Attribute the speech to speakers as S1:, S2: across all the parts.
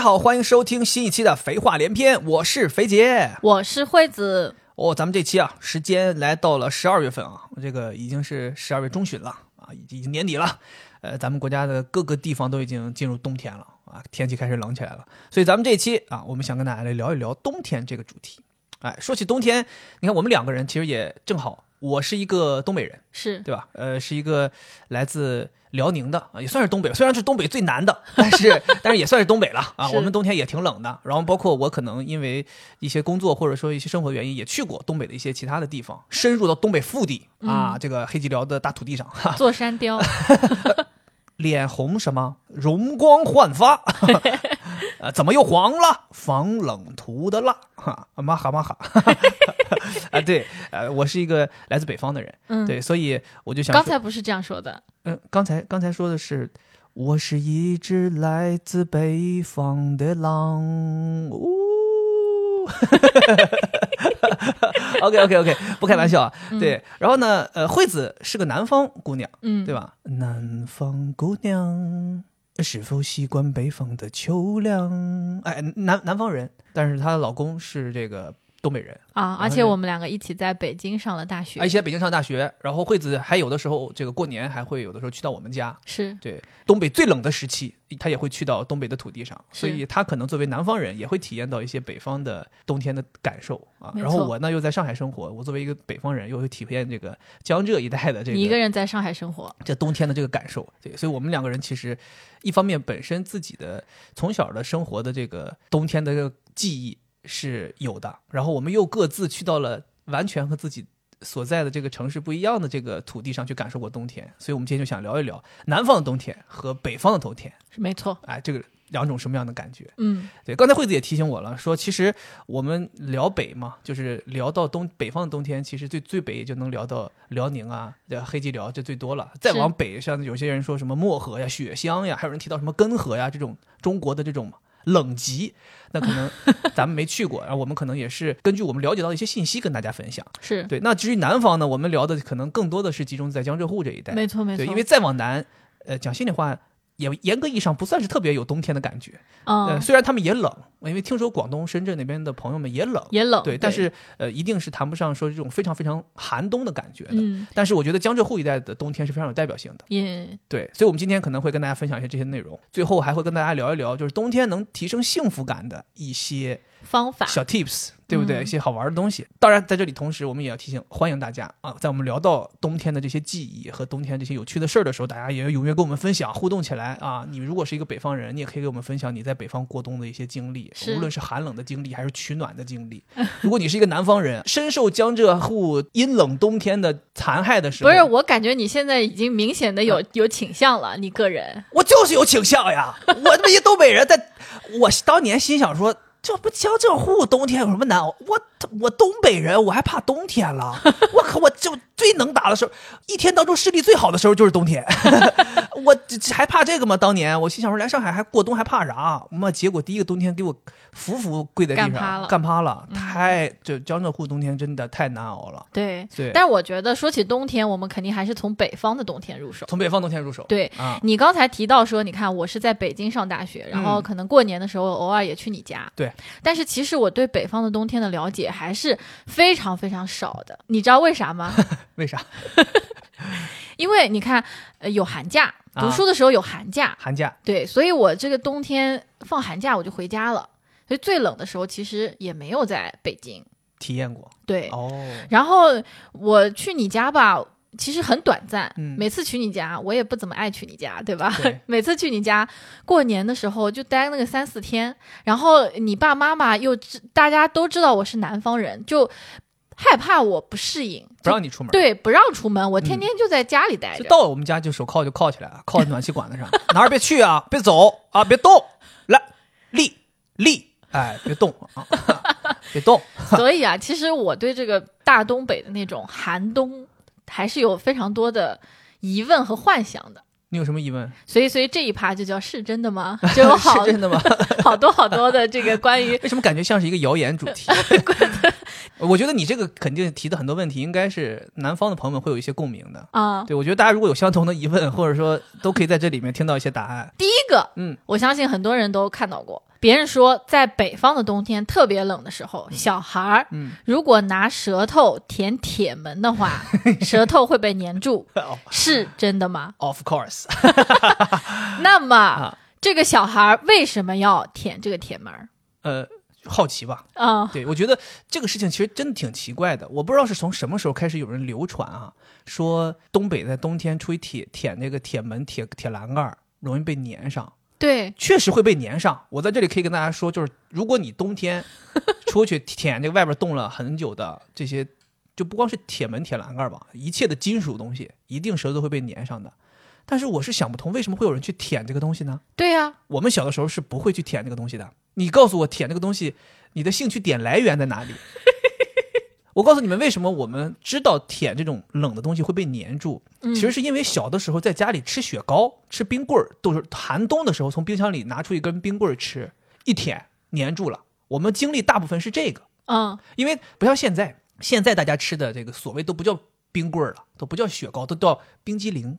S1: 好，欢迎收听新一期的《肥话连篇》，我是肥杰。
S2: 我是惠子，
S1: 哦，咱们这期啊，时间来到了十二月份啊，这个已经是十二月中旬了啊，已经已经年底了。呃，咱们国家的各个地方都已经进入冬天了啊，天气开始冷起来了。所以咱们这期啊，我们想跟大家来聊一聊冬天这个主题。哎，说起冬天，你看我们两个人其实也正好，我是一个东北人，
S2: 是
S1: 对吧？呃，是一个来自辽宁的啊，也算是东北，虽然是东北最南的，但 是但是也算是东北了啊。
S2: 是
S1: 我们冬天也挺冷的，然后包括我可能因为一些工作或者说一些生活原因，也去过东北的一些其他的地方，深入到东北腹地
S2: 嗯
S1: 啊，这个黑吉辽的大土地上，哈，
S2: 座山 雕，
S1: 脸红什么，容光焕发， 呃，怎么又黄了？防冷涂的蜡，哈，玛哈玛 哈。 啊，对，呃，我是一个来自北方的人，
S2: 嗯，
S1: 对，所以我就想说
S2: 刚才不是这样说的，
S1: 嗯，刚才刚才说的是，我是一只来自北方的狼。呜、OK OK OK，不开玩笑啊。对，然后呢，呃，惠子是个南方姑娘，
S2: 嗯，
S1: 对吧？南方姑娘是否习惯北方的秋凉？哎，南南方人，但是她的老公是这个东北人。
S2: 啊，而
S1: 后哎
S2: 且
S1: 就
S2: 我们两个一起在北京上了大学，
S1: 而且北京上大学，然后惠子还有的时候，这个过年还会有的时候去到我们家，
S2: 是
S1: 对，东北最冷的时期，他也会去到东北的土地上，
S2: 是
S1: 所以他可能作为南方人，也会体验到一些北方的冬天的感受啊。
S2: 没
S1: 然后
S2: 错
S1: 我呢又在上海生活，我作为一个北方人，又会体验这个江浙一带的这
S2: 你一个
S1: 个
S2: 人在上海生活，
S1: 这冬天的这个感受。对，所以我们两个人其实一方面本身自己的从小的生活的这个冬天的这个记忆是有的，然后我们又各自去到了完全和自己。所在的这个城市不一样的这个土地上去感受过冬天，所以我们今天就想聊一聊南方的冬天和北方的冬天，
S2: 是没错，
S1: 哎，这个两种什么样的感觉？
S2: 嗯，
S1: 对，刚才惠子也提醒我了，说其实我们聊北嘛，就是聊到东北方的冬天，其实最最北也就能聊到辽宁啊、对黑吉辽这最多了。再
S2: 是
S1: 往北，像有些人说什么漠河呀、雪乡呀，还有人提到什么根河呀这种中国的这种冷极，那可 能咱们没去过，然后我们可能也是根据我们了解到的一些信息跟大家分享。
S2: 是
S1: 对，那至于南方呢，我们聊的可能更多的是集中在江浙沪这一带，
S2: 没错没错，
S1: 对，因为再往南，呃，讲心里话。也严格意义上不算是特别有冬天的感觉，呃，
S2: 嗯
S1: 虽然他们也冷，因为听说广东、深圳那边的朋友们也冷，
S2: 也冷，
S1: 对，但是呃，一定是谈不上说这种非常非常寒冬的感觉的。
S2: 嗯
S1: 但是我觉得江浙沪一带的冬天是非常有代表性的，
S2: 也
S1: 对，所以我们今天可能会跟大家分享一些这些内容，最后还会跟大家聊一聊，就是冬天能提升幸福感的一些
S2: 方法
S1: 小 tips，对不对？
S2: 嗯
S1: 一些好玩的东西。当然，在这里同时，我们也要提醒，欢迎大家啊，在我们聊到冬天的这些记忆和冬天这些有趣的事儿的时候，大家也要踊跃跟我们分享，互动起来啊！你如果是一个北方人，你也可以给我们分享你在北方过冬的一些经历，
S2: 是
S1: 无论是寒冷的经历还是取暖的经历。如果你是一个南方人，深受江浙沪阴冷冬天的残害的时候，
S2: 不是，我感觉你现在已经明显的有
S1: 嗯
S2: 有倾向了，你个人
S1: 我就是有倾向 呀！我他妈一东北人，但我当年心想说，这不江浙沪冬天有什么难熬？我我东北人，我还怕冬天 了？我靠！我就最能打的时候，一天当中视力最好的时候就是冬天。 我这这还怕这个吗？当年我心想说，来上海还过冬还怕啥？妈，结果第一个冬天给我服服跪在地上，
S2: 干趴了嗯
S1: 干趴了，太这江浙沪冬天真的太难熬了。
S2: 对，
S1: 对，
S2: 但是我觉得说起冬天，我们肯定还是从北方的冬天入手，
S1: 从北方冬天入手，
S2: 对。
S1: 啊，
S2: 你刚才提到说，你看我是在北京上大学，然后
S1: 嗯
S2: 可能过年的时候偶尔也去你家。
S1: 对，
S2: 但是其实我对北方的冬天的了解还是非常非常少的。你知道为 啥吗？
S1: 为啥？
S2: 因为你看，呃，有寒假，
S1: 啊
S2: 读书的时候有寒假，
S1: 寒假
S2: 对，所以我这个冬天放寒假我就回家了。所以最冷的时候其实也没有在北京。
S1: 体验过
S2: 对，
S1: 哦。
S2: 然后我去你家吧，其实很短暂。
S1: 嗯
S2: 每次去你家，我也不怎么爱去你家，对吧？
S1: 对
S2: 每次去你家，过年的时候就待那个三四天，然后你爸妈妈又知，大家都知道我是南方人，就害怕我不适应，
S1: 不让你出门，
S2: 对，不让出门，我天
S1: 嗯
S2: 天就在家里待
S1: 就
S2: 着。
S1: 到了我们家就手铐就铐起来了， 铐在暖气管子上，哪儿别去啊， 别走啊，别动， 来立立，哎，别动 啊，别动，
S2: 所以啊，其实我对这个大东北的那种寒冬，还是有非常多的疑问和幻想的。
S1: 你有什么疑问？
S2: 所以，所以这一趴就叫是真的吗？就有 好
S1: 是真的吗？
S2: 好多好多的这个关于
S1: 为什么感觉像是一个谣言主 题？ 我觉得你这个肯定提的很多问题，应该是南方的朋友们会有一些共鸣的。
S2: 啊、
S1: 对，我觉得大家如果有相同的疑问，或者说都可以在这里面听到一些答案。
S2: 第一个，
S1: 嗯，
S2: 我相信很多人都看到过，别人说在北方的冬天特别冷的时候，小孩儿
S1: 嗯，
S2: 如果拿舌头舔铁门 的话，舌头会被粘住，
S1: 哦
S2: 是真的吗？
S1: Of course，啊
S2: 那么这个小孩儿为什么要舔这个铁门儿？
S1: 呃，好奇吧？
S2: 啊、
S1: 对，我觉得这个事情其实真的挺奇怪的。我不知道是从什么时候开始有人流传啊，说东北在冬天出去铁舔那个铁门、铁铁栏杆儿容易被粘上。
S2: 对，
S1: 确实会被粘上。我在这里可以跟大家说，就是如果你冬天出去舔这个外边冻了很久的这些，就不光是铁门、铁栏杆吧，一切的金属东西，一定舌头会被粘上的。但是我是想不通，为什么会有人去舔这个东西呢？
S2: 对呀、
S1: 我们小的时候是不会去舔这个东西的。你告诉我舔这个东西，你的兴趣点来源在哪里？ 我告诉你们，为什么我们知道舔这种冷的东西会被粘住，
S2: 嗯
S1: 其实是因为小的时候在家里吃雪糕、吃冰棍儿，都是寒冬的时候从冰箱里拿出一根冰棍儿吃，一舔粘住了。我们经历大部分是这个，
S2: 嗯，
S1: 因为不像现在，现在大家吃的这个所谓都不叫冰棍儿了，都不叫雪糕，都叫冰激凌，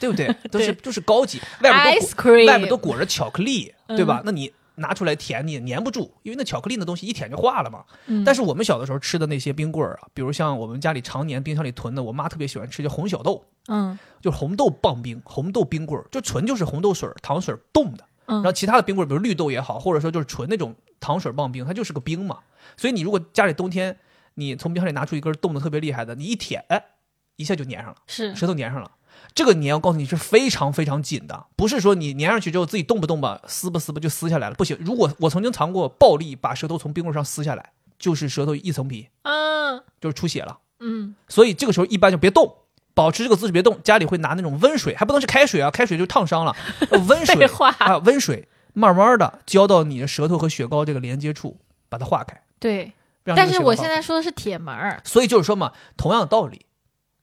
S1: 对不对？都是都是高级，外边都
S2: Ice cream
S1: 外面都裹着巧克力，
S2: 嗯
S1: 对吧？那你拿出来舔，你也粘不住，因为那巧克力那东西一舔就化了嘛。
S2: 嗯
S1: 但是我们小的时候吃的那些冰棍儿啊，比如像我们家里常年冰箱里囤的，我妈特别喜欢吃叫红小豆，
S2: 嗯
S1: 就是红豆棒冰、红豆冰棍儿，就纯就是红豆水儿、糖水儿冻的。
S2: 嗯
S1: 然后其他的冰棍儿，比如绿豆也好，或者说就是纯那种糖水棒冰，它就是个冰嘛。所以你如果家里冬天你从冰箱里拿出一根冻得特别厉害的，你一舔，哎，一下就粘上了，
S2: 是，
S1: 舌头粘上了。这个粘，我告诉你是非常非常紧的，不是说你粘上去之后自己动不动吧，撕吧撕吧就撕下来了，不行。如果我曾经尝过暴力把舌头从冰棍儿上撕下来，就是舌头一层皮，
S2: 嗯
S1: 就是出血了。
S2: 嗯
S1: 所以这个时候一般就别动，保持这个姿势别动。家里会拿那种温水，还不能是开水啊，开水就烫伤了。 呃温
S2: 废
S1: 水
S2: 话
S1: 啊，温水慢慢的浇到你的舌头和雪糕这个连接处，把它化开。
S2: 对。
S1: 让这
S2: 但
S1: 个雪
S2: 是
S1: 糕
S2: 我
S1: 化
S2: 现
S1: 开，
S2: 在说的是铁门儿，
S1: 所以就是说嘛，同样的道理，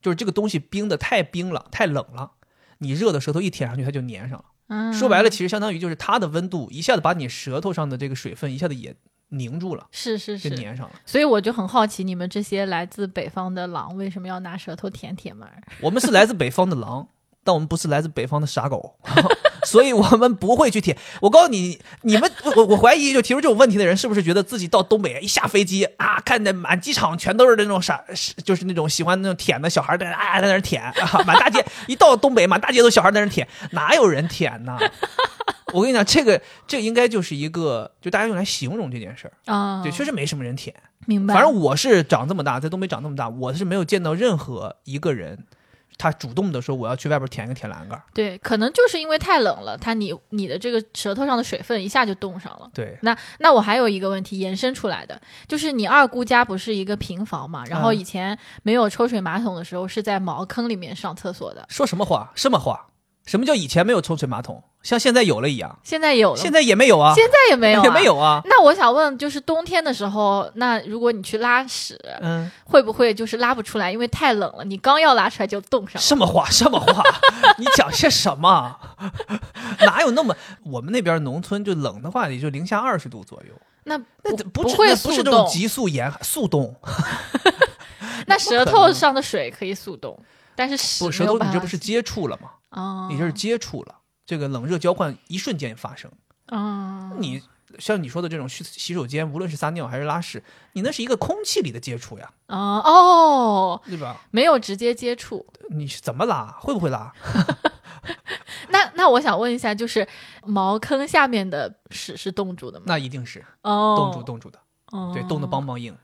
S1: 就是这个东西冰的太冰了，太冷了。你热的舌头一舔上去，它就粘上了。
S2: 嗯，
S1: 说白了，其实相当于就是它的温度一下子把你舌头上的这个水分一下子也凝住了，
S2: 是是，
S1: 就是粘上了。
S2: 所以我就很好奇，你们这些来自北方的狼为什么要拿舌头舔铁门儿？
S1: 我们是来自北方的狼， 但我们不是来自北方的傻狗， 所以我们不会去舔。我告诉你，你们我我怀疑就提出这种问题的人，是不是觉得自己到东北一下飞机啊，看着满机场全都是那种傻，是就是那种喜欢那种舔的小孩在那啊在那儿舔啊，满大街 一到东北满大街都小孩在那儿舔，哪有人舔呢？ 我跟你讲，这个这应该就是一个，就大家用来形容这件事儿，
S2: 啊、
S1: 对，确实没什么人舔。
S2: 明白。
S1: 反正我是长这么大，在东北长这么大，我是没有见到任何一个人，他主动的说我要去外边舔一个铁栏杆儿。
S2: 对，可能就是因为太冷了，它你你的这个舌头上的水分一下就冻上了。
S1: 对，
S2: 那那我还有一个问题延伸出来的，就是你二姑家不是一个平房嘛？然后
S1: 嗯
S2: 以前没有抽水马桶的时候，是在茅坑里面上厕所的，
S1: 说什么话？什么话？什么叫以前没有抽水马桶，像现在有了一样？
S2: 现在有了吗，
S1: 现在也没有啊，
S2: 现在也没有、
S1: 也没。有啊。
S2: 那我想问，就是冬天的时候，那如果你去拉屎，
S1: 嗯，
S2: 会不会就是拉不出来？因为太冷了，你刚要拉出来就冻上了。
S1: 什么话？什么话？ 你讲些什么？ 哪有那么？我们那边农村就冷的话，也就零下二十度左右，
S2: 那
S1: 那
S2: 不
S1: 不是
S2: 会
S1: 那不
S2: 速
S1: 是这种
S2: 冻，
S1: 急速严速冻，
S2: 那舌头上的水可以速冻，但是
S1: 不
S2: 屎
S1: 舌
S2: 没有
S1: 头
S2: 办
S1: 你
S2: 法
S1: 这不是接触了吗？
S2: 哦，
S1: 你这是接触了，这个冷热交换一瞬间发生。
S2: 嗯，
S1: 你像你说的这种去洗手间，无论是撒尿还是拉屎，你那是一个空气里的接触呀，
S2: 哦哦，
S1: 对吧？
S2: 没有直接接触。
S1: 你是怎么拉？会不会拉？
S2: 那那我想问一下，就是茅坑下面的屎是冻住的吗？
S1: 那一定是
S2: 哦，
S1: 冻住，冻住的，
S2: 哦，
S1: 对，冻得梆梆硬。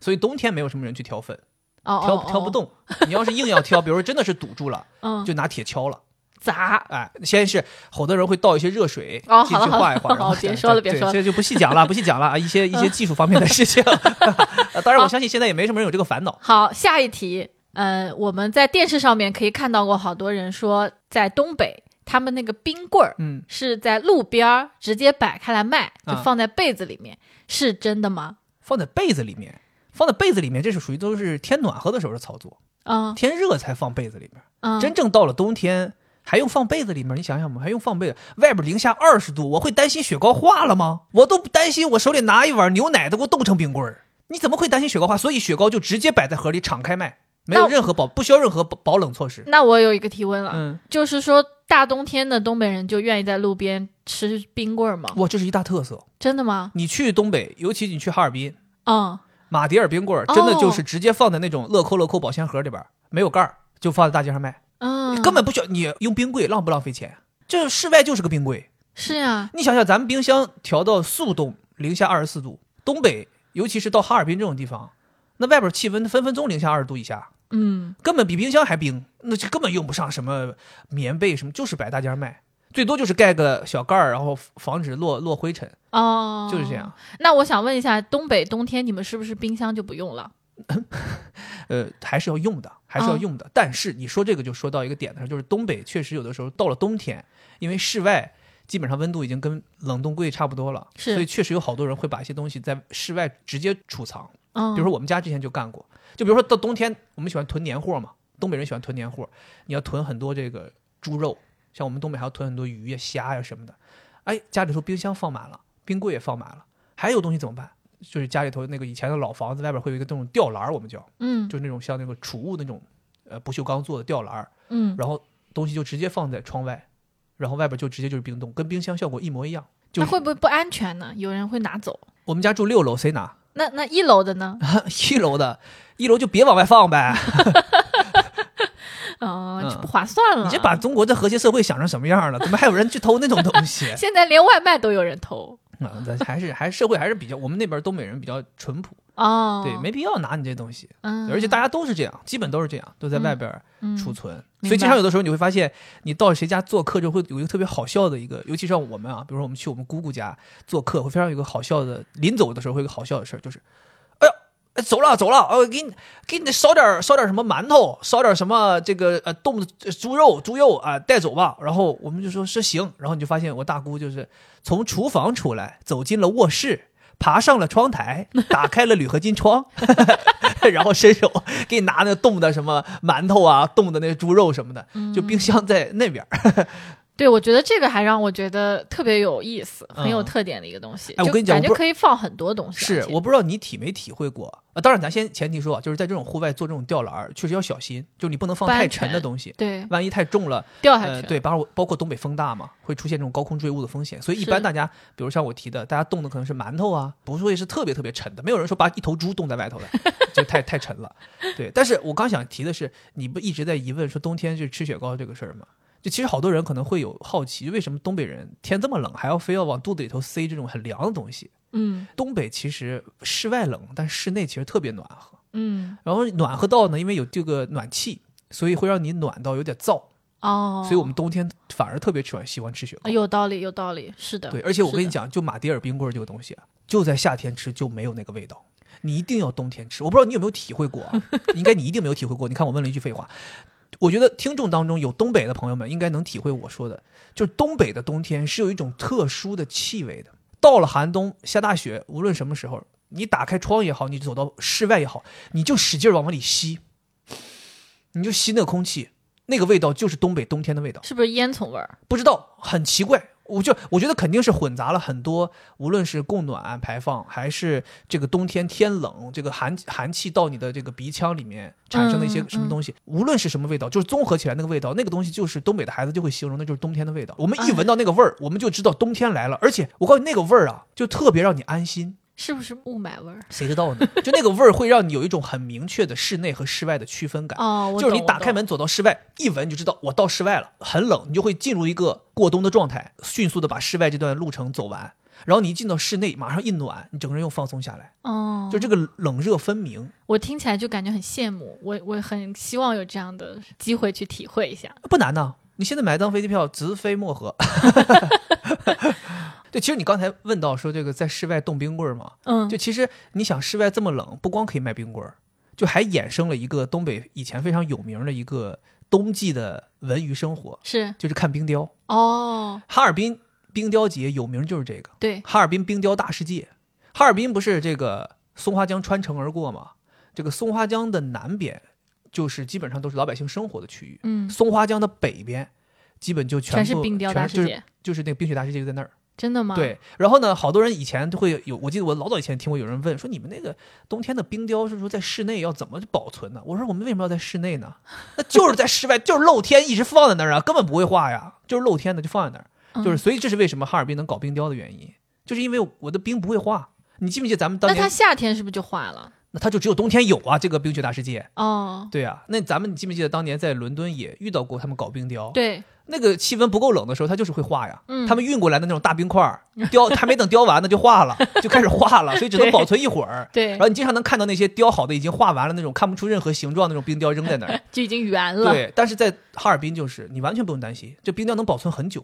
S1: 所以冬天没有什么人去挑粪，
S2: 哦，
S1: 挑
S2: 哦
S1: 挑不，动。 你要是硬要挑，比如说真的是堵住了，
S2: 哦嗯，
S1: 就拿铁锹了。
S2: 砸，
S1: 哎，先是好多人会倒一些热水
S2: 哦
S1: 进
S2: 好
S1: 去
S2: 了好
S1: 化一
S2: 了
S1: 化，然后
S2: 好别
S1: 再
S2: 说了
S1: 对
S2: 别说了嗯
S1: 这就不细讲了，不细讲了啊，一些一些技术方面的事 情。 呃当然，我
S2: 好
S1: 相信现在也没什么人有这个烦恼。
S2: 好，下一题。嗯，我们在电视上面可以看到过好多人说，在东北他们那个冰棍儿
S1: 嗯，
S2: 是在路边儿直接摆开来卖，就
S1: 啊
S2: 放在被子里面，是真的吗？
S1: 放在被子里面，放在被子里面，这是属于都是天暖和的时候的操作，
S2: 嗯
S1: 天热才放被子里面。
S2: 嗯，
S1: 真正到了冬天，还用放被子里面？你想想吧，还用放被子？外边零下二十度，我会担心雪糕化了吗？我都不担心，我手里拿一碗牛奶都给我冻成冰棍儿。你怎么会担心雪糕化？所以雪糕就直接摆在盒里敞开卖，没有
S2: 那
S1: 任何保不需要任何保保冷措施。
S2: 那我有一个提问了，
S1: 嗯，
S2: 就是说大冬天的东北人就愿意在路边吃冰棍儿吗？
S1: 哇，这是一大特色。
S2: 真的吗？
S1: 你去东北，尤其你去哈尔滨，
S2: 嗯，
S1: 马迭尔冰棍儿
S2: 哦
S1: 真的就是直接放在那种乐扣乐扣保鲜盒里边儿，没有盖儿，就放在大街上卖，
S2: 嗯，
S1: 根本不需要你用冰柜，浪不浪费钱？这室外就是个冰柜，
S2: 是呀、
S1: 你想想，咱们冰箱调到速冻零下二十四度，东北尤其是到哈尔滨这种地方，那外边气温分分钟零下二十度以下，
S2: 嗯，
S1: 根本比冰箱还冰，那就根本用不上什么棉被什么，就是摆大街上卖，最多就是盖个小盖儿，然后防止落落灰尘，
S2: 哦，
S1: 就是这样。。
S2: 那我想问一下，东北冬天你们是不是冰箱就不用了？
S1: 呃，还是要用的，还是要
S2: 嗯
S1: 用的。但是你说这个就说到一个点上，就是东北确实有的时候到了冬天，因为室外基本上温度已经跟冷冻柜差不多了，
S2: 是
S1: 所以确实有好多人会把一些东西在室外直接储藏。
S2: 嗯，
S1: 比如说我们家之前就干过，就比如说到冬天，我们喜欢囤年货嘛，东北人喜欢囤年货，你要囤很多这个猪肉，像我们东北还要囤很多鱼呀、啊虾呀、什么的。哎，家里头冰箱放满了，冰柜也放满了，还有东西怎么办？就是家里头那个以前的老房子外边会有一个那种吊篮儿，我们叫，
S2: 嗯
S1: 就是那种像那个储物那种，呃，不锈钢做的吊篮儿，
S2: 嗯，
S1: 然后东西就直接放在窗外，然后外边就直接就是冰冻，跟冰箱效果一模一样。就
S2: 那会不会不安全呢？有人会拿走？
S1: 我们家住六楼，谁拿？
S2: 那那一楼的呢？
S1: 一楼的，一楼就别往外放呗。
S2: 哦，
S1: 嗯
S2: 这不划算了。
S1: 你这把中国的和谐社会想成什么样了？怎么还有人去偷那种东西？
S2: 现在连外卖都有人偷
S1: 啊，咱还是还是社会还是比较，我们那边东北人比较淳朴，
S2: 哦，
S1: 对，没必要拿你这东西。
S2: 嗯，
S1: 而且大家都是这样，基本都是这样，都在外边
S2: 嗯
S1: 储存。
S2: 明
S1: 所以经
S2: 白
S1: 常有的时候你会发现，你到谁家做客就会有一个特别好笑的一个，尤其像我们啊，比如说我们去我们姑姑家做客，会非常有一个好笑的，临走的时候会有一个好笑的事儿，就是，哎呦。哎走了走了，哦，给你给你烧点儿烧点儿什么馒头，烧点儿什么这个呃冻的呃猪肉猪肉啊、带走吧。然后我们就说是行，然后你就发现我大姑就是从厨房出来，走进了卧室，爬上了窗台，打开了铝合金窗， 然后伸手 给你拿那冻的什么馒头啊，冻的那猪肉什么的，就冰箱在那边儿。
S2: 对，我觉得这个还让我觉得特别有意思，很有
S1: 嗯
S2: 特点的一个东西。
S1: 哎我
S2: 就
S1: 跟你讲
S2: 感
S1: 我
S2: 觉
S1: 不
S2: 可以放很多东西。啊 而
S1: 是
S2: 且，
S1: 我不知道你体没体会过啊。当然，咱先前提说啊，就是在这种户外做这种吊篮儿，确实要小心，就你不能放
S2: 不安
S1: 太沉的
S2: 全
S1: 东西，
S2: 对
S1: 万一太重了，
S2: 掉下去
S1: 呃，
S2: 了，
S1: 对，包括包括东北风大嘛，会出现这种高空坠物的风险。所以一
S2: 是
S1: 般大家，比如像我提的，大家冻的可能是馒头啊，不会是特别特别沉的，没有人说把一头猪冻在外头的，就太太沉了。对，但是我刚想提的是，你不一直在疑问说冬天就吃雪糕这个事儿吗？就其实好多人可能会有好奇，为什么东北人天这么冷，还要非要往肚子里头塞这种很凉的东西？
S2: 嗯
S1: 东北其实室外冷，但室内其实特别暖和。
S2: 嗯
S1: 然后暖和到呢，因为有这个暖气，所以会让你暖到有点燥。
S2: 哦，
S1: 所以我们冬天反而特别喜欢喜欢吃雪
S2: 啊
S1: 糕。
S2: 有道理，有道理，是的。
S1: 对，而且我
S2: 是
S1: 跟你
S2: 的，
S1: 讲，就马迭尔冰棍儿这个东西啊，就在夏天吃就没有那个味道，你一定要冬天吃。我不知道你有没有体会过 啊，应该你一定没有体会过。你看我问了一句废话，我觉得听众当中有东北的朋友们应该能体会我说的，就是东北的冬天是有一种特殊的气味的。到了寒冬下大雪，无论什么时候，你打开窗也好，你走到室外也好，你就使劲儿往往里吸，你就吸那个空气，那个味道就是东北冬天的味道。
S2: 是不是烟囱味儿？
S1: 不知道，很奇怪。我就我觉得肯定是混杂了很多，无论是供暖排放，还是这个冬天天冷，这个寒寒气到你的这个鼻腔里面产生的一些
S2: 嗯
S1: 什么东西，无论是什么味道，就是综合起来那个味道，那个东西就是东北的孩子就会形容那就是冬天的味道。我们一闻到那个味儿，我们就知道冬天来了。而且我告诉你，那个味儿啊，就特别让你安心。
S2: 是不是雾霾味儿？
S1: 谁知道呢？就那个味儿会让你有一种很明确的室内和室外的区分感。
S2: 哦，我
S1: 就是你
S2: 懂
S1: 打开，
S2: 我懂
S1: 门走到室外，一闻你就知道我到室外了，很冷，你就会进入一个过冬的状态，迅速的把室外这段路程走完。然后你一进到室内，马上一暖，你整个人又放松下来，
S2: 哦，
S1: 就这个冷热分明。
S2: 我听起来就感觉很羡慕，我我很希望有这样的机会去体会一下。
S1: 不难呐，你现在买一张飞机票，直飞漠河。 对，其实你刚才问到说这个在室外冻冰棍儿嘛，
S2: 嗯，
S1: 就其实你想室外这么冷，不光可以卖冰棍儿，就还衍生了一个东北以前非常有名的一个冬季的文娱生活，
S2: 是
S1: 就是看冰雕。
S2: 哦，
S1: 哈尔滨冰雕节有名就是这个，
S2: 对，
S1: 哈尔滨冰雕大世界。哈尔滨不是这个松花江穿城而过吗？这个松花江的南边就是基本上都是老百姓生活的区域，
S2: 嗯，
S1: 松花江的北边基本就全
S2: 全
S1: 部
S2: 是冰雕大
S1: 全
S2: 世
S1: 就是
S2: 界。
S1: 就是那个冰雪大世界就在那儿。
S2: 真的吗？，
S1: 对，然后呢，好多人以前都会有，我记得我老早以前听过有人问说，你们那个冬天的冰雕是说在室内要怎么保存呢？我说我们为什么要在室内呢？那就是在室外，就是露天一直放在那儿啊，根本不会化呀，就是露天的就放在那儿，就是
S2: 嗯、
S1: 所以这是为什么哈尔滨能搞冰雕的原因，就是因为我的冰不会化。你记不记得咱们当
S2: 那
S1: 年
S2: 它夏天是不是就化了？
S1: 那它就只有冬天有啊，这个冰雪大世界。
S2: 哦，
S1: 对啊，那咱们你记不记得当年在伦敦也遇到过他们搞冰雕？
S2: 对，
S1: 那个气温不够冷的时候，它就是会化呀。
S2: 嗯
S1: 他们运过来的那种大冰块儿，雕还没等雕完呢就化了，就开始化了，所以只能
S2: 对
S1: 保存一会儿。
S2: 对
S1: 然，后你经常能看到那些雕好的已经化完了那种看不出任何形状那种冰雕扔在那 儿。
S2: 就已经圆了。
S1: 对，但是在哈尔滨就是你完全不用担心，这冰雕能保存很久。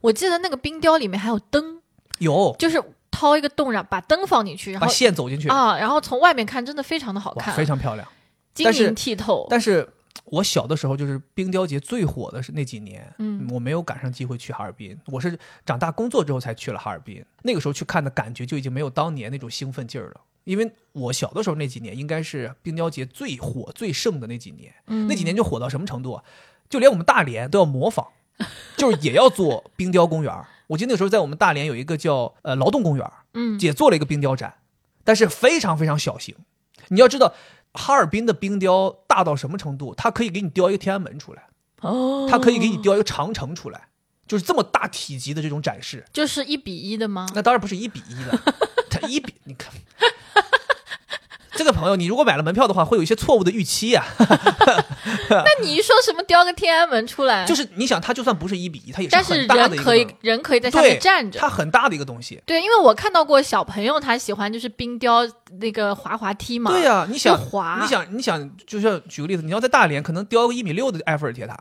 S2: 我记得那个冰雕里面还有灯，
S1: 有
S2: 就是掏一个洞，然后把灯放进去，然
S1: 把
S2: 后
S1: 线走进去，
S2: 啊，然后从外面看真的非常的好
S1: 哇，
S2: 看，
S1: 非常漂亮。
S2: 晶
S1: 但是
S2: 莹剔透。
S1: 但是我小的时候就是冰雕节最火的是那几年，
S2: 嗯
S1: 我没有赶上机会去哈尔滨，我是长大工作之后才去了哈尔滨。那个时候去看的感觉就已经没有当年那种兴奋劲儿了，因为我小的时候那几年应该是冰雕节最火最盛的那几年，
S2: 嗯
S1: 那几年就火到什么程度啊，就连我们大连都要模 仿，就是也要做冰雕公园儿。我记得那个时候在我们大连有一个叫呃劳动公园儿，
S2: 嗯，
S1: 也做了一个冰雕展，但是非常非常小型。你要知道，哈尔滨的冰雕大到什么程度？它可以给你雕一个天安门出来，
S2: 哦，
S1: 它可以给你雕一个长城出来，就是这么大体积的这种展示。
S2: 就是一比一的吗？
S1: 那当然不是一比一的，它一比你看。 这个朋友，你如果买了门票的话，会有一些错误的预期啊呀、
S2: 那你一说什么雕个天安门出来，，
S1: 就是是你想，它就算不是一比一，它也
S2: 但
S1: 很大
S2: 人
S1: 的一个
S2: 可以人可以在下
S1: 对
S2: 面站着。
S1: 它很大的一个东西。
S2: 对，因为我看到过小朋友他喜欢就是冰雕那个滑滑梯嘛，
S1: 对呀、你想
S2: 就滑，
S1: 你想，你想，就像举个例子，你要在大连可能雕个一米六的埃菲尔铁 塔，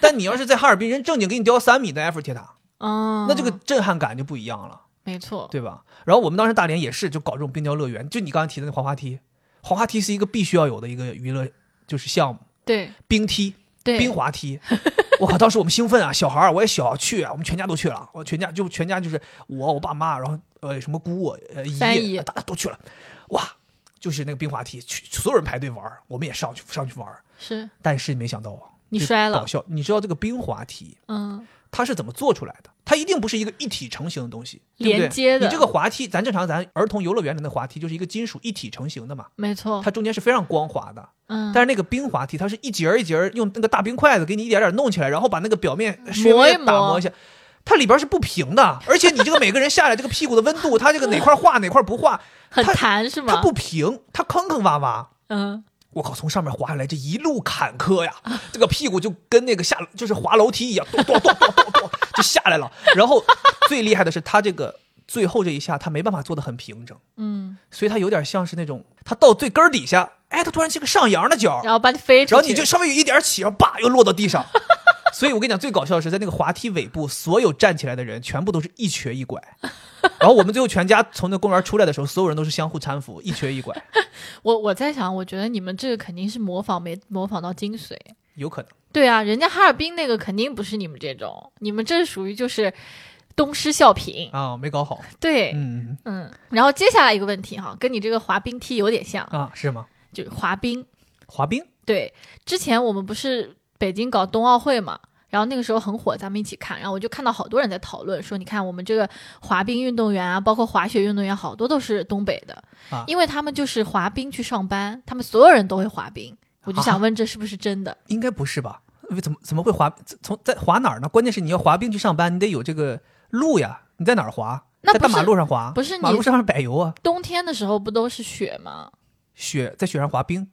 S1: 但你要是在哈尔滨，人正经给你雕三米的埃菲尔铁 塔，
S2: 嗯，
S1: 那这个震撼感就不一样了，
S2: 没错，
S1: 对吧？然后我们当时大连也是就搞这种冰雕乐园，就你刚才提的那滑滑梯，滑滑梯是一个必须要有的一个娱乐就是项目，
S2: 对
S1: 冰梯、
S2: 对，
S1: 冰滑梯。 我靠！当时我们兴奋啊，小孩儿我也小去啊，我们全家都去了，我全家就全家就是我我爸妈，然后呃什么姑呃
S2: 三
S1: 姨，
S2: 姨
S1: 大家都去了，哇！就是那个冰滑梯，去所有人排队玩儿，我们也上去上去玩儿，
S2: 是
S1: 但是没想到啊，
S2: 你
S1: 这
S2: 摔了
S1: 搞笑！你知道这个冰滑梯
S2: 嗯
S1: 它是怎么做出来的？它一定不是一个一体成型的东西，对不对
S2: 连接的
S1: 你这个滑梯，咱正常咱儿童游乐园里的滑梯就是一个金属一体成型的嘛，
S2: 没错，
S1: 它中间是非常光滑的。
S2: 嗯，
S1: 但是那个冰滑梯，它是一节儿一节儿用那个大冰块子给你一点点弄起来，然后把那个表面稍
S2: 嗯磨
S1: 微
S2: 一磨
S1: 打磨一下。它里边是不平的，而且你这个每个人下来，这个屁股的温度，它这个哪块化哪块不化，
S2: 很
S1: 它
S2: 弹是
S1: 它
S2: 吗？
S1: 不平，它坑坑洼洼。
S2: 嗯，
S1: 我靠，从上面滑下来，这一路坎坷呀，这个屁股就跟那个下就是滑楼梯一样，咚咚咚咚咚咚就下来 了。然后最厉害的是，它这个最后这一下，它没办法做的很平整，
S2: 嗯，
S1: 所以它有点像是那种，它到最根儿底下，哎，它突然是个上扬的角，
S2: 然后把你飞出去，
S1: 然后你就稍微有一点起，然后叭又落到地上。 所以我跟你讲，最搞笑的是在那个滑梯尾部，所有站起来的人全部都是一瘸一拐。然后我们最后全家从那公园出来的时候，所有人都是相互搀扶，一瘸一拐，
S2: 我我在想，我觉得你们这个肯定是模仿没模仿到精髓。
S1: 有可能。
S2: 对啊，人家哈尔滨那个肯定不是你们这种，你们这属于就是东施效颦。
S1: 啊、没搞好，
S2: 对，
S1: 嗯
S2: 嗯。然后接下来一个问题哈，跟你这个滑冰梯有点像，
S1: 啊，是吗？
S2: 就是滑冰。
S1: 滑冰
S2: 对，之前我们不是北京搞冬奥会嘛，然后那个时候很火，咱们一起看，然后我就看到好多人在讨论说，你看我们这个滑冰运动员啊，包括滑雪运动员，好多都是东北的，
S1: 啊
S2: 因为他们就是滑冰去上班，他们所有人都会滑冰。我就
S1: 啊
S2: 想问，这是不是真的？
S1: 应该不是吧？为怎么怎么会滑？从在滑哪儿呢？关键是你要滑冰去上班，你得有这个路呀。你在哪儿滑？
S2: 那
S1: 在
S2: 不
S1: 大
S2: 是
S1: 马路上滑？
S2: 不是
S1: 马
S2: 你
S1: 路上面柏油啊，
S2: 冬天的时候不都是雪吗？
S1: 雪在雪上滑冰，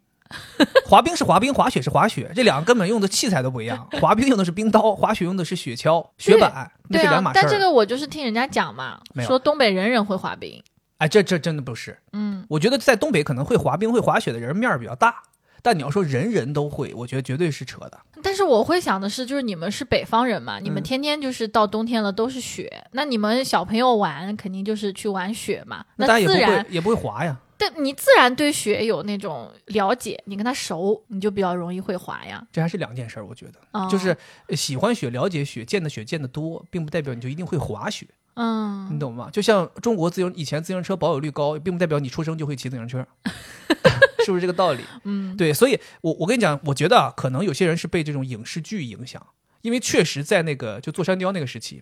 S1: 滑冰是滑冰，滑雪是滑雪，这两个根本用的器材都不一样。滑冰用的是冰刀，滑雪用的是雪橇、雪板，那
S2: 对
S1: 是
S2: 啊
S1: 两，码事儿。
S2: 但这个我就是听人家讲嘛
S1: 没，有
S2: 说东北人人会滑冰，
S1: 哎，这这真的不是。
S2: 嗯，
S1: 我觉得在东北可能会滑冰、会滑雪的人面儿比较大，但你要说人人都会，我觉得绝对是扯的。
S2: 但是我会想的是，就是你们是北方人嘛，你
S1: 嗯
S2: 们天天就是到冬天了都是雪，那你们小朋友玩肯定就是去玩雪嘛，
S1: 那大家也不
S2: 自然
S1: 会，也不会滑呀。
S2: 但你自然对雪有那种了解，你跟他熟，你就比较容易会滑呀，
S1: 这还是两件事儿，我觉得。
S2: 啊、
S1: 就是呃喜欢雪、了解雪、见的雪见的多，并不代表你就一定会滑雪，你
S2: 嗯，
S1: 懂吗？就像中国自行以前自行车保有率高，并不代表你出生就会骑自行 车，是不是这个道理？
S2: 嗯，
S1: 对，所以我我跟你讲，我觉得啊，可能有些人 是被这种影视剧影响，因为确实在那个就坐山雕那个时期。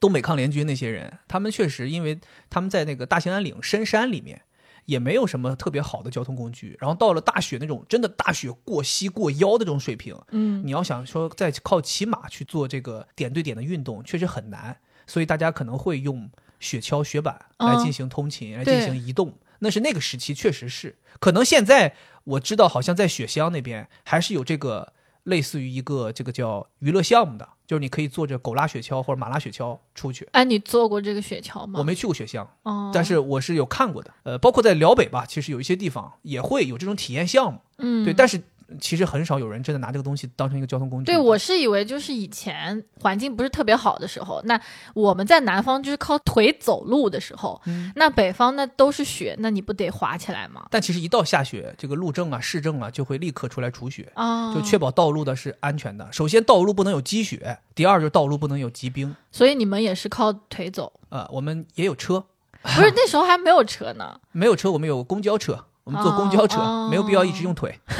S1: 东北抗联军那些人，他们确实因为他们在那个大兴安岭深山里面，也没有什么特别好的交通工具，然后到了大雪那种真的大雪过膝过腰的这种水平，
S2: 嗯，
S1: 你要想说再靠骑马去做这个点对点的运动，确实很难，所以大家可能会用雪橇、雪板来进行通勤，来进行移动。那是那个时期，确实是。可能现在我知道，好像在雪乡那边还是有这个类似于一个这个叫娱乐项目的，就是你可以坐着狗拉雪橇或者马拉雪橇出去。
S2: 哎，你坐过这个雪橇吗？
S1: 我没去过雪乡，
S2: 哦，
S1: 但是我是有看过的。呃，包括在辽北吧，其实有一些地方也会有这种体验项目。
S2: 嗯，
S1: 对，但是其实很少有人真的拿这个东西当成一个交通工具。
S2: 对，我是以为就是以前环境不是特别好的时候，那我们在南方就是靠腿走路的时候，
S1: 嗯
S2: 那北方那都是雪，那你不得滑起来吗？
S1: 但其实一到下雪，这个路政啊、市政啊就会立刻出来除雪，
S2: 啊、
S1: 就确保道路的是安全的。首先，道路不能有积雪；第二，就是道路不能有积冰。
S2: 所以你们也是靠腿 走，
S1: 呃，我们也有车，
S2: 不是那时候还没有车呢，
S1: 没有车我们有公交车，我们坐公交车，
S2: 哦
S1: 没有必要一直用腿，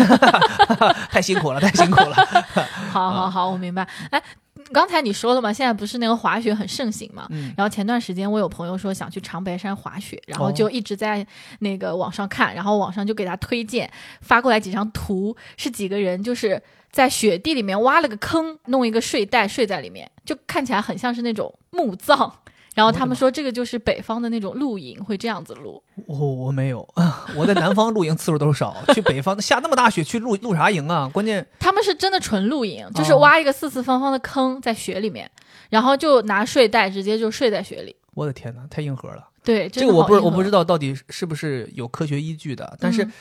S1: 太辛苦了，太辛苦了。
S2: 好
S1: 啊
S2: 好好，我明白。哎，刚才你说了嘛，现在不是那个滑雪很盛行嘛？
S1: 嗯
S2: 然后前段时间我有朋友说想去长白山滑雪，然后
S1: 哦
S2: 就一直在那个网上看，然后网上就给他推荐发过来几张图，是几个人就是在雪地里面挖了个坑，弄一个睡袋睡在里面，就看起来很像是那种墓葬。然后他们说这个就是北方的那种露营会这样子露，
S1: 我哦我没有， 我在南方露营次数都少，去北方下那么大雪去露露啥营啊？关键
S2: 他们是真的纯露营，就是
S1: 哦
S2: 挖一个四四方方的坑在雪里面，然后就拿睡袋直接就睡在雪里。
S1: 我的天哪，太硬核了。
S2: 对，
S1: 这个我不是我不知
S2: 道。
S1: 道到底是不是有科学依据的，但是
S2: 嗯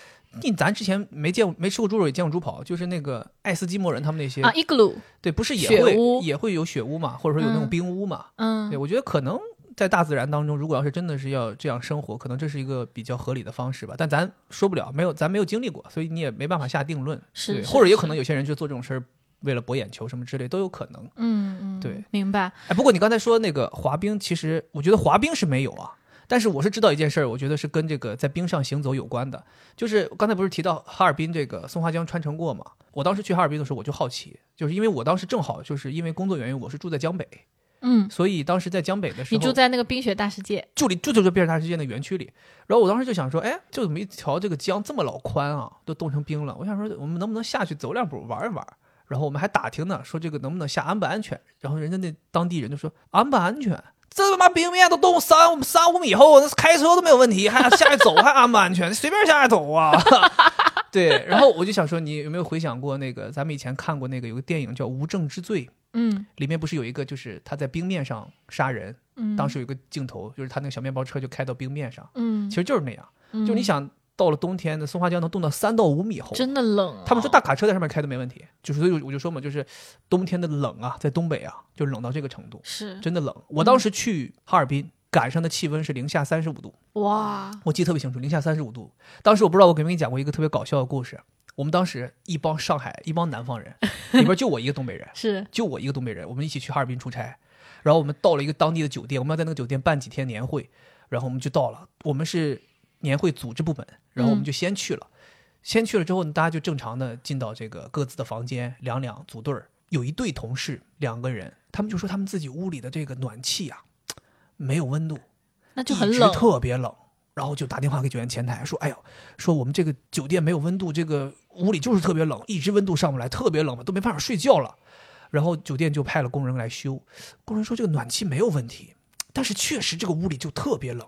S1: 你咱之前没见过没吃过猪肉也见过猪跑，就是那个爱斯基摩人他们那些、
S2: 啊，igloo，
S1: 对，不是也
S2: 雪
S1: 会
S2: 屋
S1: 也会有雪屋嘛，或者说有那种
S2: 嗯
S1: 冰屋嘛？对，
S2: 嗯，
S1: 我觉得可能在大自然当中，如果要是真的是要这样生活，可能这是一个比较合理的方式吧。但咱说不了，没有咱没有经历过，所以你也没办法下定论。
S2: 是
S1: 对，
S2: 是
S1: 或者也可
S2: 是
S1: 能有些人就做这种事儿。为了博眼球什么之类都有可能，
S2: 嗯嗯，
S1: 对，
S2: 明白。
S1: 哎，不过你刚才说那个滑冰，其实我觉得滑冰是没有啊，但是我是知道一件事儿，我觉得是跟这个在冰上行走有关的，就是刚才不是提到哈尔滨这个松花江穿城过嘛？我当时去哈尔滨的时候，我就好奇，就是因为我当时正好就是因为工作原因，我是住在江北，
S2: 嗯，
S1: 所以当时在江北的时
S2: 你
S1: 候，
S2: 住在那个冰雪大世界，
S1: 就离就就就变大世界那园区里，然后我当时就想说，哎，这怎么一条这个江这么老宽啊，都冻成冰了？我想说，我们能不能下去走两步玩一玩？然后我们还打听呢，说这个能不能下安不安全？然后人家那当地人就说安不安全？这他妈冰面都冻三三五米厚，那开车都没有问题，还下去走还安不安全？随便下来走啊！ 对，然后我就想说，你有没有回想过那个咱们以前看过那个有个电影叫《无证之罪》，
S2: 嗯
S1: 里面不是有一个就是他在冰面上杀人，
S2: 嗯，
S1: 当时有一个镜头，就是他那个小面包车就开到冰面上，
S2: 嗯，
S1: 其实就是那样。
S2: 嗯，
S1: 就是你想，到了冬天的松花江能冻到三到五米厚。
S2: 真的冷啊，
S1: 他们说大卡车在上面开都没问题，就是所以我就说嘛，就是冬天的冷啊，在东北啊，就冷到这个程度，
S2: 是嗯
S1: 真的冷。我当时去哈尔滨，赶上的气温是零下三十五度，
S2: 哇，
S1: 我记得特别清楚，零下三十五度。当时我不知道我给没给你讲过一个特别搞笑的故事，我们当时一帮上海一帮南方人，里边就我一个东北人，
S2: 是
S1: 就我一个东北人，我们一起去哈尔滨出差，然后我们到了一个当地的酒店，我们要在那个酒店办几天年会，然后我们就到了，我们是年会组织部门，然后我们就先去了，先去了之后呢，大家就正常的进到这个各自的房间，两两组队儿，有一对同事两个人，他们就说他们自己屋里的这个暖气啊没有温度，
S2: 那就很
S1: 一直
S2: 冷，
S1: 特别冷。然后就打电话给酒店前台说：“哎呦，说我们这个酒店没有温度，这个屋里就是特别冷，一直温度上不来，特别冷嘛，都没办法睡觉了。”然后酒店就派了工人来修，工人说这个暖气没有问题，但是确实这个屋里就特别冷，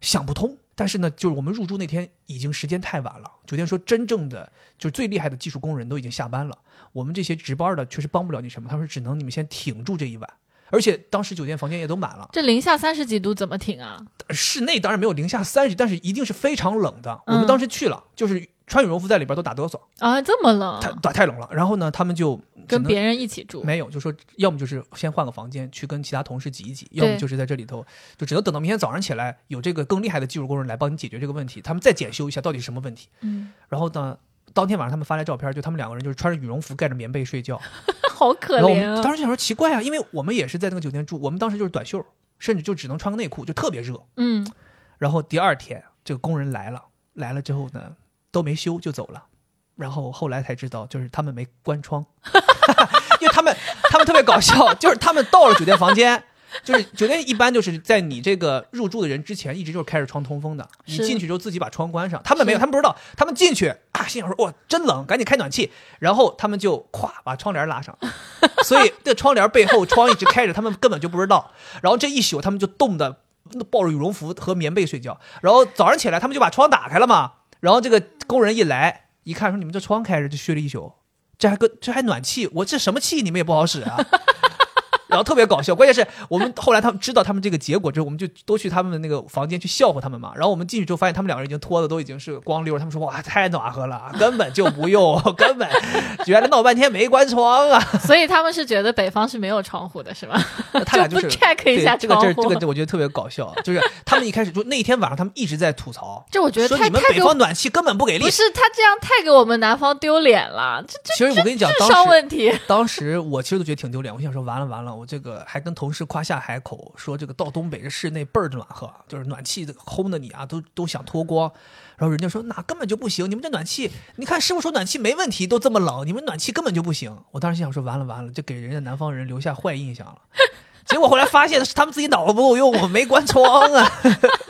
S1: 想不通。但是呢，就是我们入住那天已经时间太晚了，酒店说真正的就是最厉害的技术工人都已经下班了，我们这些值班的确实帮不了你什么，他说只能你们先挺住这一晚。而且当时酒店房间也都满了，
S2: 这零下三十几度怎么挺啊？
S1: 室内当然没有零下三十，但是一定是非常冷的。我
S2: 嗯
S1: 们当时去了，就是穿羽绒服在里边都打哆嗦，
S2: 啊，这么冷，
S1: 太打太冷了。然后呢，他们就只
S2: 跟
S1: 能
S2: 别人一起住，
S1: 没有，就说要么就是先换个房间去跟其他同事挤一挤，要么
S2: 对
S1: 就是在这里头就只能等到明天早上起来有这个更厉害的技术工人来帮你解决这个问题，他们再检修一下到底是什么问题。
S2: 嗯，
S1: 然后呢，当天晚上他们发来照片，就他们两个人就是穿着羽绒服盖着棉被睡觉，
S2: 好可
S1: 然后我
S2: 怜
S1: 们当
S2: 啊，
S1: 时想说奇怪啊，因为我们也是在那个酒店住，我们当时就是短袖，甚至就只能穿个内裤，就特别热。
S2: 嗯，
S1: 然后第二天，这个工人来了，来了之后呢，都没修就走了。然后后来才知道，就是他们 没关窗，因为他们他们特别搞笑，就是他们到了酒店房间，就是酒店一般就是在你这个入住的人之前，一直就是开着窗通风的。你
S2: 是
S1: 进去之后自己把窗关上，他们没有，
S2: 是
S1: 他们不知道，他们进去啊，心想说哇真冷，赶紧开暖气，然后他们就咵把窗帘拉上，所以这窗帘背后窗一直开着，他们根本就不知道。然后这一宿他们就冻得抱着羽绒服和棉被睡觉，然后早上起来他们就把窗打开了嘛，然后这个工人一来一看说你们这窗开着就睡了一宿，这还跟这还暖气，我这什么气你们也不好使啊。然后特别搞笑，关键是我们后来他们知道他们这个结果之后，我们就都去他们的那个房间去笑话他们嘛。然后我们进去之后，发现他们两个人已经脱的都已经是光溜儿，他们说哇太暖和了，啊根本就不用，根本原来闹半天没关窗啊。
S2: 所以他们是觉得北方是没有窗户的，是 吗？
S1: 他俩就是
S2: 就不 check 一
S1: 对
S2: 下
S1: 这个
S2: 窗
S1: 这
S2: 户
S1: 个这个我觉得特别搞笑，啊就是他们一开始就那一天晚上他们一直在吐槽，
S2: 这我觉得
S1: 说
S2: 太
S1: 你们
S2: 太
S1: 北
S2: 给我
S1: 方暖气根本不给力
S2: 不。是他这样太给我们南方丢脸了，这这
S1: 其实我跟你讲，
S2: 智
S1: 当
S2: 商
S1: 时
S2: 问题。
S1: 当时我其实都觉得挺丢脸，我想说完了完了，我这个还跟同事夸下海口，说这个到东北这室内倍儿暖和，就是暖气烘的你啊都都想脱光，然后人家说那根本就不行，你们这暖气，你看师傅说暖气没问题，都这么冷，你们暖气根本就不行。我当时心想说完了完了，这给人家南方人留下坏印象了。结果后来发现是他们自己脑子不够用，我没关窗啊，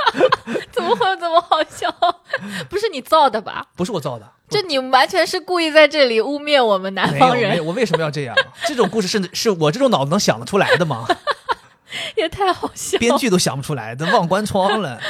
S2: 怎么会有这么好笑？不是你造的吧？
S1: 不是我造的，
S2: 这你完全是故意在这里污蔑我们南
S1: 没有
S2: 方
S1: 没有，
S2: 人，
S1: 我为什么要这样？啊这种故事是是我这种脑子能想得出来的吗？
S2: 也太好笑。
S1: 编剧都想不出来，都忘关窗了。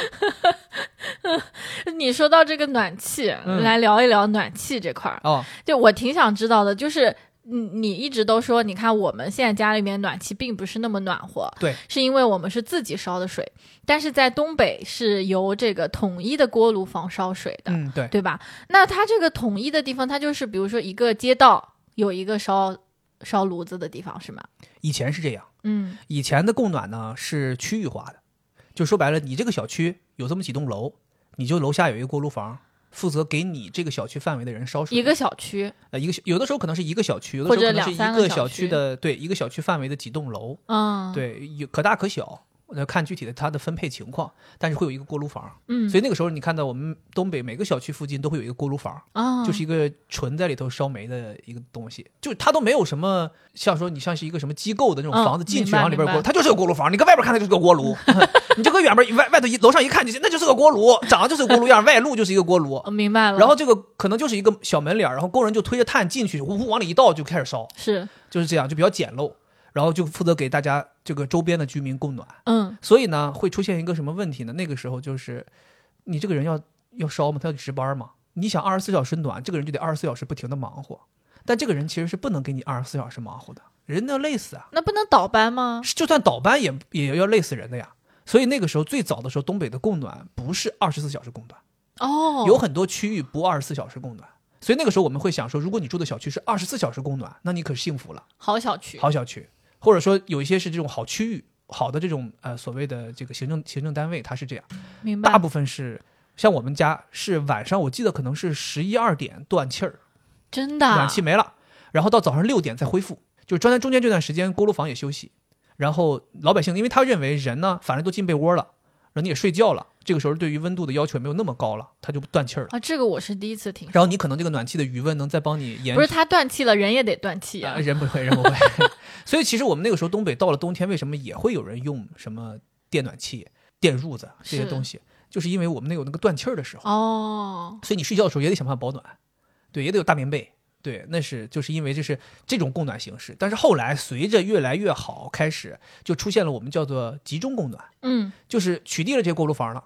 S2: 你说到这个暖气，
S1: 嗯
S2: 来聊一聊暖气这块儿。
S1: 哦，
S2: 就我挺想知道的，就是你你一直都说，你看我们现在家里面暖气并不是那么暖和，
S1: 对，
S2: 是因为我们是自己烧的水，但是在东北是由这个统一的锅炉房烧水的，
S1: 嗯，对。
S2: 对吧？那它这个统一的地方，它就是比如说一个街道有一个烧烧炉子的地方，是吗？
S1: 以前是这样，
S2: 嗯
S1: 以前的供暖呢是区域化的，就说白了，你这个小区有这么几栋楼，你就楼下有一个锅炉房，负责给你这个小区范围的人烧，水。
S2: 一个小区，
S1: 呃一个小有的时候可能是一个小区，有的时候可能是一
S2: 或者两三个
S1: 个
S2: 小
S1: 小
S2: 区
S1: 区的对一个小区范围的几栋楼，
S2: 嗯，，
S1: 对有可大可小。那看具体的它的分配情况，但是会有一个锅炉房，
S2: 嗯，
S1: 所以那个时候你看到我们东北每个小区附近都会有一个锅炉房，
S2: 啊，
S1: 就是一个纯在里头烧煤的一个东西，就是它都没有什么像说你像是一个什么机构的那种
S2: 嗯
S1: 房子进去
S2: 明白
S1: 然后里边有
S2: 明
S1: 锅
S2: 白
S1: 炉，它就是个锅炉房，你跟外边看它就是个锅 炉，你就跟远边外外头一楼上一看就是那就是个锅炉，长得就是个锅炉样，外露就是一个锅 炉，
S2: 我明白了，
S1: 然后这个可能就是一个小门脸儿，然后工人就推着炭进去，呜呜往里一倒就开始烧，
S2: 是，
S1: 就是这样，就比较简陋，然后就负责给大家这个周边的居民供暖，
S2: 嗯，
S1: 所以呢会出现一个什么问题呢？那个时候就是你这个人要要烧嘛，他要值班嘛。你想二十四小时暖，这个人就得二十四小时不停的忙活，但这个人其实是不能给你二十四小时忙活的，人要累死啊！
S2: 那不能倒班吗？
S1: 就算倒班也也要累死人的呀。所以那个时候最早的时候，东北的供暖不是二十四小时供暖，
S2: 哦，
S1: 有很多区域不二十四小时供暖。所以那个时候我们会想说，如果你住的小区是二十四小时供暖，那你可幸福了。
S2: 好小区，
S1: 好小区，或者说有一些是这种好区域、好的这种呃所谓的这个行政行政单位，它是这样，
S2: 明白
S1: 大，部分是像我们家是晚上，我记得可能是十一二点断气儿，
S2: 真的啊，
S1: 暖气没了，然后到早上六点再恢复，就是中间中间这段时间锅炉房也休息，然后老百姓因为他认为人呢反正都进被窝了，人家也睡觉了，这个时候对于温度的要求也没有那么高了，他就断气儿了，
S2: 啊，这个我是第一次听说，
S1: 然后你可能这个暖气的余温能再帮你延
S2: 嗯不是他断气了，人也得断气
S1: 啊，
S2: 啊，
S1: 人不会， 人不会。所以其实我们那个时候东北到了冬天，为什么也会有人用什么电暖气、电褥子这些
S2: 是
S1: 东西，就是因为我们那有那个断气儿的时候，
S2: 哦，
S1: 所以你睡觉的时候也得想办法保暖，对，也得有大棉被。对，那是就是因为这是这种供暖形式，但是后来随着越来越好，开始就出现了我们叫做集中供暖，
S2: 嗯，
S1: 就是取缔了这些锅炉房了，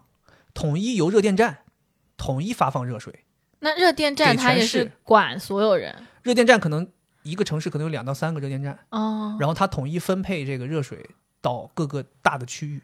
S1: 统一由热电站统一发放热水，
S2: 那热电站
S1: 给
S2: 它
S1: 全
S2: 也
S1: 市
S2: 是管所有人
S1: 热电站可能一个城市可能有两到三个热电站，
S2: 哦，
S1: 然后它统一分配这个热水到各个大的区域。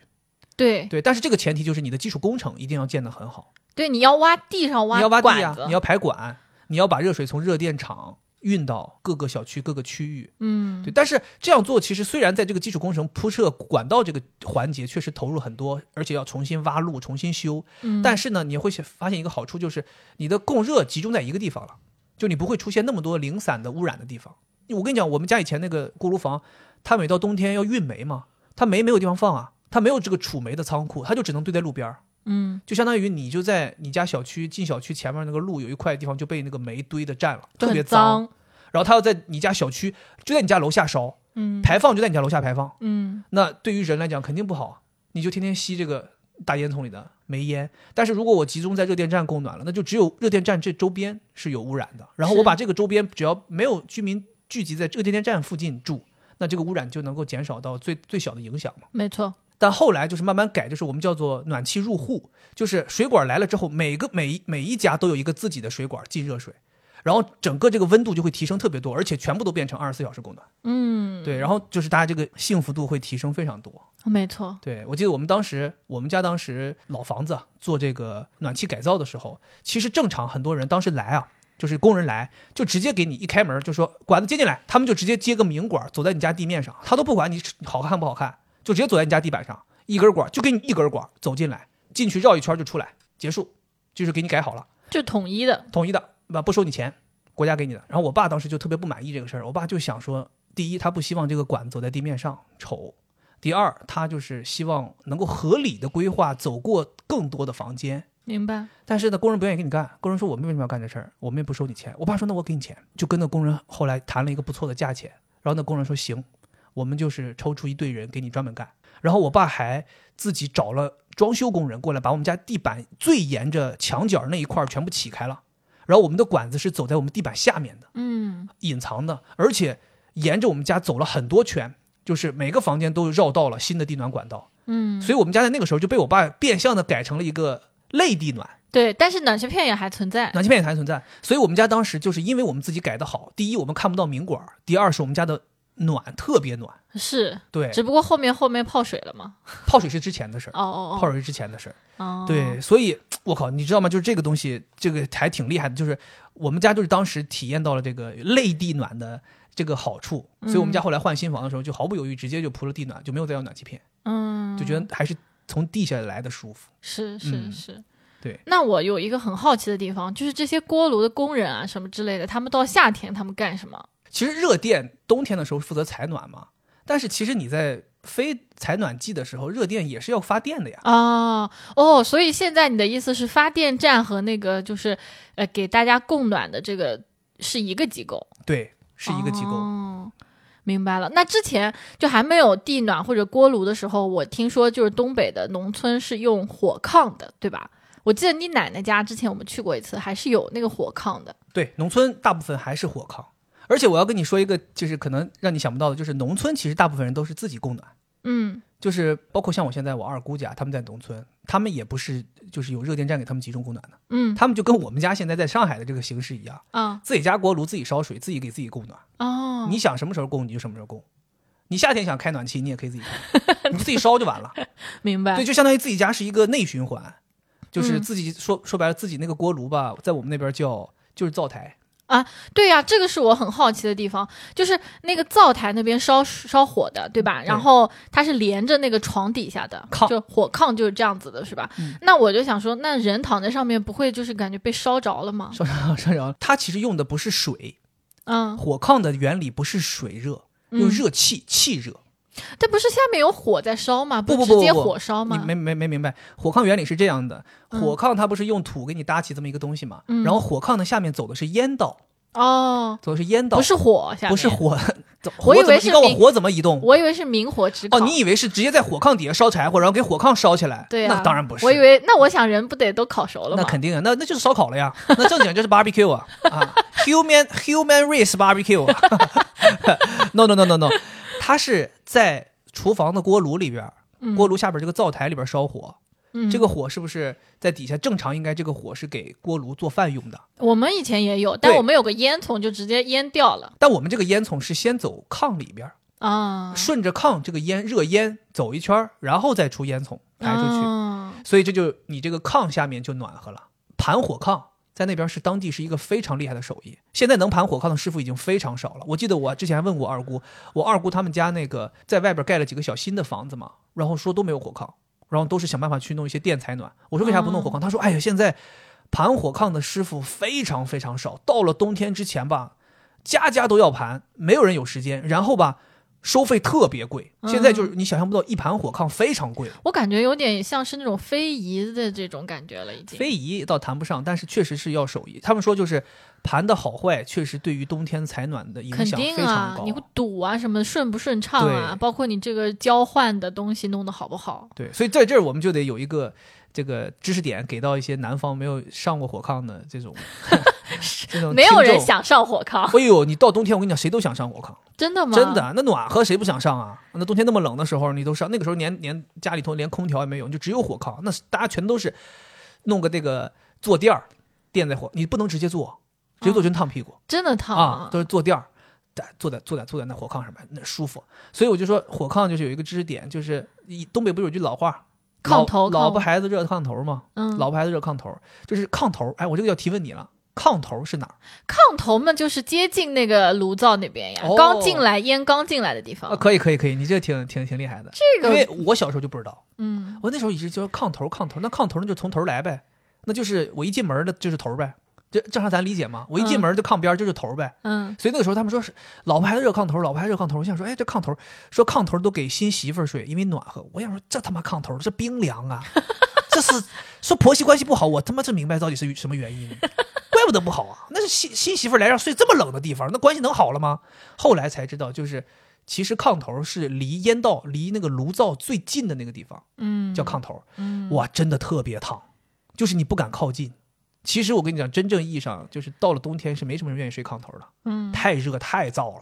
S2: 对
S1: 对，但是这个前提就是你的基础工程一定要建得很好，
S2: 对，你要挖地上
S1: 你要挖地
S2: 管
S1: 啊
S2: 子，，
S1: 你要排管，你要把热水从热电厂运到各个小区、各个区域。
S2: 嗯
S1: 对，但是这样做其实虽然在这个基础工程铺设管道这个环节确实投入很多，而且要重新挖路、重新修，
S2: 嗯，
S1: 但是呢，你会发现一个好处就是你的供热集中在一个地方了，就你不会出现那么多零散的污染的地方。我跟你讲，我们家以前那个锅炉房，它每到冬天要运煤嘛，它煤没有地方放啊，它没有这个储煤的仓库，它就只能堆在路边儿，
S2: 嗯，
S1: 就相当于你就在你家小区进小区前面那个路有一块地方就被那个煤堆的占了，
S2: 就
S1: 特别
S2: 很脏，
S1: 然后它要在你家小区就在你家楼下烧，
S2: 嗯
S1: 排放就在你家楼下排放，
S2: 嗯
S1: 那对于人来讲肯定不好啊，你就天天吸这个大烟囱里的煤烟。但是如果我集中在热电站供暖了，那就只有热电站这周边是有污染的。然后
S2: 是
S1: 我把这个周边只要没有居民聚集在热电站附近住，那这个污染就能够减少到最最小的影响嘛。
S2: 没错，
S1: 但后来就是慢慢改，就是我们叫做暖气入户，就是水管来了之后，每个每一每一家都有一个自己的水管进热水，然后整个这个温度就会提升特别多，而且全部都变成二十四小时供暖。
S2: 嗯，
S1: 对，然后就是大家这个幸福度会提升非常多。
S2: 没错，
S1: 对，我记得我们当时，我们家当时老房子啊做这个暖气改造的时候，其实正常很多人当时来啊，就是工人来就直接给你一开门就说管子接进来，他们就直接接个明管走在你家地面上，他都不管你好看不好看，就直接走在你家地板上，一根管就给你一根管走进来，进去绕一圈就出来，结束，就是给你改好了，
S2: 就统一的，
S1: 统一的，啊不不收你钱，国家给你的。然后我爸当时就特别不满意这个事儿，我爸就想说，第一，他不希望这个管走在地面上丑；第二，他就是希望能够合理的规划，走过更多的房间。
S2: 明白？
S1: 但是呢，工人不愿意给你干。工人说：“我们为什么要干这事儿？我们也不收你钱。”我爸说：“那我给你钱。”就跟那工人后来谈了一个不错的价钱。然后那工人说：“行，我们就是抽出一队人给你专门干。”然后我爸还自己找了装修工人过来，把我们家地板最沿着墙角那一块儿全部起开了。然后我们的管子是走在我们地板下面的，
S2: 嗯，
S1: 隐藏的，而且沿着我们家走了很多圈，就是每个房间都绕到了新的地暖管道。
S2: 嗯，
S1: 所以我们家在那个时候就被我爸变相的改成了一个类地暖。
S2: 对，但是暖气片也还存在，
S1: 暖气片也还存在，所以我们家当时就是因为我们自己改的好，第一我们看不到明管儿，第二是我们家的暖特别暖，
S2: 是，
S1: 对，
S2: 只不过后面后面泡水了嘛。
S1: 泡水是之前的事儿，
S2: 哦哦
S1: 泡
S2: 哦
S1: 水是之前的事儿，，
S2: 哦，
S1: 对，所以我靠，你知道吗？就是这个东西，这个还挺厉害的，就是我们家就是当时体验到了这个类地暖的这个好处，所以我们
S2: 嗯
S1: 家后来换新房的时候就毫不犹豫直接就铺了地暖，就没有再要暖气片，
S2: 嗯，
S1: 就觉得还是从地下来的舒服。
S2: 是是
S1: 嗯
S2: 是。
S1: 对，
S2: 那我有一个很好奇的地方，就是这些锅炉的工人啊，什么之类的，他们到夏天他们干什么？
S1: 其实热电冬天的时候负责采暖嘛，但是其实你在非采暖季的时候，热电也是要发电的呀。
S2: 哦哦，所以现在你的意思是发电站和那个就是呃给大家供暖的这个是一个机构，
S1: 对，是一个机构。
S2: 哦明白了，那之前就还没有地暖或者锅炉的时候，我听说就是东北的农村是用火炕的，对吧？我记得你奶奶家之前我们去过一次，还是有那个火炕的。
S1: 对，农村大部分还是火炕。而且我要跟你说一个，就是可能让你想不到的，就是农村其实大部分人都是自己供暖，
S2: 嗯
S1: 就是包括像我现在我二姑家，他们在农村，他们也不是就是有热电站给他们集中供暖的，
S2: 嗯
S1: 他们就跟我们家现在在上海的这个形式一样，
S2: 啊
S1: 自己家锅炉自己烧水，自己给自己供暖。
S2: 哦，
S1: 你想什么时候供你就什么时候供，你夏天想开暖气你也可以自己开，你自己烧就完了。
S2: 明白
S1: 对，就相当于自己家是一个内循环，就是
S2: 嗯
S1: 自己说说白了，自己那个锅炉吧，在我们那边叫就是灶 台。
S2: 对呀、这个是我很好奇的地方，就是那个灶台那边烧烧火的，对吧？然后它是连着那个床底下的
S1: 炕
S2: 就火炕就是这样子的，是吧？
S1: 嗯
S2: 那我就想说，那人躺在上面不会就是感觉被烧着了吗？
S1: 烧烧烧烧，它其实用的不是水，
S2: 哦嗯，
S1: 火炕的原理不是水热，用
S2: 嗯
S1: 热气气热。
S2: 但不是下面有火在烧吗？
S1: 不
S2: 是
S1: 不不
S2: 直接
S1: 不
S2: 火烧
S1: 你
S2: 吗？
S1: 没没没明白，火炕原理是这样的，
S2: 嗯
S1: 火炕它不是用土给你搭起这么一个东西嘛，
S2: 嗯
S1: 然后火炕的下面走的是烟道，
S2: 哦，
S1: 走的是烟道，
S2: 不是火，下面
S1: 不是， 火，走
S2: 我
S1: 火
S2: 以
S1: 怎么
S2: 为是
S1: 你告我
S2: 明
S1: 火怎么移动？
S2: 我以为是明火直烤。
S1: 哦，你以为是直接在火炕底下烧柴火，然后给火炕烧起来？
S2: 对呀、啊
S1: 那当然不是。
S2: 我以为那我想人不得都烤熟了吗？
S1: 那肯定啊，那那就是烧烤了呀， 那正经就是 barbecue 啊啊，human human race barbecue 啊 ，no no no no no，它是在厨房的锅炉里边儿，锅炉下边儿这个灶台里边儿烧火，
S2: 嗯
S1: 这个火是不是在底下？正常应该这个火是给锅炉做饭用的，
S2: 我们以前也有，但
S1: 对
S2: 我们有个烟囱就直接烟掉了
S1: 但我们这个烟囱是先走炕里边儿，
S2: 啊，
S1: 顺着炕这个烟热烟走一圈儿，然后再出烟囱排出去，
S2: 啊
S1: 所以这就你这个炕下面就暖和了。盘火炕在那边是当地是一个非常厉害的手艺，现在能盘火炕的师傅已经非常少了。我记得我之前还问过二姑，我二姑他们家那个在外边盖了几个小新的房子嘛，然后说都没有火炕，然后都是想办法去弄一些电采暖。我说为啥不弄火炕？她说哎呀，现在盘火炕的师傅非常非常少，到了冬天之前吧，家家都要盘，没有人有时间。然后吧，收费特别贵，现在就是你想象不到，一盘火炕非常贵。
S2: 我感觉有点像是那种非遗的这种感觉了，已经。
S1: 非遗倒谈不上，但是确实是要手艺。他们说就是盘的好坏，确实对于冬天采暖的影
S2: 肯
S1: 响非
S2: 定
S1: 常
S2: 啊
S1: 高。，
S2: 你会堵啊，什么顺不顺畅啊，
S1: 对
S2: 包括你这个交换的东西弄得好不好，
S1: 对，所以在这儿我们就得有一个这个知识点，给到一些南方没有上过火炕的这 种 这种
S2: 没有
S1: 嗯听
S2: 人
S1: 众。
S2: 想上火炕，
S1: 哎呦，你到冬天，我跟你讲，谁都想上火炕，
S2: 真的吗？
S1: 真的，那暖和谁不想上啊？那冬天那么冷的时候，你都上，那个时候连连家里头连空调也没有，你就只有火炕，那是大家全都是弄个这个坐垫儿垫在火，你不能直接坐，直接
S2: 啊
S1: 坐真烫屁股。
S2: 真的烫
S1: 啊，都是坐垫儿，在坐在坐在坐在那火炕上面，那舒服。所以我就说，火炕就是有一个知识点，就是以东北不是有句老话，
S2: 炕
S1: 老
S2: 头
S1: 老
S2: 炕
S1: 婆孩子热炕头嘛，
S2: 嗯，
S1: 老婆孩子热炕头，就是炕头。哎，我这个要提问你了，炕头是哪儿？
S2: 炕头嘛，就是接近那个炉灶那边呀，
S1: 哦
S2: 刚进来烟刚进来的地方。
S1: 啊，可以可以可以，你这挺挺挺厉害的，
S2: 这
S1: 因为
S2: 个，
S1: 我小时候就不知道，
S2: 嗯，
S1: 我那时候一直叫炕头炕头，那炕头那就从头来呗，那就是我一进门的就是头呗。这这让咱理解吗？我一进
S2: 嗯
S1: 门就炕边儿就是头呗，
S2: 嗯，
S1: 所以那个时候他们说是老婆孩子热炕头，老婆孩子热炕头。我想说，哎，这炕头，说炕头都给新媳妇儿睡，因为暖和。我想说，这他妈炕头这冰凉啊，这是说婆媳关系不好，我他妈这明白到底是什么原因，怪不得不好啊。那是新新媳妇儿来让睡这么冷的地方，那关系能好了吗？后来才知道，就是其实炕头是离烟道、离那个炉灶最近的那个地方
S2: 嗯，
S1: 叫炕头，
S2: 嗯，
S1: 哇，真的特别烫，就是你不敢靠近。其实我跟你讲，真正意义上就是到了冬天是没什么人愿意睡炕头的。
S2: 嗯，
S1: 太热太燥了，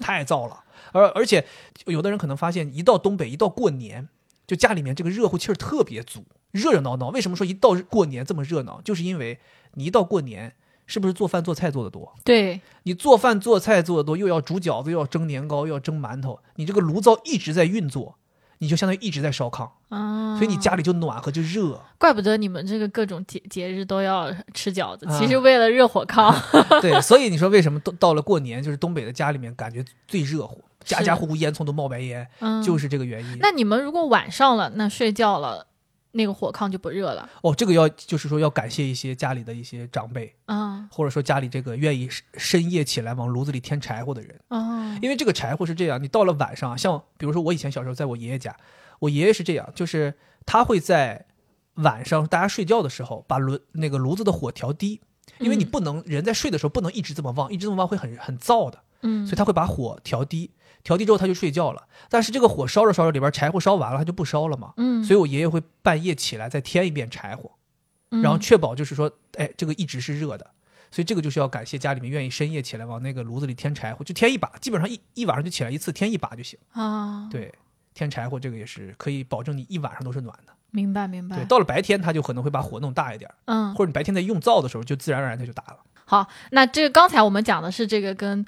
S1: 太燥了。而而且有的人可能发现，一到东北，一到过年，就家里面这个热乎气儿特别足，热热闹闹。为什么说一到过年这么热闹？就是因为你一到过年，是不是做饭做菜做得多？
S2: 对，
S1: 你做饭做菜做得多，又要煮饺子，又要蒸年糕，又要蒸馒头，你这个炉灶一直在运作，你就相当于一直在烧炕，
S2: 啊，
S1: 所以你家里就暖和就热。
S2: 怪不得你们这个各种节节日都要吃饺子，
S1: 啊
S2: 其实为了热火 炕。
S1: 对，所以你说为什么到到了过年，就是东北的家里面感觉最热乎，家
S2: 是
S1: 家户户烟囱都冒白烟，
S2: 嗯，
S1: 就。是这个原因。
S2: 那你们如果晚上了，那睡觉了，那个火炕就不热了。
S1: 哦，这个要就是说要感谢一些家里的一些长辈，
S2: 啊
S1: 或者说家里这个愿意深深夜起来往炉子里添柴火的人，
S2: 啊，
S1: 因为这个柴火是这样，你到了晚上啊，像比如说我以前小时候在我爷爷家，我爷爷是这样，就是他会在晚上大家睡觉的时候把炉那个炉子的火调低，因为你
S2: 嗯
S1: 不能人在睡的时候不能一直这么旺，一直这么旺会很很燥的，
S2: 嗯
S1: 所以他会把火调低，调低之后他就睡觉了，但是这个火烧着烧着里边柴火烧完了，它就不烧了嘛，
S2: 嗯，
S1: 所以我爷爷会半夜起来再添一遍柴火。
S2: 以
S1: 然后确保就是说，哎，这个一直是热的，所以这个就是要感谢家里面愿意深夜起来往那个炉子里添柴火，就添一把，基本上一一晚上就起来一次，添一把就行。
S2: 啊，，
S1: 对，添柴火这个也是可以保证你一晚上都是暖的。
S2: 明白明
S1: 对，
S2: 白。
S1: 到了白天它就可能会把火弄大一点儿，
S2: 嗯，
S1: 或者你白天在用灶的时候就自然而然它就大了。
S2: 好，那这个刚才我们讲的是这个跟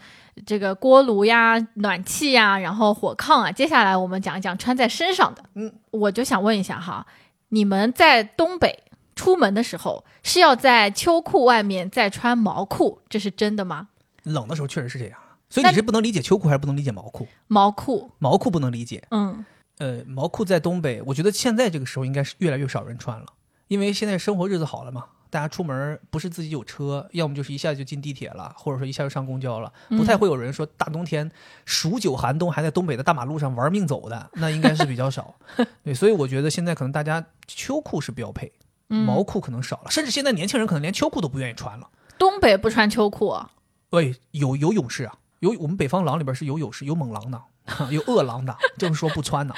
S2: 这个锅炉呀、暖气呀，然后火炕啊，接下来我们讲一讲穿在身上的。
S1: 嗯，
S2: 我就想问一下哈，你们在东北出门的时候是要在秋裤外面再穿毛裤，这是真的吗？
S1: 冷的时候确实是这样，所以
S2: 那
S1: 你是不能理解秋裤还是不能理解毛裤？
S2: 毛裤，
S1: 毛裤不能理解，
S2: 嗯
S1: 呃，毛裤在东北，我觉得现在这个时候应该是越来越少人穿了，因为现在生活日子好了嘛，大家出门不是自己有车，要么就是一下就进地铁了，或者说一下就上公交了，不太会有人说大冬天数九寒冬还在东北的大马路上玩命走的，那应该是比较少。对，所以我觉得现在可能大家秋裤是标配，
S2: 嗯，
S1: 毛裤可能少了，甚至现在年轻人可能连秋裤都不愿意穿了。
S2: 东北不穿秋裤啊，
S1: 喂，有有勇士啊，有我们北方狼里边是有勇士，有猛狼的， 有饿狼的，就是说不穿的。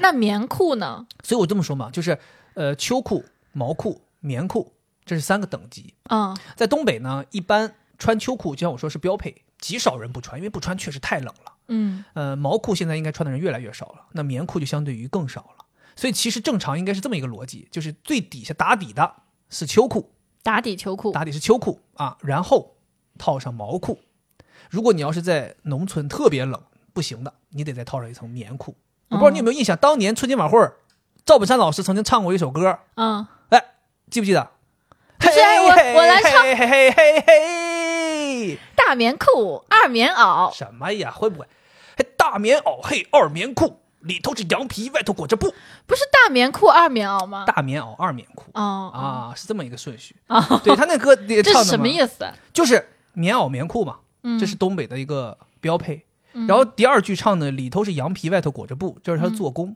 S2: 那棉裤呢？
S1: 所以我这么说嘛，就是呃，秋裤、毛裤、棉裤，这是三个等级。
S2: 嗯
S1: 在东北呢，一般穿秋裤，就像我说是标配，极少人不穿，因为不穿确实太冷了。
S2: 嗯
S1: 呃，毛裤现在应该穿的人越来越少了，那棉裤就相对于更少了。所以其实正常应该是这么一个逻辑，就是最底下打底的是秋裤，
S2: 打底秋裤，
S1: 打底是秋裤啊，然后套上毛裤。如果你要是在农村特别冷不行的，你得再套上一层棉裤。我不知道你有没有印象，当年春节晚会儿，赵本山老师曾经唱过一首歌，
S2: 嗯，
S1: 记不记得？
S2: 不是我我来
S1: 唱。嘿嘿嘿嘿
S2: 大棉裤，二棉
S1: 嘿，
S2: 袄，
S1: 什么呀？会不会？嘿，大棉袄，嘿，二棉裤，里头是羊皮，外头裹着布。
S2: 不是大棉裤，二棉袄吗？
S1: 大棉袄，二棉裤
S2: 哦哦
S1: 啊，是这么一个顺序。
S2: 啊，
S1: 对他那歌也
S2: 这
S1: 唱
S2: 是
S1: 的
S2: 什么
S1: 思？
S2: 意思？
S1: 就是棉袄棉裤嘛，
S2: 嗯，
S1: 这是东北的一个标配。
S2: 嗯
S1: 然后第二句唱的里头是羊皮，外头裹着布，这是它的做工，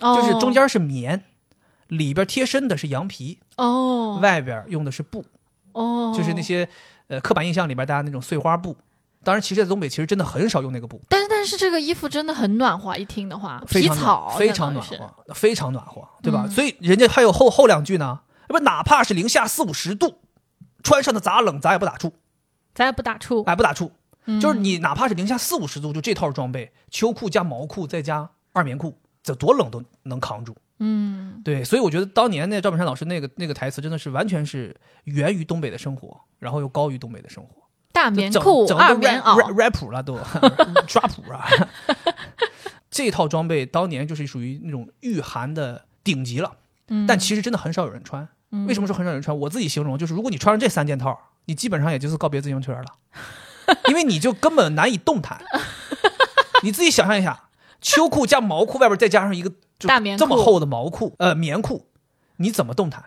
S2: 哦
S1: 就是中间是棉，里边贴身的是羊皮，
S2: 哦，
S1: 外边用的是布，
S2: 哦，
S1: 就是那，些呃刻板印象里边大家那种碎花布。当然，其实在东北其实真的很少用那个布，
S2: 但是但是这个衣服真的很暖和，一听的话，
S1: 非
S2: 皮
S1: 常
S2: 草
S1: 暖非常暖哦
S2: 相当于是
S1: 和，非常暖和，对吧？
S2: 嗯
S1: 所以人家还有后后两句呢，不哪怕是零下四五十度，穿上的咋冷咱也不打怵，
S2: 咱也不打怵，
S1: 哎不打怵，就是
S2: 嗯
S1: 你哪怕是零下四五十度，就这套装备，秋裤加毛裤再加二棉裤，这多冷都能扛住。
S2: 嗯，
S1: 对，所以我觉得当年那赵本山老师那个那个台词真的是完全是源于东北的生活，然后又高于东北的生活。
S2: 大
S1: 就
S2: 棉
S1: 整
S2: 裤、
S1: 整
S2: 二
S1: 个
S2: 棉
S1: rap
S2: 袄，
S1: rap 谱了都 抓谱啊！ 这套装备当年就是属于那种御寒的顶级了，
S2: 嗯
S1: 但其实真的很少有人穿。为什么说很少有人穿？我自己形容就是，如果你穿上这三件套，你基本上也就是告别自行车 了，因为你就根本难以动弹。你自己想象一下，秋裤加毛裤，外边再加上一个就
S2: 大棉裤
S1: 这么厚的毛裤，呃，棉裤，你怎么动弹？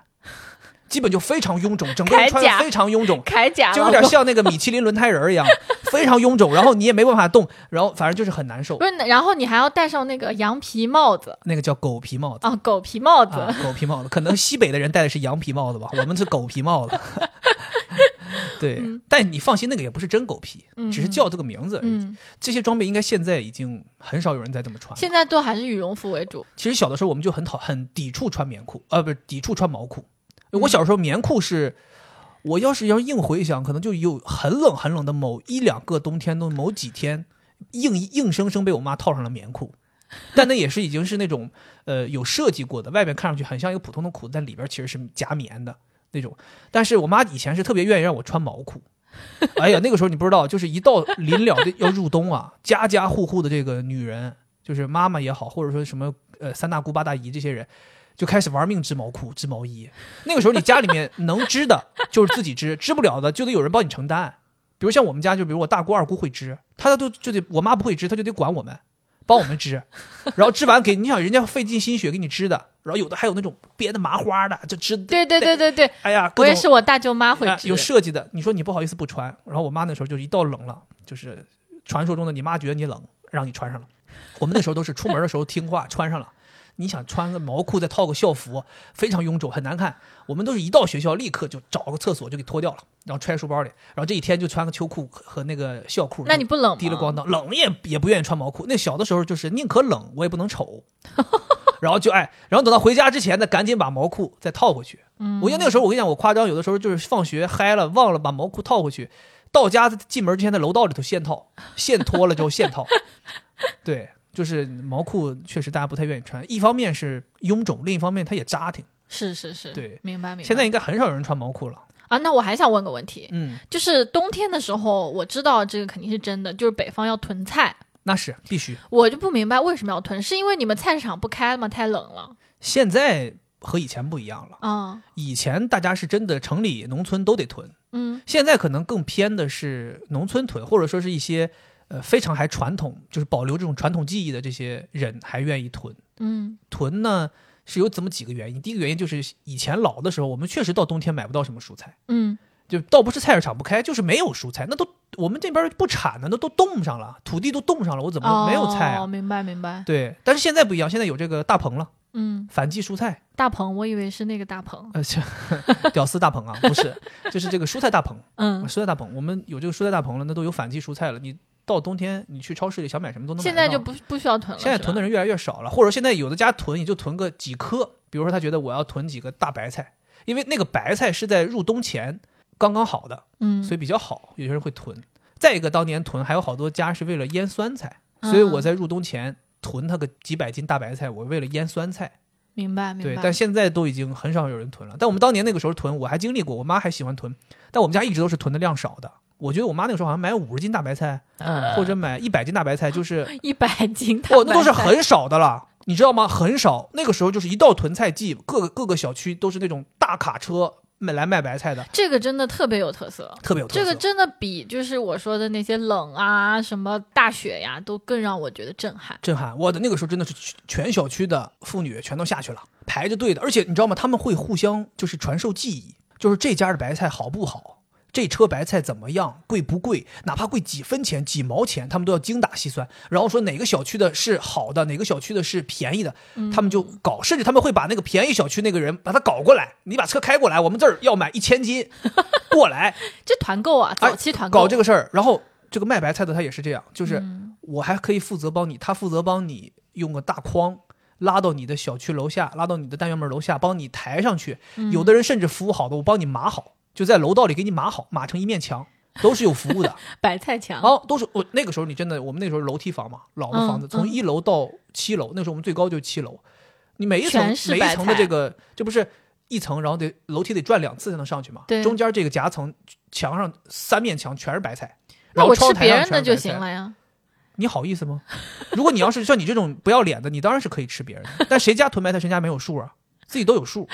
S1: 基本就非常臃肿，整个人
S2: 铠
S1: 穿的
S2: 甲
S1: 非常臃肿，
S2: 铠甲
S1: 就有
S2: 老
S1: 点
S2: 公
S1: 像那个米其林轮胎人儿一样，非常臃肿，然后你也没办法动，然后反正就是很难受
S2: 不。是，然后你还要戴上那个羊皮帽子
S1: 那个叫狗皮帽子。
S2: 啊，狗皮帽子，
S1: 啊，狗皮帽子，可能西北的人戴的是羊皮帽子吧，我们是狗皮帽子。 对，但你放心，那个也不是真狗皮，
S2: 嗯
S1: 只是叫这个名字而已。
S2: 嗯，
S1: 这些装备应该现在已经很少有人再这么穿。
S2: 现在都还是羽绒服为主，
S1: 其实小的时候我们就很讨很抵触穿棉裤，呃，不是抵触穿毛裤。我小时候棉裤是，我要是要硬回想，可能就有很冷很冷的某一两个冬天的某几天，硬硬生生被我妈套上了棉裤。但那也是已经是那种呃有设计过的，外面看上去很像一个普通的裤子，但里边其实是夹棉的那种。但是我妈以前是特别愿意让我穿毛裤。 哎呀，那个时候你不知道，就是一到临了的要入冬啊，家家户户的这个女人，就是妈妈也好，或者说什么呃三大姑八大姨这些人，就开始玩命织毛裤、织毛衣。那个时候你家里面能织的，就是自己织；织不了的，就得有人帮你承担。比如像我们家，就比如我大姑、二姑会织，她都就得我妈不会织，她就得管我们，帮我们织。然后织完给你想人家费尽心血给你织的，然后有的还有那种编的麻花的，就织
S2: 对对对对对，
S1: 哎呀，各
S2: 我也
S1: 种
S2: 是我大舅妈会
S1: 哎
S2: 织
S1: 有，设计的。你说你不好意思不穿，然后我妈那时候就是一到冷了，就是传说中的你妈觉得你冷，让你穿上了。我们那时候都是出门的时候听话穿上了。你想穿个毛裤再套个校服，非常臃肿，很难看。我们都是一到学校立刻就找个厕所就给脱掉了，然后揣书包里，然后这一天就穿个秋裤和和那个校裤。
S2: 那你不冷吗？啊
S1: 滴了咣当，冷也也不愿意穿毛裤。那小的时候就是宁可冷，我也不能丑， 然后就哎，然后等到回家之前呢，赶紧把毛裤再套回去。嗯，我觉得那个时候我跟你讲，我夸张，有的时候就是放学嗨了，忘了把毛裤套回去，到家进门之前在楼道里头现套，现脱了之后现 套。对，就是毛裤确实大家不太愿意穿，一方面是臃肿，另一方面它也扎挺。
S2: 是是是，
S1: 对
S2: 明白明白。
S1: 现在应该很少有人穿毛裤了。
S2: 啊，那我还想问个问题，
S1: 嗯，
S2: 就是冬天的时候，我知道这个肯定是真的，就是北方要囤菜，
S1: 那是必须。
S2: 我就不明白为什么要囤，是因为你们菜市场不开吗？太冷了
S1: 现在和以前不一样了，
S2: 啊，
S1: 以前大家是真的城里农村都得囤。
S2: 嗯
S1: 现在可能更偏的是农村屯，或者说是一些呃非常还传统，就是保留这种传统技艺的这些人还愿意囤。
S2: 嗯
S1: 囤呢是有这么几个原因，第一个原因就是以前老的时候，我们确实到冬天买不到什么蔬菜，
S2: 嗯
S1: 就倒不是菜市场不开，就是没有蔬菜，那都我们这边不产的，那都冻上了，土地都冻上了，我怎么没有菜啊？
S2: 哦，明白明白，
S1: 对，但是现在不一样，现在有这个大棚了，
S2: 嗯，
S1: 反季蔬菜，
S2: 大棚，我以为是那个大棚，
S1: 呃， 这屌丝大棚啊， 不是，就是这个蔬菜大棚。
S2: 嗯，
S1: 蔬菜大棚，我们有这个蔬菜大棚了，那都有反季蔬菜了。你到冬天，你去超市里想买什么都能买
S2: 现
S1: 得
S2: 在
S1: 到
S2: 就不不需要囤了，
S1: 现在囤的
S2: 是吧
S1: 人越来越少了，或者现在有的家囤也就囤个几颗，比如说他觉得我要囤几个大白菜，因为那个白菜是在入冬前刚刚好的，
S2: 嗯，
S1: 所以比较好，有些人会囤。再一个，当年囤还有好多家是为了腌酸菜，
S2: 嗯
S1: 所以
S2: 啊
S1: 我在入冬前囤它个几百斤大白菜，我为了腌酸菜。
S2: 明白明白，
S1: 对，但现在都已经很少有人囤了。但我们当年那个时候囤，我还经历过，我妈还喜欢囤，但我们家一直都是囤的量少的。我觉得我妈那个时候好像买五十斤大白菜，
S2: 呃
S1: 或者买一百斤大白菜，就是
S2: 嗯一百斤大白菜，
S1: 哦，那都是很少的了，你知道吗？很少。那个时候就是一到囤菜季，各个各个小区都是那种大卡车卖来卖白菜的，
S2: 这个真的特别有特色。
S1: 特别有特色。
S2: 这个真的比就是我说的那些冷啊、什么大雪呀，都更让我觉得震撼。
S1: 震撼！我的那个时候真的是全全小区的妇女全都下去了，排着队的。而且你知道吗？他们会互相就是传授技艺，就是这家的白菜好不好，这车白菜怎么样，贵不贵，哪怕贵几分钱、几毛钱，他们都要精打细算，然后说哪个小区的是好的，哪个小区的是便宜的，他们就搞，甚至他们会把那个便宜小区那个人把他搞过来，你把车开过来，我们这儿要买一千斤过来，
S2: 这团购啊，
S1: 哎
S2: 早期团购，嗯
S1: 搞这个事儿，然后这个卖白菜的他也是这样，就是我还可以负责帮你，他负责帮你用个大筐拉到你的小区楼下，拉到你的单元门楼下，帮你抬上去。
S2: 嗯
S1: 有的人甚至服务好的，我帮你码好，就在楼道里给你码好，码成一面墙。都是有服务的，
S2: 白菜墙，
S1: 哦，都是我那个时候你真的，我们那时候楼梯房嘛，老的房子，
S2: 嗯
S1: 从
S2: 嗯
S1: 一楼到七楼，那时候我们最高就七楼，你每一层
S2: 全是
S1: 每一
S2: 白
S1: 层的
S2: 菜
S1: 这个，这不是一层，然后得楼梯得转两次才能上去嘛，
S2: 对
S1: 中间这个夹层墙上三面墙全是白菜，
S2: 那
S1: 然后
S2: 我吃
S1: 窗台
S2: 别
S1: 上
S2: 人
S1: 全
S2: 的
S1: 是
S2: 就
S1: 白
S2: 行
S1: 菜，
S2: 了呀。
S1: 你好意思吗？如果你要是像你这种不要脸的，你当然是可以吃别人的，但谁家囤白菜谁家没有数啊，自己都有数，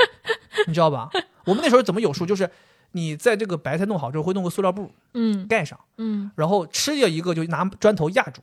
S1: 你知道吧？我们那时候怎么有数，就是你在这个白菜弄好之后会弄个塑料布
S2: 嗯
S1: 盖上。
S2: 嗯，
S1: 然后吃掉一个就拿砖头压住，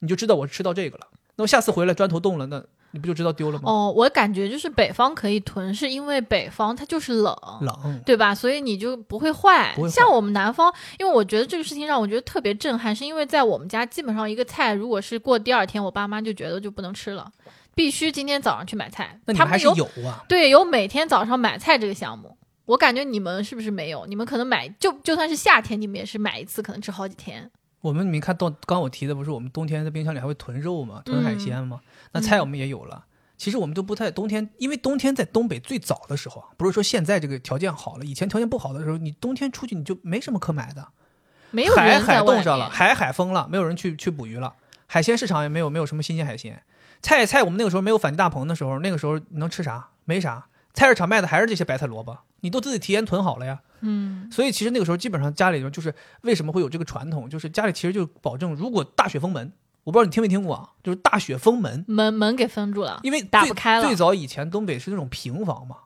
S1: 你就知道我吃到这个了。那我下次回来砖头动了，那你不就知道丢了吗？
S2: 哦，我感觉就是北方可以囤，是因为北方它就是冷。
S1: 冷，
S2: 对吧？所以你就不会坏。
S1: 嗯不会坏
S2: 像我们南方，因为我觉得这个事情让我觉得特别震撼，是因为在我们家基本上一个菜，如果是过第二天，我爸妈就觉得就不能吃了，必须今天早上去买菜。
S1: 那你
S2: 他
S1: 们还
S2: 们
S1: 是
S2: 有
S1: 有啊。
S2: 对有每天早上买菜这个项目，我感觉你们是不是没有？你们可能买就就算是夏天，你们也是买一次，可能吃好几天。
S1: 我们你看到刚我提的不是我们冬天在冰箱里还会囤肉吗？
S2: 嗯
S1: 囤海鲜吗？那菜我们也有了。其实我们都不太冬天，因为冬天在东北最早的时候啊，不是说现在这个条件好了，以前条件不好的时候，你冬天出去你就没什么可买的，
S2: 没有
S1: 海
S2: 人在
S1: 海
S2: 外
S1: 冻
S2: 面。
S1: 上了，海海封了，没有人去去捕鱼了，海鲜市场也没有没有什么新鲜海鲜。菜菜，我们那个时候没有反地大棚的时候，那个时候能吃啥？没啥。菜市场卖的还是这些白菜萝卜，你都自己提前囤好了呀。
S2: 嗯，
S1: 所以其实那个时候基本上家里就是为什么会有这个传统，就是家里其实就保证，如果大雪封门，我不知道你听没听过啊，就是大雪封门，
S2: 门门给封住了，
S1: 因为
S2: 打
S1: 最
S2: 不开了
S1: 最早以前东北是那种平房嘛，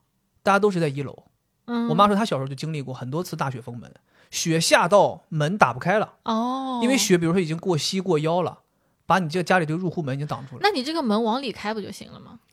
S1: 大家都是在一楼。
S2: 嗯，
S1: 我妈说她小时候就经历过很多次大雪封门，雪下到门打不开了。
S2: 哦，
S1: 因为雪，比如说已经过膝过腰了，把你这个家里这个入户门已经挡住了。
S2: 那你这个门往里开不就行了吗？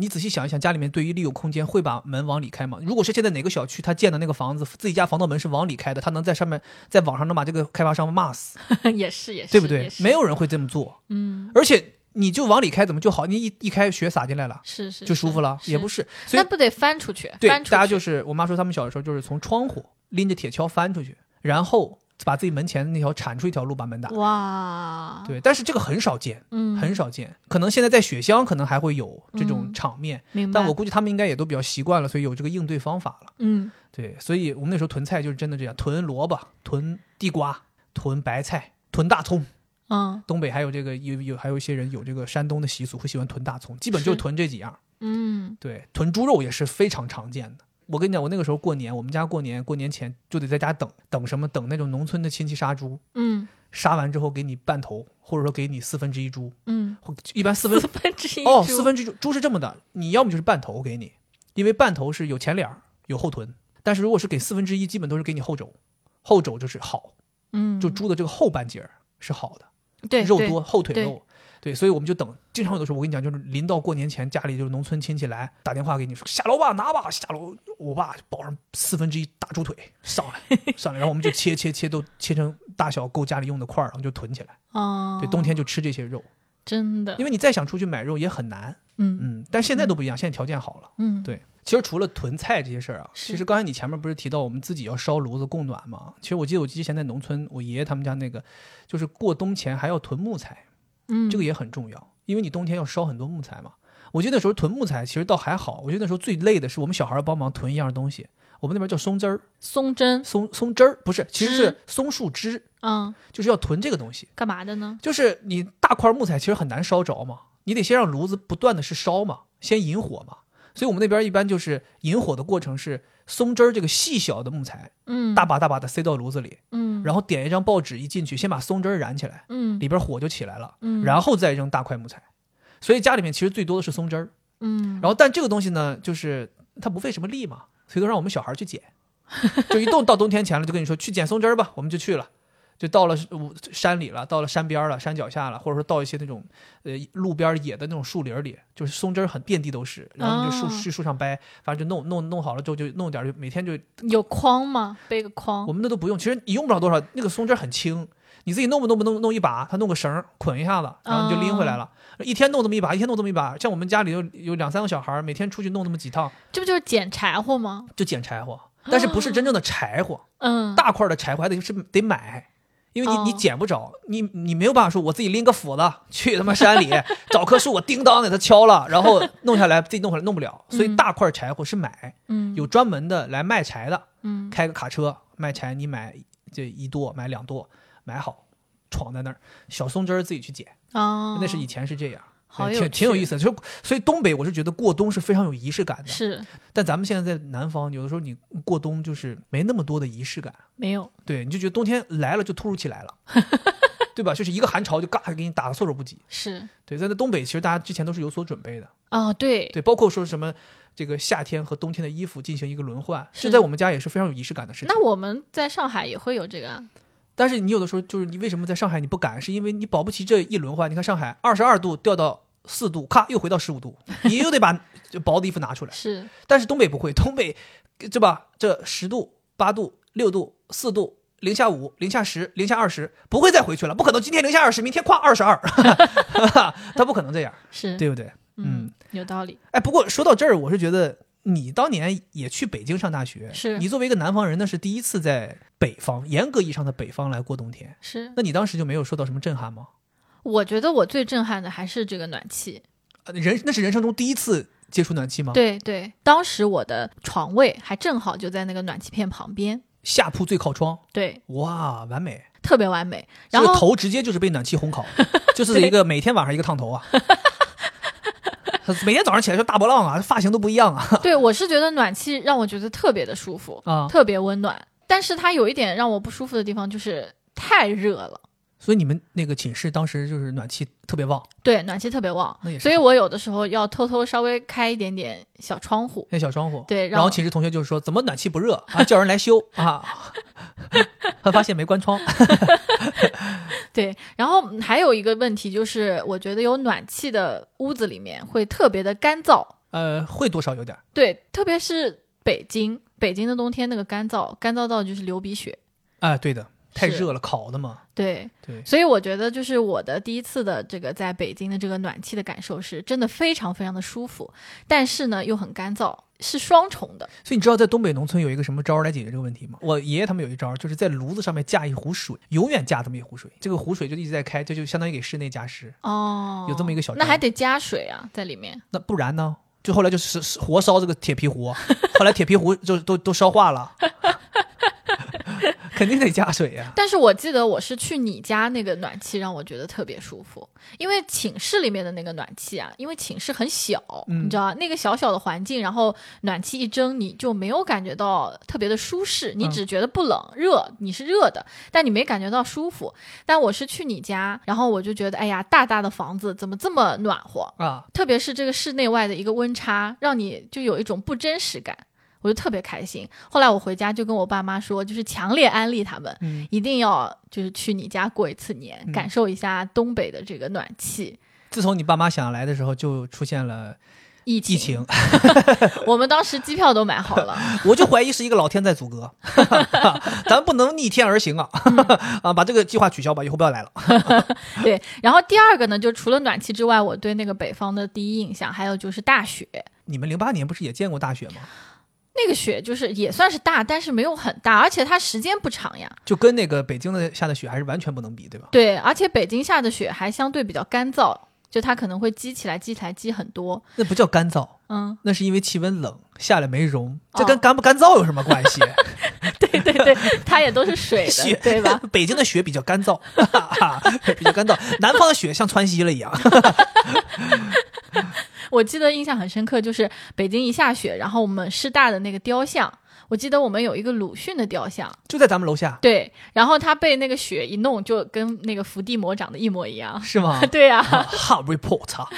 S1: 你仔细想一想，家里面对于利用空间会把门往里开吗？如果是现在哪个小区他建的那个房子，自己家防盗门是往里开的，他能在上面在网上能把这个开发商骂死，
S2: 也是也是，
S1: 对不对
S2: 也？是
S1: 没有人会这么做，
S2: 嗯，
S1: 而且你就往里开怎么就好？你一一开雪洒进来了，
S2: 是是
S1: 就舒服了，
S2: 是
S1: 也不是。所
S2: 那
S1: 以
S2: 不得翻出去？
S1: 对
S2: 翻出去
S1: 大家就是我妈说，他们小的时候就是从窗户拎着铁锹翻出去，然后把自己门前那条铲出一条路把门
S2: 哦
S1: 打。
S2: 哇，，
S1: 对，但是这个很少见。
S2: 嗯，
S1: 很少见。可能现在在雪乡可能还会有这种
S2: 嗯
S1: 场面，
S2: 明白。
S1: 但我估计他们应该也都比较习惯了，所以有这个应对方法了。
S2: 嗯，
S1: 对，所以我们那时候囤菜就是真的这样，囤萝卜、囤地瓜、囤白菜、囤大葱。
S2: 嗯
S1: 东北还有这个有有还有一些人有这个山东的习俗，会喜欢囤大葱，基本就是囤这几样。
S2: 嗯，
S1: 对，囤猪肉也是非常常见的。我跟你讲，我那个时候过年，我们家过年过年前就得在家等等什么，等那种农村的亲戚杀猪，
S2: 嗯
S1: 杀完之后给你半头，或者说给你四分之一猪，
S2: 嗯，
S1: 或一般四分
S2: 四分之一
S1: 哦，
S2: 株
S1: 四分之一猪猪是这么的，你要么就是半头给你，因为半头是有前脸儿有后臀，但是如果是给四分之一，基本都是给你后肘，后肘就是好，
S2: 嗯，
S1: 就猪的这个后半截儿是好的，
S2: 对
S1: 肉
S2: 对
S1: 多后腿
S2: 对
S1: 肉。对，所以我们就等，经常有的时候，我跟你讲，就是临到过年前，家里就是农村亲戚来打电话给你说下楼吧，拿吧，下楼，我爸就抱上四分之一大猪腿上来，上来，然后我们就切切切，都切成大小够家里用的 块儿，然后就囤起来。
S2: 哦，
S1: 对，冬天就吃这些肉，
S2: 真的
S1: 因，为你再想出去买肉也很难。
S2: 嗯
S1: 嗯，但现在都不一样，现在条件好了。
S2: 嗯，
S1: 对，其实除了囤菜这些事儿啊，
S2: 是
S1: 其实刚才你前面不是提到我们自己要烧炉子供暖嘛？其实我记得我之前在农村，我爷爷他们家那个，就是过冬前还要囤木材，
S2: 嗯，
S1: 这个也很重要，因为你冬天要烧很多木材嘛。我记得那时候囤木材其实倒还好，我觉得那时候最累的是我们小孩儿帮忙囤一样东西，我们那边叫松枝儿，
S2: 松针，
S1: 松松枝儿不是，其实
S2: 枝
S1: 是松树枝，
S2: 嗯，
S1: 就是要囤这个东西。
S2: 干嘛的呢？
S1: 就是你大块木材其实很难烧着嘛，你得先让炉子不断的是烧嘛，先引火嘛。所以我们那边一般就是引火的过程是松枝儿这个细小的木材，
S2: 嗯，
S1: 大把大把的塞到炉子里，
S2: 嗯，
S1: 然后点一张报纸一进去，先把松枝儿燃起来，
S2: 嗯
S1: 里边火就起来了，
S2: 嗯，
S1: 然后再扔大块木材。所以家里面其实最多的是松枝儿，
S2: 嗯，
S1: 然后但这个东西呢，就是它不费什么力嘛，所以都让我们小孩儿去捡，就一动到冬天前了，就跟你说去捡松枝儿吧，我们就去了。就到了呃山里了，到了山边儿了，山脚下了，或者说到一些那种呃路边儿野的那种树林儿里，就是松枝儿很遍地都是，然后你就树、
S2: 哦
S1: 去树上掰，反正就弄弄弄好了之后就弄点儿，就每天就
S2: 有筐吗？背个筐
S1: 我，们那都不用，其实你用不着多少，那个松枝儿很轻，你自己弄不弄不弄弄一把，它弄个绳儿捆一下子，然后你就拎回来了。一天弄这么一把，一天弄这么一把，像我们家里有有两三个小孩儿，每天出去弄那么几趟，
S2: 这不就是捡柴火吗？
S1: 就捡柴火，但是不是真正的柴火，
S2: 嗯，
S1: 大块儿的柴火还得是得买。因为你
S2: 哦
S1: 你捡不着，你你没有办法说我自己拎个斧子去他妈山里 找棵树，我叮当给它敲了，然后弄下来自己弄回来弄不了，所以
S2: 嗯
S1: 大块儿柴火是买，
S2: 嗯
S1: 有专门的来卖柴的，
S2: 嗯
S1: 开个卡车卖柴，你买这一垛买两垛，买好闯在那儿，小松枝儿自己去捡，
S2: 哦，
S1: 那是以前是这样，
S2: 好
S1: 对
S2: 有
S1: 挺挺有
S2: 趣
S1: 意思的。就所以东北我是觉得过冬是非常有仪式感的，
S2: 是
S1: 但咱们现在在南方，有的时候你过冬就是没那么多的仪式感，
S2: 没有，
S1: 对，你就觉得冬天来了就突如其来 了。对吧？就是一个寒潮就嘎给你打的措手不及。
S2: 是
S1: 对，在那东北，其实大家之前都是有所准备的。
S2: 哦，对，
S1: 对，包括说什么这个夏天和冬天的衣服进行一个轮换，这
S2: 是
S1: 在我们家也是非常有仪式感的事情。
S2: 嗯那我们在上海也会有这个啊，
S1: 但是你有的时候就是你为什么在上海你不敢，是因为你保不齐这一轮换。你看上海二十二度掉到四度，咔又回到十五度，你又得把 就薄的衣服拿出来。
S2: 是
S1: 但是东北不会，东北 对吧？这十度、八度、六度、四度。零下五、零下十、零下二十，不会再回去了，不可能。今天零下二十，明天跨二十二， 他不可能这样，
S2: 是，
S1: 对不对？嗯
S2: 嗯，有道理，
S1: 哎，不过说到这儿，我是觉得你当年也去北京上大学，
S2: 是
S1: 你作为一个南方人，那是第一次在北方，严格意义上的北方来过冬天。
S2: 是
S1: 那你当时就没有受到什么震撼吗？
S2: 我觉得我最震撼的还是这个暖气，
S1: 呃人那是人生中第一次接触暖气吗？，
S2: 对对，当时我的床位还正好就在那个暖气片旁边，
S1: 下铺最靠窗，
S2: 对，
S1: 哇，完美！啊
S2: 特别完美。然
S1: 这个
S2: 后
S1: 头直接就是被暖气烘烤， 就是一个每天晚上一个烫头啊，每天早上起来就大波浪啊，发型都不一样啊
S2: 对我是觉得暖气让我觉得特别的舒服，
S1: 啊！
S2: 特别温暖。但是它有一点让我不舒服的地方就是太热了，
S1: 所以你们那个寝室当时就是暖气特别旺，
S2: 对，暖气特别旺
S1: 那也，是
S2: 所以我有的时候要偷偷稍微开一点点小窗户。
S1: 那小窗户。
S2: 对，
S1: 然后寝室同学就说：“怎么暖气不热啊？叫人来修 啊！”他发现没关窗，
S2: 对，然后嗯还有一个问题就是，我觉得有暖气的屋子里面会特别的干燥，
S1: 呃，会多少有点儿。
S2: 对，特别是北京，北京的冬天那个干燥，干燥到就是流鼻血。
S1: 哎，对的，太
S2: 是
S1: 热了，烤的嘛。
S2: 对，
S1: 对，
S2: 所以我觉得就是我的第一次的这个在北京的这个暖气的感受是真的非常非常的舒服，但是呢又很干燥，是双重的。
S1: 所以你知道在东北农村有一个什么招儿来解决这个问题吗？我爷爷他们有一招儿，就是在炉子上面架一壶水，永远架这么一壶水，这个壶水就一直在开，这就相当于给室内加湿。
S2: 哦，
S1: 有这么一个小
S2: 那还
S1: 招
S2: 得加水啊，在里面。
S1: 那不然呢？就后来就是是活烧这个铁皮壶， 后来铁皮壶就都都烧化了， 肯定得加水呀、
S2: 但是我记得我是去你家那个暖气让我觉得特别舒服，因为寝室里面的那个暖气啊，因为寝室很小，
S1: 嗯
S2: 你知道吧那个小小的环境，然后暖气一蒸，你就没有感觉到特别的舒适，你
S1: 嗯
S2: 只觉得不冷、热，你是热的，但你没感觉到舒服。但我是去你家，然后我就觉得，哎呀，大大的房子怎么这么暖和？
S1: 啊，
S2: 特别是这个室内外的一个温差，让你就有一种不真实感，我就特别开心。后来我回家就跟我爸妈说，就是强烈安利他们，
S1: 嗯
S2: 一定要就是去你家过一次年，
S1: 嗯
S2: 感受一下东北的这个暖气。
S1: 自从你爸妈想来的时候，就出现了
S2: 疫
S1: 疫情，
S2: 我们当时机票都买好 了，
S1: 我就怀疑是一个老天在阻隔， 咱不能逆天而行啊！啊，把这个计划取消吧，以后不要来了。
S2: 对。然后第二个呢，就除了暖气之外，我对那个北方的第一印象还有就是大雪，
S1: 你们零八年不是也见过大雪吗？
S2: 那个雪就是也算是大，但是没有很大，而且它时间不长呀。
S1: 就跟那个北京的下的雪还是完全不能比，对吧？
S2: 对，而且北京下的雪还相对比较干燥，就它可能会积起来，积起来积很多。
S1: 那不叫干燥，
S2: 嗯，
S1: 那是因为气温冷，下来没融，这
S2: 哦
S1: 跟干不干燥有什么关系？
S2: 对对对， 它也都是水
S1: 雪
S2: 的，对吧？？
S1: 北京的雪比较干燥，比较干燥，南方的雪像川西了一样。
S2: 我记得印象很深刻，就是北京一下雪，然后我们师大的那个雕像，我记得我们有一个鲁迅的雕像，
S1: 就在咱们楼下，
S2: 对，然后他被那个雪一弄，就跟那个伏地魔长得一模一 样。
S1: 是吗
S2: 对呀、
S1: ？Hard report 啊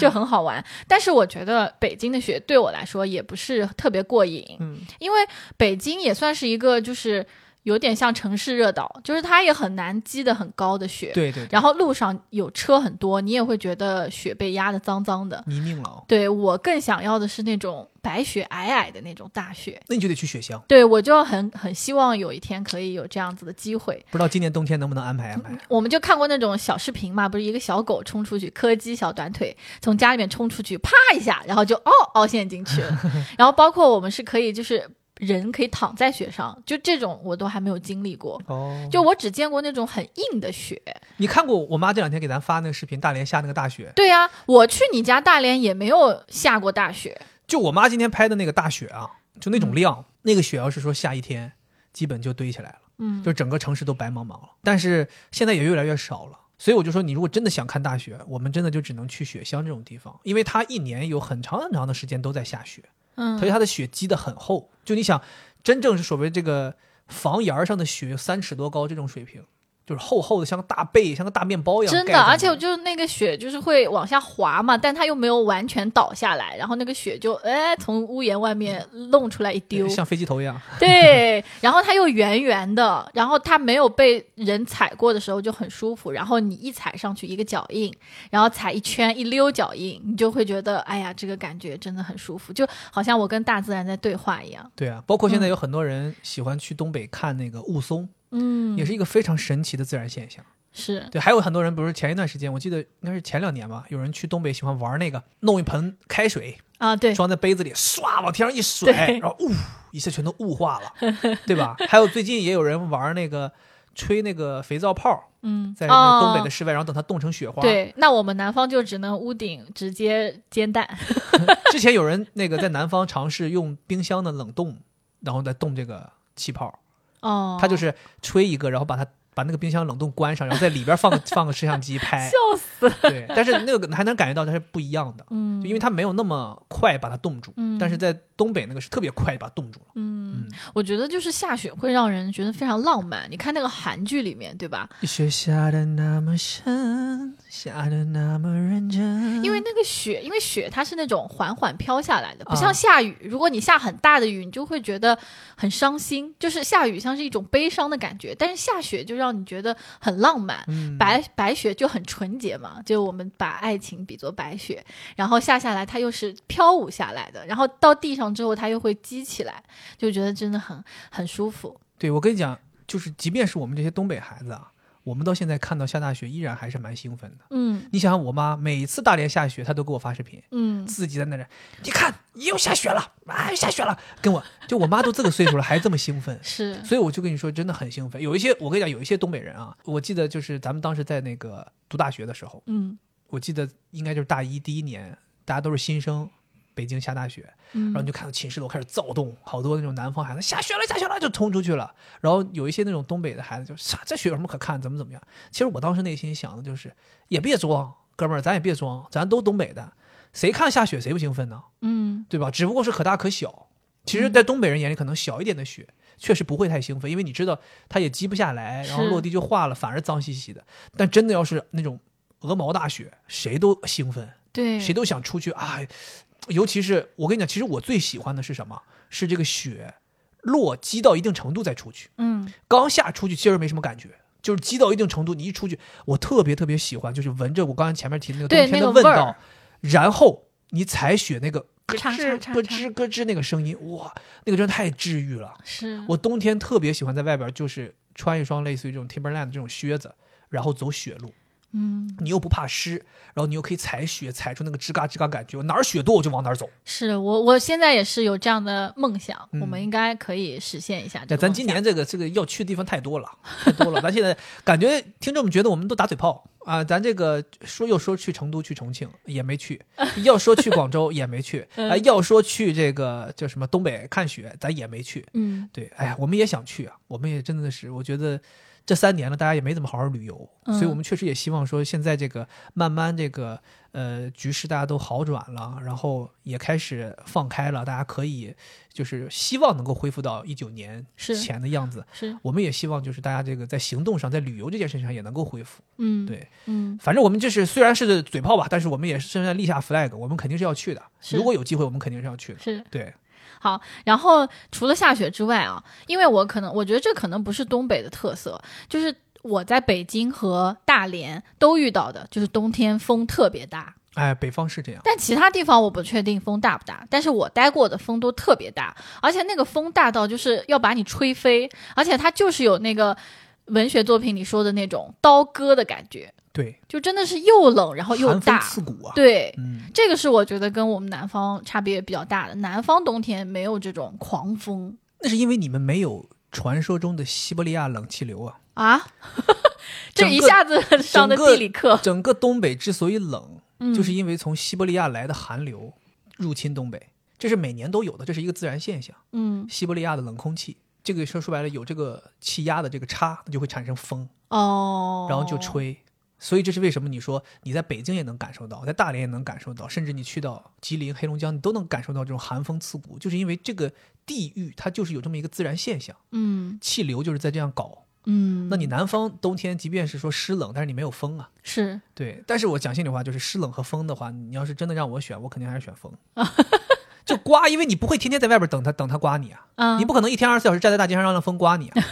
S2: 就很好玩。但是我觉得北京的雪对我来说也不是特别过瘾，
S1: 嗯
S2: 因为北京也算是一个就是有点像城市热岛，就是它也很难积的很高的雪。
S1: 对对对，
S2: 然后路上有车很多，你也会觉得雪被压得脏脏的。
S1: 泥泞了，哦
S2: 对我更想要的是那种白雪皑皑的那种大雪。
S1: 那你就得去雪乡，
S2: 对我就很很希望有一天可以有这样子的机会。
S1: 不知道今年冬天能不能安排安 排。
S2: 我们就看过那种小视频嘛，不是一个小狗冲出去，柯基小短腿从家里面冲出去，啪一下，然后就哦凹陷进去了。然后包括我们是可以就是人可以躺在雪上，就这种我都还没有经历过。
S1: 哦，
S2: 就我只见过那种很硬的雪，
S1: 你看过我妈这两天给咱发那个视频，大连下那个大雪，
S2: 对呀、我去你家大连也没有下过大雪，
S1: 就我妈今天拍的那个大雪啊，就那
S2: 嗯
S1: 种量，那个雪要是说下一天，基本就堆起来了，
S2: 嗯，
S1: 就整个城市都白茫茫了。但是现在也越来越少了。所以我就说，你如果真的想看大雪，我们真的就只能去雪乡这种地方，因为它一年有很长很长的时间都在下雪。
S2: 嗯
S1: 所以它的雪积得很厚。就你想，真正是所谓这个房檐儿上的雪三尺多高这种水平，就是厚厚的，像个大被，像个大面包一样盖上
S2: 真
S1: 去。
S2: 的，而且我就是那个雪就是会往下滑嘛，但它又没有完全倒下来，然后那个雪就哎从屋檐外面弄出来一丢
S1: 对，像飞机头一样。
S2: 对，然后它又圆圆的，然后它没有被人踩过的时候就很舒服，然后你一踩上去一个脚印，然后踩一圈一溜脚印，你就会觉得哎呀这个感觉真的很舒服，就好像我跟大自然在对话一样，
S1: 对啊，包括现在有很多人喜欢去东北看那个雾凇，
S2: 嗯，
S1: 也是一个非常神奇的自然现象。
S2: 是
S1: 对，还有很多人不是前一段时间，我记得应该是前两年吧，有人去东北喜欢玩那个，弄一盆开水
S2: 啊，对，
S1: 装在杯子里，唰往天上一甩，
S2: 对
S1: 然后雾一下全都雾化了，对吧？还有最近也有人玩那个吹那个肥皂泡，
S2: 嗯，
S1: 在那个
S2: 哦
S1: 东北的室外，然后等它冻成雪花。，
S2: 对，那我们南方就只能屋顶直接煎蛋，
S1: 之前有人那个在南方尝试用冰箱的冷冻，然后再冻这个气泡，
S2: 哦，
S1: 他就是吹一个，然后把它把那个冰箱冷冻关上，然后在里边放个放个摄像机 拍。
S2: 笑死，
S1: 对，但是那个还能感觉到它是不一样的，
S2: 嗯
S1: 就因为它没有那么快把它冻住，
S2: 嗯
S1: 但是在东北那个是特别快把它冻住了。
S2: 嗯，我觉得就是下雪会让人觉得非常浪漫。你看那个韩剧里面，对吧？
S1: 雪下的那么深，下的那么认真，
S2: 因为那个雪，因为雪它是那种缓缓飘下来的，不
S1: 啊
S2: 像下雨。如果你下很大的雨，你就会觉得很伤心，就是下雨像是一种悲伤的感觉。但是下雪就让你觉得很浪漫。
S1: 嗯
S2: 白白雪就很纯洁嘛，就我们把爱情比作白雪，然后下下来它又是飘舞下来的，然后到地上之后它又会激起来，就觉得真的很很舒服。
S1: 对，我跟你讲，就是即便是我们这些东北孩子啊，我们到现在看到下大雪，依然还是蛮兴奋的。
S2: 嗯
S1: 你想想，我妈每次大连下雪，她都给我发视频，
S2: 嗯，
S1: 自己在那儿，你看又下雪了，啊，又下雪了，跟我就我妈都这个岁数了，还这么兴奋。
S2: 是
S1: 所以我就跟你说，真的很兴奋。有一些我跟你讲，有一些东北人啊，我记得就是咱们当时在那个读大学的时候，
S2: 嗯
S1: 我记得应该就是大一第一年，大家都是新生，北京下大雪，然后
S2: 嗯
S1: 你就看到寝室楼开始躁动，好多那种南方孩子下雪了，下雪了就冲出去了。然后有一些那种东北的孩子就啥，这雪有什么可看，怎么怎么样？其实我当时内心想的就是，也别装，哥们儿，咱也别装，咱都东北的，谁看下雪谁不兴奋呢？
S2: 嗯
S1: 对吧？只不过是可大可小。其实，
S2: 嗯
S1: 在东北人眼里，可能小一点的雪确实不会太兴奋，因为你知道它也积不下来，然后
S2: 是
S1: 落地就化了，反而脏兮兮的。但真的要是那种鹅毛大雪，谁都兴奋。
S2: 对，
S1: 谁都想出去啊。尤其是我跟你讲，其实我最喜欢的是什么？是这个雪落积到一定程度再出去。
S2: 嗯
S1: 刚下出去其实没什么感觉，就是积到一定程度，你一出去，我特别特别喜欢，就是闻着我刚才前面提的那个冬
S2: 对
S1: 天的
S2: 那个
S1: 味
S2: 味儿
S1: 道，然后你踩雪那个咯
S2: 嚓
S1: 吱
S2: 嚓嚓
S1: 咯
S2: 嚓
S1: 吱咯吱那个声音，哇，那个真的太治愈了。
S2: 是
S1: 我冬天特别喜欢在外边，就是穿一双类似于这种 Timberland 这种靴子，然后走雪路。
S2: 嗯，
S1: 你又不怕湿，然后你又可以踩雪，踩出那个吱嘎吱嘎感觉，我哪儿雪多我就往哪儿走。
S2: 是我我现在也是有这样的梦想，
S1: 嗯
S2: 我们应该可以实现一下这
S1: 那
S2: 个梦想。
S1: 咱今年这个这个要去的地方太多了，太多了。咱现在感觉听众们觉得我们都打嘴炮啊、咱这个说又说去成都、去重庆也没去，要说去广州也没去，啊、
S2: 嗯
S1: 要说去这个叫什么东北看雪咱也没去。
S2: 嗯
S1: 对，哎呀，我们也想去啊，我们也真的是，我觉得这三年了，大家也没怎么好好旅游，
S2: 嗯
S1: 所以我们确实也希望说，现在这个慢慢这个呃局势大家都好转了，然后也开始放开了，大家可以就是希望能够恢复到一九年
S2: 是
S1: 前的样子。
S2: 是
S1: 我们也希望就是大家这个在行动上，在旅游这件事情上也能够恢复。
S2: 嗯
S1: 对，
S2: 嗯
S1: 反正我们就是虽然是嘴炮吧，但是我们也是现在立下 flag，我们肯定是要去的。
S2: 是
S1: 如果有机会，我们肯定是要去的。
S2: 是
S1: 对，
S2: 好，然后除了下雪之外啊，因为我可能我觉得这可能不是东北的特色，就是我在北京和大连都遇到的，就是冬天风特别大。
S1: 哎，北方是这样，
S2: 但其他地方我不确定风大不大，但是我待过的风都特别大，而且那个风大到就是要把你吹飞，而且它就是有那个文学作品里说的那种刀割的感觉，
S1: 对，
S2: 就真的是又冷然后又
S1: 寒风
S2: 大。
S1: 刺骨啊。，
S2: 对，
S1: 嗯，
S2: 这个是我觉得跟我们南方差别比较大的，南方冬天没有这种狂风
S1: 那是因为你们没有传说中的西伯利亚冷气流啊。
S2: 啊， 这
S1: 整
S2: 一
S1: 个
S2: 下子上的
S1: 整个
S2: 地理课，
S1: 整个东北之所以冷，
S2: 哦嗯
S1: 就是因为从西伯利亚来的寒流入侵东北，这是每年都有的，这是一个自然现象。
S2: 嗯
S1: 西伯利亚的冷空气，这个说说白了有这个气压的这个差，它就会产生风，
S2: 哦，
S1: 然后就吹。所以这是为什么你说你在北京也能感受到，在大连也能感受到，甚至你去到吉林、黑龙江，你都能感受到这种寒风刺骨，就是因为这个地域它就是有这么一个自然现象，
S2: 嗯
S1: 气流就是在这样搞。
S2: 嗯，
S1: 那你南方冬天即便是说湿冷，但是你没有风啊。
S2: 是
S1: 对，但是我讲心里话，就是湿冷和风的话，你要是真的让我选，我肯定还是选 风。就刮，因为你不会天天在外边等它，等它刮你啊，
S2: 啊，
S1: 你不可能一天二十四小时站在大街上让风刮你啊，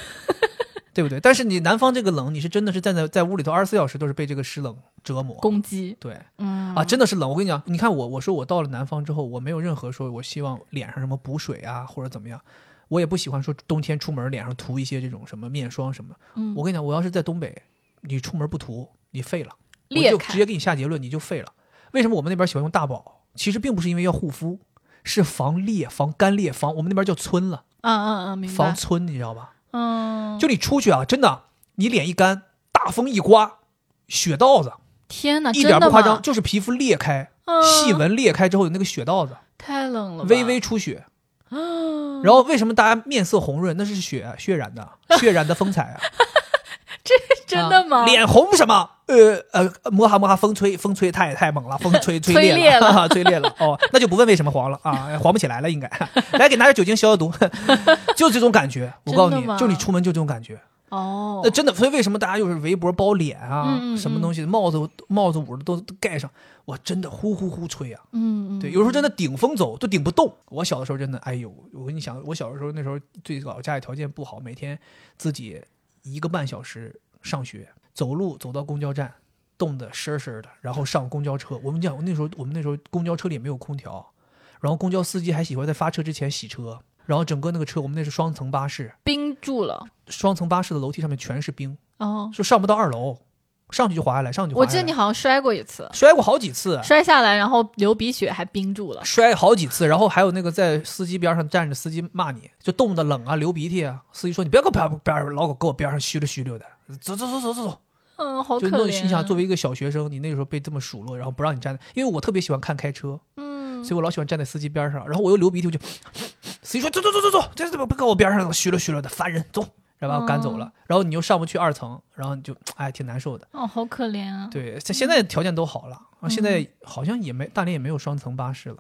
S1: 对不对？但是你南方这个冷，你是真的是站在在屋里头二十四小时都是被这个湿冷折磨。
S2: 攻击，
S1: 对
S2: 嗯
S1: 啊，真的是冷。我跟你讲，你看我，我说我到了南方之后，我没有任何说我希望脸上什么补水啊或者怎么样，我也不喜欢说冬天出门脸上涂一些这种什么面霜什么。
S2: 嗯
S1: 我跟你讲，我要是在东北，你出门不涂，你废了。我
S2: 裂
S1: 就
S2: 开
S1: 直接给你下结论，你就废了。为什么我们那边喜欢用大宝？其实并不是因为要护肤，是防裂、防干裂、防我们那边叫皴了，
S2: 嗯嗯嗯，明
S1: 防
S2: 白，
S1: 皴，你知道吧？
S2: 嗯，
S1: 就你出去啊，真的，你脸一干，大风一刮，雪道子，
S2: 天哪，
S1: 一点
S2: 啊真
S1: 不
S2: 的
S1: 夸
S2: 吗
S1: 张，，就是皮肤裂开，
S2: 嗯
S1: 细纹裂开之后有那个雪道子，
S2: 太冷了吧，
S1: 微微出 血。
S2: 啊，
S1: 然后为什么大家面色红润？那是血血染的，血染的风采啊！
S2: 真的吗？
S1: 啊脸红什么？呃呃，摩哈摩哈，风吹风吹太太 猛了，风吹吹
S2: 吹裂
S1: 裂了，哈哈吹裂了。哦，那就不问为什么黄了啊，黄不起来了，应该。 来，给拿点酒精消消毒， 就这种感觉。我告诉
S2: 真的吗
S1: 你，就你出门就这种感觉，
S2: 哦
S1: 那，真的。所以为什么大家又是围脖包脸啊，
S2: 嗯嗯嗯
S1: 什么东西帽子帽子捂着都都盖上？我真的呼呼呼吹啊！
S2: 嗯嗯，
S1: 对，有时候真的顶风走都顶不动。我小的时候真的，哎呦，我跟你讲，我小的时候那时候最早家里条件不好，每天自己一个半小时上学，走路走到公交站，冻得湿湿的，然后上公交车。我们讲，我那时候我们那时候公交车里也没有空调，然后公交司机还喜欢在发车之前洗车，然后整个那个车我们那是双层巴士，
S2: 冰住了，
S1: 双层巴士的楼梯上面全是冰，
S2: 哦，
S1: 就上不到二楼，上去就滑下来，上去就滑
S2: 我
S1: 下
S2: 记得
S1: 来
S2: 你好像摔过一次，
S1: 摔过好几次，啊
S2: 摔下来然后流鼻血还冰住了，
S1: 摔好几次，然后还有那个在司机边上站着，司机骂你，就冻得冷啊，流鼻涕啊。司机说：“你不要搁边边上老搁我边上虚溜虚溜的，走走走走走走。
S2: 嗯，”好
S1: 就
S2: 可
S1: 那
S2: 怜，
S1: 你想，作为一个小学生，你那时候被这么数落，然后不让你站，因为我特别喜欢看开车，
S2: 嗯
S1: 所以我老喜欢站在司机边上，然后我又流鼻涕，我就司机说：“走走走走走，这怎么不搁我边上虚溜虚溜的，烦人，走。”然后把我赶走了，
S2: 嗯
S1: 然后你又上不去二层，然后你就哎挺难受的。
S2: 哦，好可怜啊，
S1: 对，现现在条件都好了，啊现
S2: 嗯
S1: 在好像也没大连也没有双层巴士了。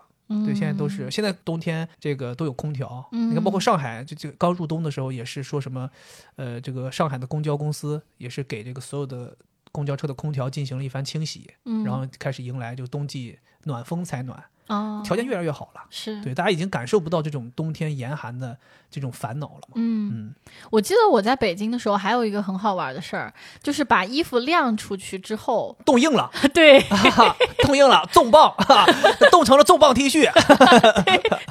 S1: 对，现在
S2: 嗯
S1: 都是现在冬天这个都有空调，你看包括上海，这这个刚入冬的时候也是说什么，呃，这个上海的公交公司也是给这个所有的公交车的空调进行了一番清洗，
S2: 嗯，嗯
S1: 然后开始迎来就冬季暖风采暖，
S2: 哦，嗯
S1: 条件越来越好了。
S2: 是，
S1: 对，大家已经感受不到这种冬天严寒的这种烦恼了嘛？
S2: 嗯，
S1: 嗯，
S2: 我记得我在北京的时候还有一个很好玩的事儿，就是把衣服晾出去之后，
S1: 冻硬了，
S2: 对
S1: 哈哈，冻硬了，重磅， 哈哈，冻成了重磅 T 恤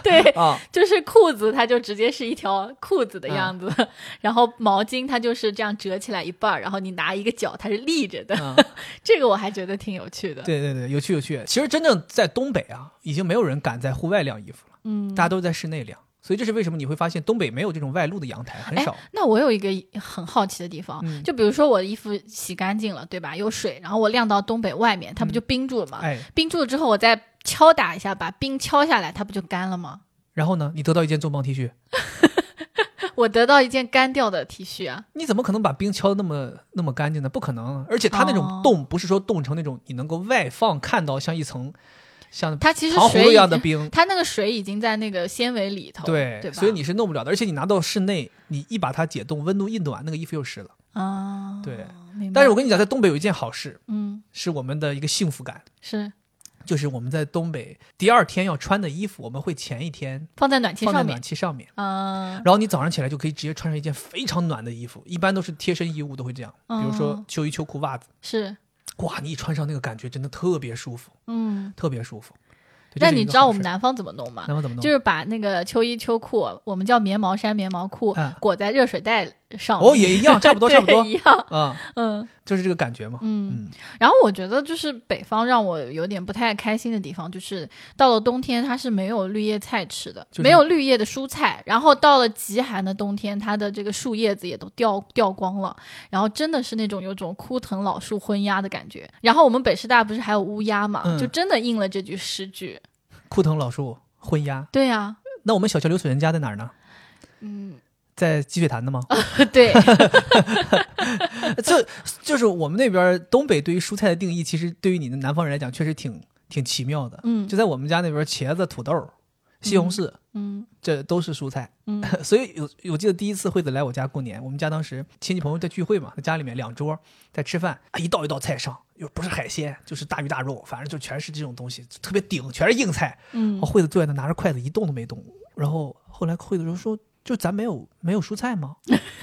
S2: 对，
S1: 啊，
S2: 就是裤子它就直接是一条裤子的
S1: 嗯
S2: 样子， 然后毛巾它就是这样折起来一半儿，然后你拿一个角它是立着的，
S1: 嗯。
S2: 这个我还觉得挺有趣的。
S1: 对对对，有趣有趣。其实真正在东北啊，已经没有人敢在户外晾衣服了，
S2: 嗯，
S1: 大家都在室内晾。所以这是为什么你会发现东北没有这种外露的阳台，很
S2: 哎
S1: 少。
S2: 那我有一个很好奇的地方，
S1: 嗯
S2: 就比如说我的衣服洗干净了，对吧？有水，然后我晾到东北外面，它不就冰住了吗？
S1: 哎，
S2: 冰住了之后，我再敲打一下，把冰敲下来，它不就干了吗？
S1: 然后呢，你得到一件重磅 T 恤，
S2: 我得到一件干掉的 T 恤啊，
S1: 你怎么可能把冰敲得那么那么干净呢？不可能。而且它那
S2: 哦
S1: 种冻，不是说冻成那种你能够外放看到像一层像
S2: 它其实
S1: 糖
S2: 水
S1: 葫芦
S2: 已
S1: 一样的
S2: 经
S1: 冰。
S2: 它那个水已经在那个纤维里头，
S1: 对，
S2: 对吧？
S1: 所以你是弄不了的，而且你拿到室内，你一把它解冻，温度一暖，那个衣服又湿了。
S2: 啊，
S1: 对
S2: 明白。
S1: 但是我跟你讲，在东北有一件好事，
S2: 嗯
S1: 是我们的一个幸福感。
S2: 是
S1: 就是我们在东北第二天要穿的衣服，我们会前一天
S2: 放在暖气
S1: 放在
S2: 上
S1: 暖
S2: 面，
S1: 气上面，
S2: 嗯
S1: 然后你早上起来就可以直接穿上一件非常暖的衣服，一般都是贴身衣物都会这样，比如说
S2: 哦
S1: 秋衣、秋裤、袜子，
S2: 是，
S1: 哇，你一穿上那个感觉真的特别舒服，
S2: 嗯。
S1: 特别舒服。对
S2: 那你知道我们
S1: 南
S2: 南方怎么弄吗？
S1: 南方怎么弄？
S2: 就是把那个秋衣秋裤，我们叫棉毛衫、棉毛裤
S1: 嗯，
S2: 裹在热水袋上面。
S1: 哦， 也一样，差不多，
S2: 对
S1: 差不多
S2: 一样。
S1: 啊、
S2: 嗯
S1: 就是这个感觉嘛。
S2: 嗯。
S1: 嗯，
S2: 然后我觉得就是北方让我有点不太开心的地方，就是到了冬天它是没有绿叶菜吃的，
S1: 就是
S2: 没有绿叶的蔬菜。然后到了极寒的冬天，它的这个树叶子也都掉掉光了，然后真的是那种有种枯藤老树昏鸦的感觉。然后我们北师大不是还有乌鸦嘛，
S1: 嗯
S2: 就真的应了这句诗句。
S1: 枯藤老树昏鸦。
S2: 对呀、
S1: 那我们小桥流水人家在哪儿呢？
S2: 嗯，
S1: 在积水潭的吗？
S2: 对，
S1: 这就是我们那边东北对于蔬菜的定义，其实对于你的南方人来讲，确实挺挺奇妙的。
S2: 嗯
S1: 就在我们家那边，茄子、土豆、西红柿，
S2: 嗯
S1: 这都是蔬菜。
S2: 嗯
S1: 所以有我记得第一次惠子来我家过年，我们家当时亲戚朋友在聚会嘛，在家里面两桌在吃饭，啊一道一道菜上，又不是海鲜就是大鱼大肉，反正就全是这种东西，特别顶，全是硬菜。
S2: 嗯
S1: 我惠子坐在那拿着筷子一动都没动，然后后来惠子就说：“就咱没有没有蔬菜 吗？”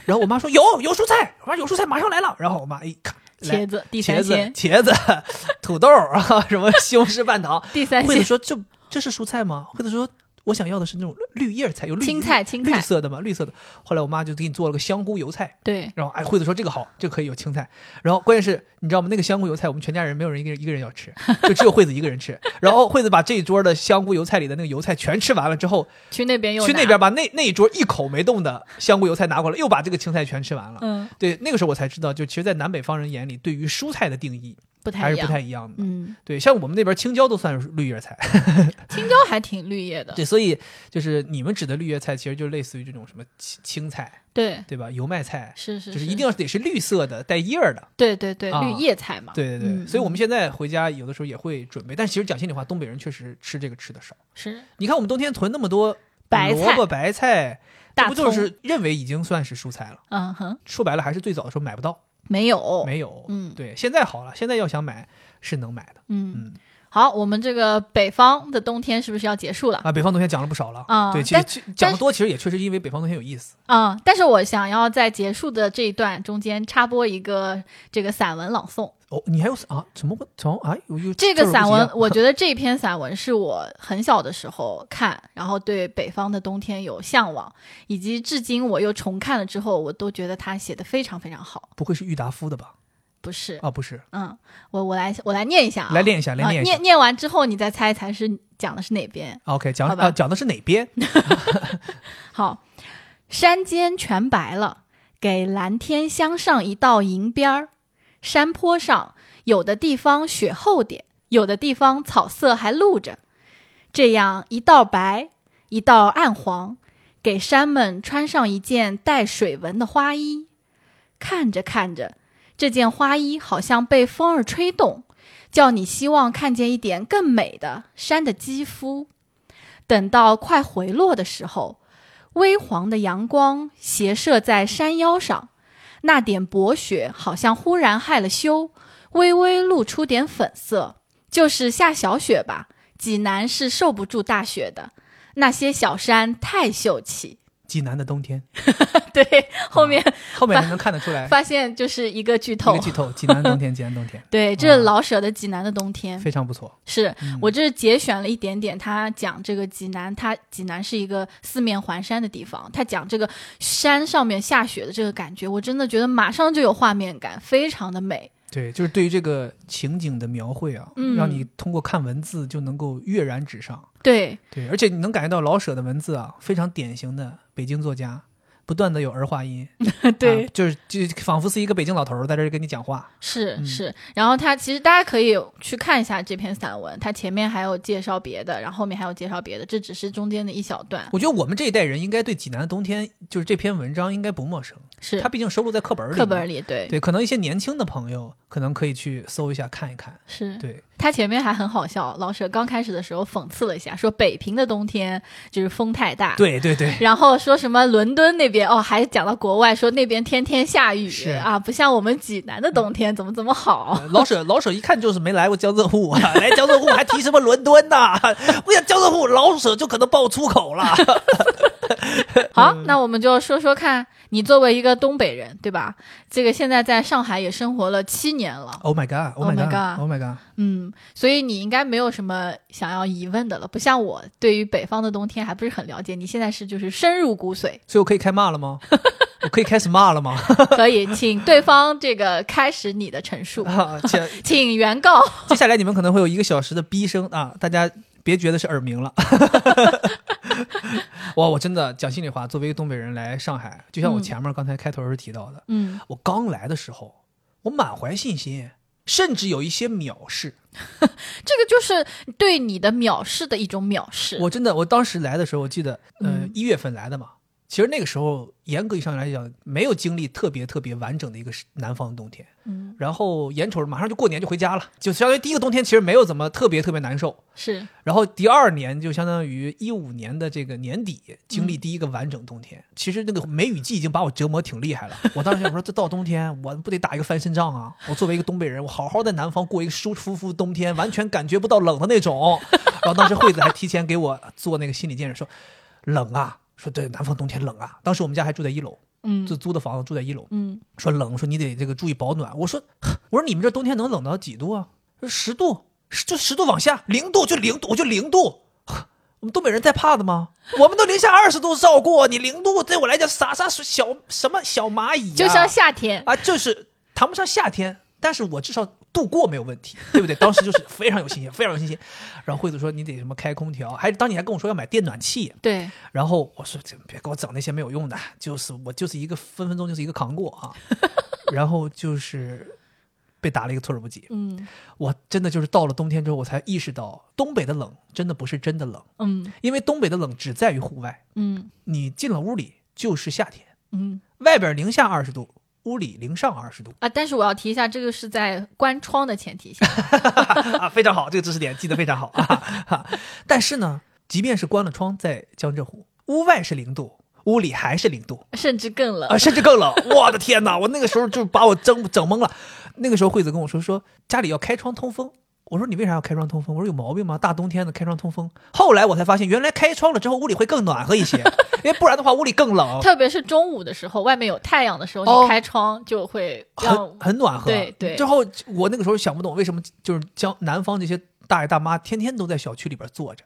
S1: 然后我妈说：“有有蔬菜，我妈有蔬菜马上来了。”然后我妈一看，来
S2: 茄子第
S1: 茄
S2: 三
S1: 子
S2: 鲜，
S1: 茄子、 土豆啊，什么西红柿半糖。
S2: 第三
S1: 惠子
S2: 鲜
S1: 说：“这这是蔬菜吗？”惠子说：“我想要的是那种绿叶菜，有绿
S2: 青菜青
S1: 绿
S2: 菜，
S1: 色的嘛，绿色的。”后来我妈就给你做了个香菇油菜。
S2: 对，
S1: 然后哎，惠子说这个好，这个可以有青菜。然后关键是，你知道吗？那个香菇油菜，我们全家人没有人一个人一个人要吃，就只有惠子一个人吃。然后惠子把这一桌的香菇油菜里的那个油菜全吃完了之后，
S2: 去那边又
S1: 去
S2: 拿
S1: 那边，把那那一桌一口没动的香菇油菜拿过来，又把这个青菜全吃完了。
S2: 嗯，
S1: 对，那个时候我才知道，就其实，在南北方人眼里，对于蔬菜的定义
S2: 不太
S1: 还是
S2: 一
S1: 不
S2: 样，
S1: 太一样的。
S2: 嗯，
S1: 对，像我们那边青椒都算是绿叶菜，
S2: 青椒还挺绿叶的，
S1: 对，所以就是你们指的绿叶菜，其实就类似于这种什么青青菜，
S2: 对，
S1: 对吧？油麦菜，
S2: 是是
S1: 就是一定要得是绿色的，带叶儿的。
S2: 对对对、
S1: 啊
S2: 绿叶菜嘛，
S1: 对对对，
S2: 嗯
S1: 所以我们现在回家有的时候也会准备，但其实讲心里话，东北人确实吃这个吃的少。
S2: 是
S1: 你看我们冬天囤那么多
S2: 白
S1: 萝
S2: 菜
S1: 卜、白菜，这
S2: 大
S1: 不
S2: 葱，
S1: 就是认为已经算是蔬菜了？
S2: 嗯哼，
S1: 说白了，还是最早的时候买不到，
S2: 没有，
S1: 没有。
S2: 嗯
S1: 对，现在好了，现在要想买是能买的。
S2: 嗯，
S1: 嗯
S2: 好，我们这个北方的冬天是不是要结束了？
S1: 啊，北方冬天讲了不少了
S2: 啊
S1: 对，其实
S2: 但
S1: 其讲的多，其实也确实因为北方冬天有意思。
S2: 啊、但是我想要在结束的这一段中间插播一个这个散文朗诵。
S1: 哦，你还有啊？怎么从啊？有有
S2: 这个散文，我
S1: 得
S2: 觉得这篇散文是我很小的时候看，然后对北方的冬天有向往，以及至今我又重看了之后，我都觉得他写的非常非常好。
S1: 不会是郁达夫的吧？
S2: 不是，
S1: 啊，不是，
S2: 嗯，我我来我来念一下啊，
S1: 来练一下，来
S2: 啊
S1: 练一下
S2: 念。念完之后你再猜一猜是讲的是哪边。
S1: OK，讲
S2: 好吧
S1: 啊讲的是哪边？
S2: 好，山间全白了，给蓝天镶上一道银边儿。山坡上有的地方雪厚点，有的地方草色还露着，这样一道白，一道暗黄，给山们穿上一件带水纹的花衣。看着看着，这件花衣好像被风儿吹动，叫你希望看见一点更美的山的肌肤。等到快回落的时候，微黄的阳光斜射在山腰上，那点薄雪好像忽然害了羞，微微露出点粉色。就是下小雪吧，济南是受不住大雪的。那些小山太秀气。
S1: 济南的冬天，啊
S2: 对，
S1: 嗯
S2: 后面
S1: 后面能看得出来。
S2: 发现就是一个剧
S1: 一
S2: 透
S1: 个。剧 嗯透，济南冬天，济南冬天
S2: 对，这是老舍的《济南的冬天》
S1: 非常不错。
S2: 是
S1: 嗯
S2: 我这是节选了一点点，他讲这个济南，他济南是一个四面环山的地方，他讲这个山上面下雪的这个感觉，我真的觉得马上就有画面感，非常的美。
S1: 对，就是对于这个情景的描绘啊，
S2: 嗯
S1: 让你通过看文字就能够跃然纸上。
S2: 对，
S1: 对，而且你能感觉到老舍的文字啊，非常典型的北京作家，不断的有儿化音，
S2: 对
S1: 啊就是就仿佛是一个北京老头儿在这儿跟你讲话。
S2: 是
S1: 嗯
S2: 是。然后他其实大家可以去看一下这篇散文，他前面还有介绍别的，然后后面还有介绍别的，这只是中间的一小段。
S1: 我觉得我们这一代人应该对济南的冬天，就是这篇文章应该不陌生，
S2: 是
S1: 它毕竟收录在课本儿里嘛。
S2: 课本里对
S1: 对，可能一些年轻的朋友可能可以去搜一下看一看。
S2: 是
S1: 对，
S2: 他前面还很好笑，老舍刚开始的时候讽刺了一下，说北平的冬天就是风太大，
S1: 对对 对，
S2: 然后说什么伦敦那边哦，还讲到国外说那边天天下雨
S1: 是嗯
S2: 啊，不像我们济南的冬天怎么怎么好。
S1: 老舍老舍一看就是没来过江浙沪啊，来江浙沪还提什么伦敦啊呐、我想江浙沪老舍就可能爆粗口 了。
S2: 好，
S1: 嗯
S2: 那我们就说说看，你作为一个东北人，对吧？这个现在在上海也生活了七年了，
S1: Oh my god!
S2: Oh my god.
S1: my god!
S2: 嗯，所以你应该没有什么想要疑问的了，不像我对于北方的冬天还不是很了解。你现在是就是深入 骨髓，
S1: 所以我可以开骂了 吗？我可以开始骂了吗？
S2: 可以请对方这个开始你的陈 述，
S1: 啊，请
S2: 请原告。
S1: 接下来你们可能会有一个小时的逼声啊，大家别觉得是耳 鸣了。哇，我真的讲心里话，作为一个东北人来上海，就像我
S2: 嗯
S1: 前面刚才开头时提到的，
S2: 嗯，
S1: 我刚来的时候，我满怀信心，甚至有一些藐视。
S2: 这个就是对你的藐视的一种藐视。
S1: 我真的，我当时来的时候，我记得，嗯
S2: 嗯，
S1: 一月份来的嘛。其实那个时候，严格意义上来讲，没有经历特别特别完整的一个南方的冬天。
S2: 嗯，
S1: 然后眼瞅着马上就过年就回家了，就相当于第一个冬天其实没有怎么特别特别难受。
S2: 是
S1: 然后第二年就相当于一五年的这个年底经历第一个完整冬天，其实那个梅雨季已经把我折磨挺厉害了。我当时想说，这到冬天我不得打一个翻身仗啊！我作为一个东北人，我好好在南方过一个舒舒服服的冬天，完全感觉不到冷的那种。然后当时惠子还提前给我做那个心理建设，说冷啊，说对南方冬天冷啊。当时我们家还住在一楼，
S2: 嗯
S1: 就租的房子住在一楼，
S2: 嗯
S1: 说冷，说你得这个注意保暖。我说，我说你们这冬天能冷到几度啊？十度，十就十度往下，零度就零度，我就零度。 我们东北人在怕的吗？我们都零下二十度照过，你零度对我来讲啥啥小什么小蚂蚁、啊，
S2: 就像夏天，
S1: 啊，就是谈不上夏天，但是我至少度过没有问题，对不对？当时就是非常有信心，非常有信心。然后惠子说你得什么开空调，还当你还跟我说要买电暖气，
S2: 对，
S1: 然后我说这别给我整那些没有用的，就是我就是一个分分钟就是一个扛过 啊，然后就是被打了一个措手不及。
S2: 嗯
S1: 我真的就是到了冬天之后，我才意识到东北的冷真的不是真的冷，
S2: 嗯
S1: 因为东北的冷只在于户外，
S2: 嗯
S1: 你进了屋里就是夏天，
S2: 嗯
S1: 外边零下二十度，屋里零上二十度
S2: 啊！但是我要提一下，这个是在关窗的前提下，
S1: 啊，非常好，这个知识点记得非常好啊。哈 但是呢，即便是关了窗，在江浙沪，屋外是零度，屋里还是零度。
S2: 甚至更冷
S1: 啊，。甚至更冷。我的天哪！我那个时候就把我整整懵了。那个时候惠子跟我说说家里要开窗通风，我说你为啥要开窗通风？我说有毛病吗？大冬天的开窗通风。后来我才发现，原来开窗了之后屋里会更暖和一些， 因为不然的话屋里更冷，
S2: 特别是中午的时候，外面有太阳的时候，
S1: 哦
S2: 你开窗就会让
S1: 很很暖和。
S2: 对对
S1: 之后我那个时候想不懂为什么就是江南方这些大爷大妈天天都在小区里边坐着。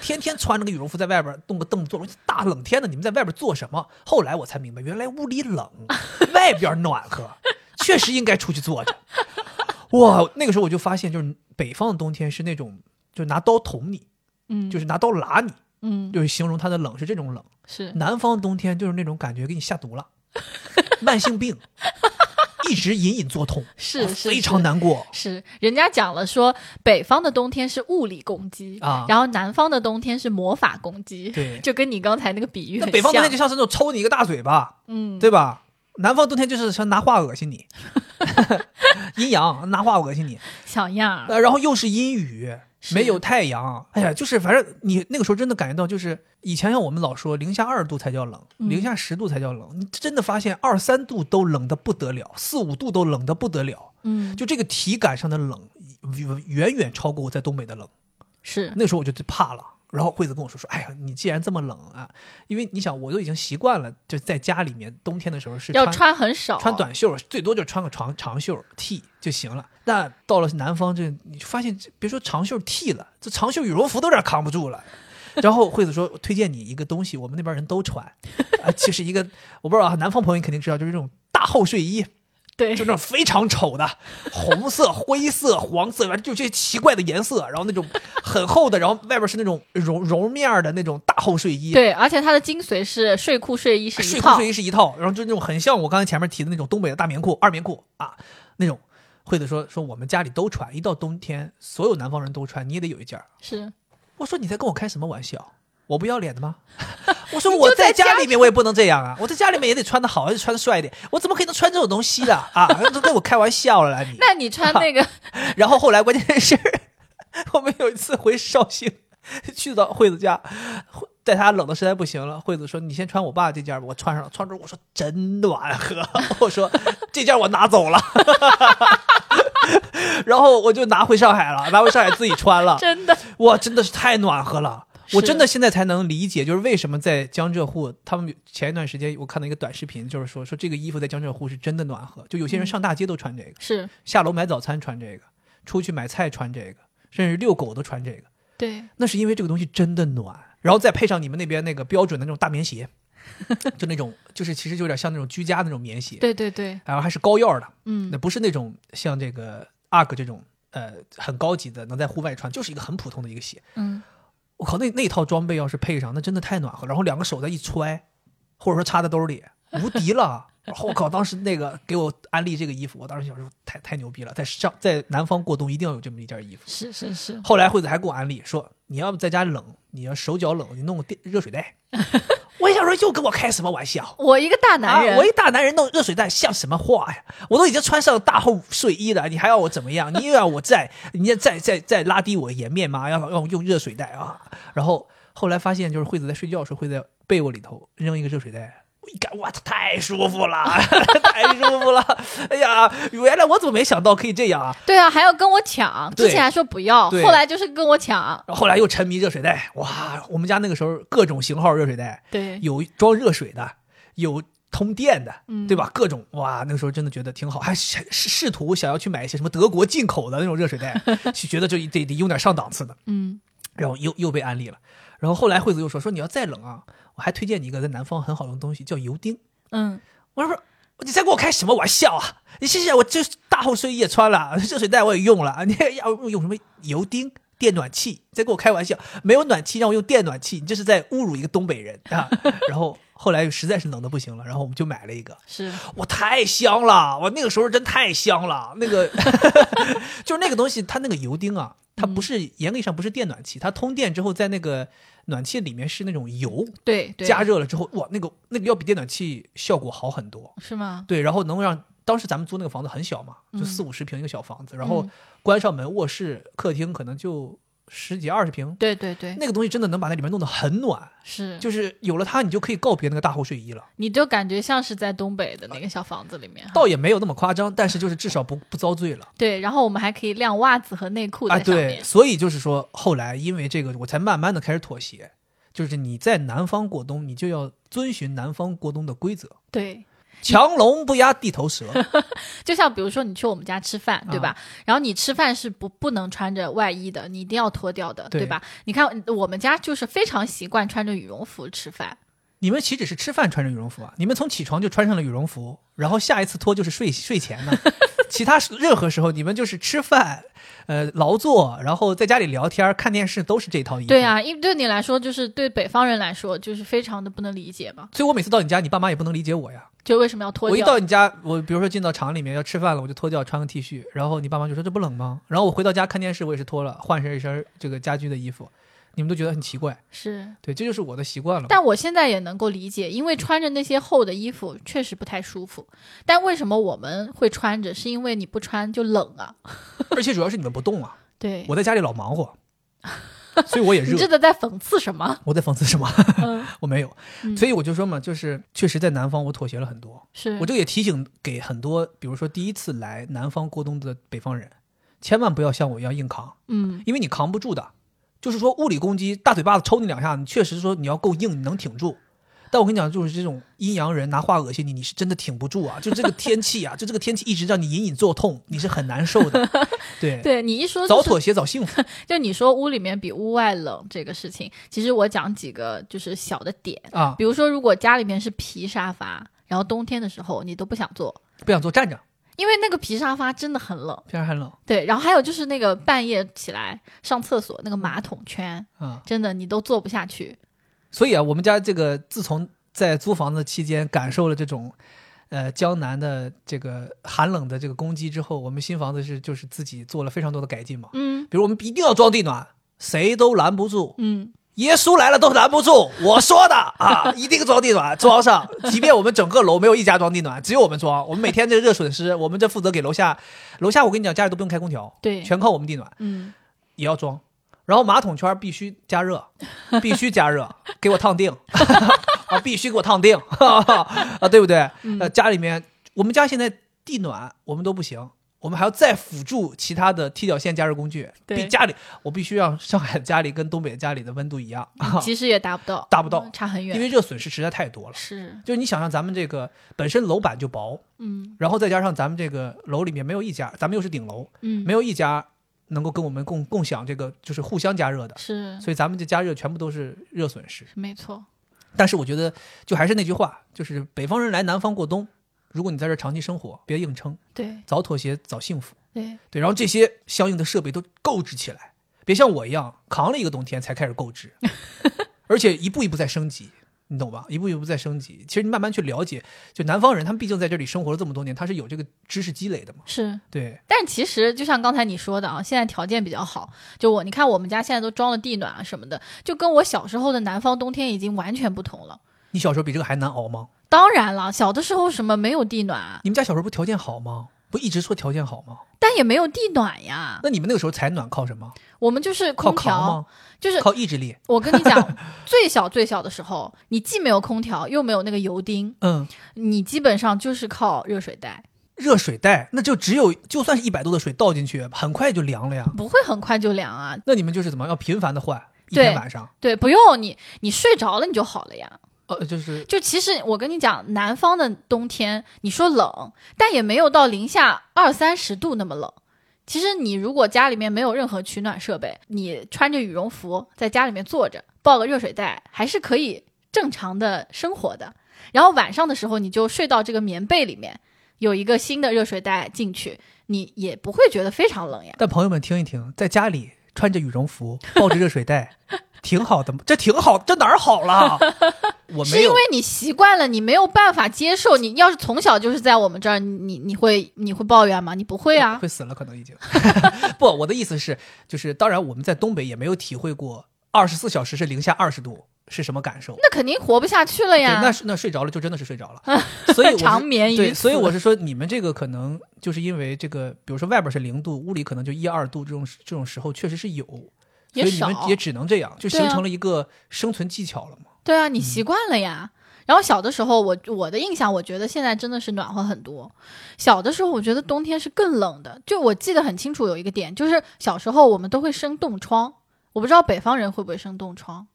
S1: 天天穿着个羽绒服在外边弄个凳子坐着，大冷天的你们在外边做什么？后来我才明白，原来屋里冷，啊外边暖和，确实应该出去坐着。哇，那个时候我就发现，就是北方的冬天是那种，就是拿刀捅你，
S2: 嗯，
S1: 就是拿刀拉你，
S2: 嗯
S1: 就是形容它的冷是这种冷。
S2: 是
S1: 南方冬天就是那种感觉，给你下毒 了，慢性病，一直隐隐作痛，
S2: 是是
S1: 哦非常难 过
S2: 是，人家讲了说，北方的冬天是物理攻击，
S1: 啊。
S2: 然后南方的冬天是魔法攻击，
S1: 对
S2: 就跟你刚才那个比喻
S1: 那
S2: 很
S1: 北方冬天
S2: 像
S1: 就像是那种抽你一个大嘴巴，
S2: 嗯，
S1: 对吧？南方冬天就是想拿话恶心 你，阴阳拿话恶心你，
S2: 小样儿，
S1: 呃，然后又是阴雨，
S2: 是
S1: 没有太阳，哎呀，就是反正你那个时候真的感觉到，就是以前像我们老说零下二度才叫冷，
S2: 嗯
S1: 零下十度才叫冷，你真的发现二三度都冷的不得了，四五度都冷的不得了，
S2: 嗯，
S1: 就这个体感上的冷，远远远超过我在东北的冷。
S2: 是
S1: 那时候我就最怕了。然后惠子跟我说说，哎呀，你既然这么冷啊，因为你想，我都已经习惯了，就在家里面冬天的时候是
S2: 要
S1: 穿
S2: 穿很少，
S1: 穿短袖，最多就穿个长长袖 T 就行了。那到了南方这，你就发现这别说长袖 T 了，这长袖羽绒服都有点扛不住了。然后惠子说，我推荐你一个东西，我们那边人都穿，啊，就是一个我不知道啊，南方朋友你肯定知道，就是这种大厚睡衣，
S2: 对
S1: 就那种非常丑的，红色、 灰色、黄色，反正就这些奇怪的颜色，然后那种很厚的，然后外边是那种绒绒面儿的那种大厚睡衣，
S2: 对，而且它的精髓是睡裤睡衣是一
S1: 睡裤
S2: 套，
S1: 睡衣是一套，然后就那种很像我刚才前面提的那种东北的大棉裤、二棉裤啊，那种。惠子说说我们家里都穿，一到冬天所有南方人都穿，你也得有一件儿。
S2: 是
S1: 我说你在跟我开什么玩笑？我不要脸的吗？ 我说
S2: 你就
S1: 我
S2: 在
S1: 家
S2: 家
S1: 里面我也不能这样啊，我在家里面也得穿的好，也得穿的帅一点，我怎么可能穿这 种东西的啊？都跟我开玩笑了啦你。
S2: 那你穿那个
S1: 然后后来关键是，我们有一次回绍兴，去到惠子家，惠在他冷的实在不行了，惠子说：“你先穿我爸这件吧。”我穿上了，穿着我说真暖和，我说这件我拿走了，然后我就拿回上海了，拿回上海自己穿了，
S2: 真的，
S1: 哇，真的是太暖和了。我
S2: 是
S1: 真的现在才能理解，就是为什么在江浙沪，他们前一段时间我看到一个短视频，就是说说这个衣服在江浙沪是真的暖和，就有些人上大街都穿这个，
S2: 是
S1: 下楼买早餐穿这个，出去买菜穿这个，甚至遛狗都穿这个。
S2: 对，
S1: 那是因为这个东西真的暖，然后再配上你们那边那个标准的那种大棉 鞋，就那种就是其实就有点像那种居家那种棉鞋，
S2: 对对对，
S1: 然后还是高腰的，
S2: 嗯
S1: 那，不是那种像这个 UGG 这种呃很高级的能在户外穿，就是一个很普通的一个鞋。
S2: 嗯，
S1: 我靠，那那套装备要是配上，那真的太暖和。然后两个手再一揣，或者说插在兜里，无敌了。然后我靠，当时那个给我安利这个衣服，我当时想说太太牛逼了，在上在南方过冬一定要有这么一件衣服。
S2: 是是是，
S1: 后来惠子还给我安利说，你要不在家冷，你要手脚冷，你弄个电热水袋。 我也想说，又跟我开什么玩笑？
S2: 我一个大男人，
S1: 啊！我一大男人弄热水袋像什么话呀？我都已经穿上大厚睡衣了，你还要我怎么样？你又要我再，你要再再再拉低我的颜面吗？要要用热水袋啊？然后后来发现，就是惠子在睡觉的时候会在被窝里头扔一个热水袋。我一看，哇，太舒服了， 太舒服了！哎呀，原来我怎么没想到可以这样啊？
S2: 对啊，还要跟我抢，
S1: 对
S2: 之前还说不要，
S1: 对
S2: 后来就是跟我抢，
S1: 然后后来又沉迷热水袋，哇！我们家那个时候各种型号热水袋，
S2: 对，
S1: 有装热水的，有通电的，
S2: 嗯
S1: 对吧？各种哇，那个时候真的觉得挺好，还试试试图想要去买一些什么德国进口的那种热水袋，就觉得这得得用点上档次的，
S2: 嗯，
S1: 然后又又被安利了。然后后来惠子又说说你要再冷啊，我还推荐你一个在南方很好用的东西，叫油汀。
S2: 嗯，
S1: 我说你在跟我开什么玩笑啊？你现在我这大厚睡衣也穿了， 热水袋我也用了，你还要用什么油汀？电暖器，你在跟我开玩笑？没有暖气，让我用电暖器，你这是在侮辱一个东北人啊！ 然后后来实在是冷的不行了，然后我们就买了一个，
S2: 是
S1: 我太香了，我那个时候真太香了。那个 就是那个东西，它那个油汀啊，它不是严格意义上不是电暖气，它通电之后在那个暖气里面是那种油，
S2: 对对，
S1: 加热了之后，哇，那个那个要比电暖气效果好很多。
S2: 是吗？
S1: 对，然后能让当时咱们租那个房子很小嘛，就
S2: 嗯
S1: 四五十平一个小房子，然后关上门，卧室、客厅可能就十几二十平。
S2: 对对对，嗯
S1: 那个东西真的能把那里面弄得很暖，
S2: 是，
S1: 就是有了它，你就可以告别那个大厚睡衣了。
S2: 你就感觉像是在东北的那个小房子里面。
S1: 倒也没有那么夸张，但是就是至少不不遭罪了。
S2: 对，然后我们还可以晾袜子和内裤
S1: 啊，
S2: 在上
S1: 对，
S2: 面。
S1: 所以就是说，后来因为这个，我才慢慢的开始妥协，就是你在南方过冬，你就要遵循南方过冬的规则，
S2: 对
S1: 强龙不压地头蛇。
S2: 就像比如说你去我们家吃饭，对吧？
S1: 嗯
S2: 然后你吃饭是不不能穿着外衣的，你一定要脱掉的，
S1: 对
S2: 对吧？你看我们家就是非常习惯穿着羽绒服吃饭，
S1: 你们岂止是吃饭穿着羽绒服啊？你们从起床就穿上了羽绒服，然后下一次脱就是睡睡前 呢。其他时任何时候，你们就是吃饭，呃，劳作，然后在家里聊天、看电视，都是这套衣服。
S2: 对，啊，因为对你来说，就是对北方人来说，就是非常的不能理解嘛，
S1: 所以我每次到你家，你爸妈也不能理解我呀。
S2: 就为什么要脱
S1: 我一
S2: 掉？
S1: 到你家，我比如说进到厂里面要吃饭了，我就脱掉穿个 T 恤，然后你爸妈就说这不冷吗？然后我回到家看电视，我也是脱了，换身一身这个家居的衣服，你们都觉得很奇怪。
S2: 是，
S1: 对，这就是我的习惯了。
S2: 但我现在也能够理解，因为穿着那些厚的衣服确实不太舒服。但为什么我们会穿着？是因为你不穿就冷啊。
S1: 而且主要是你们不动 啊，
S2: 对，
S1: 我在家里老忙活，所以我也
S2: 你
S1: 热
S2: 这。个在讽刺 什么？
S1: 我在讽刺什么？
S2: 嗯，
S1: 我没有，
S2: 嗯
S1: 所以我就说嘛，就是确实在南方我妥协了很多。
S2: 是
S1: 我这个也提醒给很多，比如说第一次来南方过冬的北方人，千万不要像我一样硬扛，
S2: 嗯，
S1: 因为你扛不住的。就是说物理攻击，大嘴巴子抽你两下，你确实说你要够硬，你能挺住。但我跟你讲，就是这种阴阳人拿话恶心你，你是真的挺不住啊！就这个天气啊，就这个天气一直让你隐隐作痛，你是很难受的。对，
S2: 对你一说
S1: 早
S2: 就是
S1: 妥协早幸福。
S2: 就你说屋里面比屋外冷这个事情，其实我讲几个就是小的点，
S1: 啊，
S2: 比如说如果家里面是皮沙发，然后冬天的时候你都不想坐，
S1: 不想坐站着，
S2: 因为那个皮沙发真的很冷。
S1: 非常寒冷
S2: 对，然后还有就是那个半夜起来上厕所那个马桶圈，
S1: 啊。
S2: 真的你都坐不下去。
S1: 所以啊，我们家这个自从在租房子期间感受了这种，呃，江南的这个寒冷的这个攻击之后，我们新房子是就是自己做了非常多的改进嘛。
S2: 嗯
S1: 比如我们一定要装地暖，谁都拦不住，
S2: 嗯，
S1: 耶稣来了都拦不住。我说的啊，一定装地暖，装上。即便我们整个楼没有一家装地暖，只有我们装。我们每天这热损失，我们这负责给楼下，楼下我跟你讲，家里都不用开空调，
S2: 对，
S1: 全靠我们地暖。
S2: 嗯
S1: 也要装。然后马桶圈必须加热， 必须加热，给我烫定 啊！必须给我烫定 啊，对不对？
S2: 嗯
S1: 呃，家里面我们家现在地暖我们都不行，我们还要再辅助其他的踢脚线加热工具。
S2: 对
S1: 比家里我必须让上海的家里跟东北的家里的温度一样，
S2: 嗯其实也达不到，
S1: 达不到
S2: 嗯差很远。
S1: 因为热损失实在太多了。
S2: 是，
S1: 就是你想象咱们这个本身楼板就薄，
S2: 嗯
S1: 然后再加上咱们这个楼里面没有一家，咱们又是顶楼，
S2: 嗯，
S1: 没有一家能够跟我们共共享这个就是互相加热的，
S2: 是
S1: 所以咱们这加热全部都是热损失。
S2: 是没错，
S1: 但是我觉得，就还是那句话，就是北方人来南方过冬，如果你在这儿长期生活，别硬撑，
S2: 对
S1: 早妥协早幸福。
S2: 对
S1: 对，然后这些相应的设备都购置起来，别像我一样扛了一个冬天才开始购 置，而且一步一步在升级，你懂吧？一步一步在升级。其实你慢慢去了解，就南方人他们毕竟在这里生活了这么多年，他是有这个知识积累的嘛。
S2: 是。
S1: 对，
S2: 但其实就像刚才你说的啊，现在条件比较好，就我你看我们家现在都装了地暖啊什么的，就跟我小时候的南方冬天已经完全不同了。
S1: 你小时候比这个还难熬吗？
S2: 当然了，小的时候什么没有地暖啊，
S1: 你们家小时候不条件好吗？不一直说条件好吗？
S2: 但也没有地暖呀。
S1: 那你们那个时候采暖靠什么？
S2: 我们就是
S1: 靠
S2: 空
S1: 扛
S2: 调，
S1: 吗？
S2: 就是
S1: 靠意志力？
S2: 我跟你讲，最小最小的时候，你既没有空调，又没有那个油汀，
S1: 嗯，
S2: 你基本上就是靠热水袋，
S1: 热水袋，那就只有就算是一百度的水倒进去，很快就凉了呀。
S2: 不会很快就凉啊。
S1: 那你们就是怎么要频繁的换，一
S2: 对
S1: 天晚上，
S2: 对，不用你，你睡着了你就好了呀。
S1: 呃，就是
S2: 就其实我跟你讲，南方的冬天，你说冷，但也没有到零下二三十度那么冷。其实你如果家里面没有任何取暖设备，你穿着羽绒服在家里面坐着，抱个热水袋，还是可以正常的生活的。然后晚上的时候，你就睡到这个棉被里面，有一个新的热水袋进去，你也不会觉得非常冷呀。
S1: 但朋友们听一听，在家里穿着羽绒服，抱着热水袋，挺好的，这挺好，这哪儿好了？我
S2: 是
S1: 没
S2: 因
S1: 有
S2: 为，你习惯了，你没有办法接受。你要是从小就是在我们这儿，你你你会你会抱怨吗？你不会啊。
S1: 会死了可能已经。 不，我的意思是，就是当然我们在东北也没有体会过二十四小时是零下二十度是什么感受。
S2: 那肯定活不下去了
S1: 对，
S2: 呀。
S1: 那是那睡着了就真的是睡 着了，所以我是
S2: 长眠于
S1: 对，
S2: 此
S1: 所以我是说，你们这个可能就是因为这个，比如说外边是零度，屋里可能就一二度这种这种时候确实是有，所
S2: 也
S1: 以你们
S2: 少
S1: 也只能这样，就
S2: 对啊
S1: 形成了一个生存技巧了嘛。
S2: 对啊，你习惯了呀。然后小的时候我，我的印象，我觉得现在真的是暖和很多。小的时候，我觉得冬天是更冷的。就我记得很清楚，有一个点就是小时候我们都会生冻疮，我不知道北方人会不会生冻疮。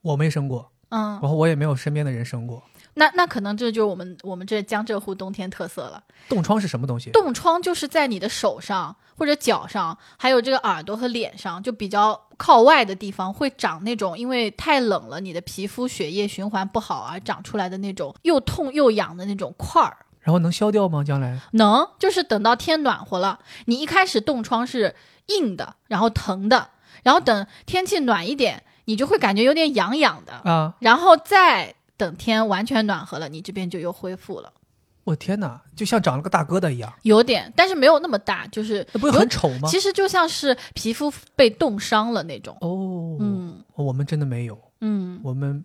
S1: 我没生过，
S2: 嗯，
S1: 然后我也没有身边的人生过。
S2: 那那可能这就是我们我们这江浙沪冬天特色了。
S1: 冻疮是什么东西？
S2: 冻疮就是在你的手上或者脚上，还有这个耳朵和脸上，就比较靠外的地方会长那种，因为太冷了，你的皮肤血液循环不好而长出来的那种又痛又痒的那种块儿。
S1: 然后能消掉吗？将来
S2: 能，就是等到天暖和了，你一开始冻疮是硬的，然后疼的，然后等天气暖一点，你就会感觉有点痒痒的，
S1: 啊，
S2: 然后再等天完全暖和了，你这边就又恢复了，
S1: 我天哪，就像长了个大疙瘩一样，
S2: 有点，但是没有那么大，就是
S1: 那不会
S2: 有
S1: 很丑吗？
S2: 其实就像是皮肤被冻伤了那种。
S1: 哦，
S2: 嗯
S1: 我们真的没有。
S2: 嗯，
S1: 我们，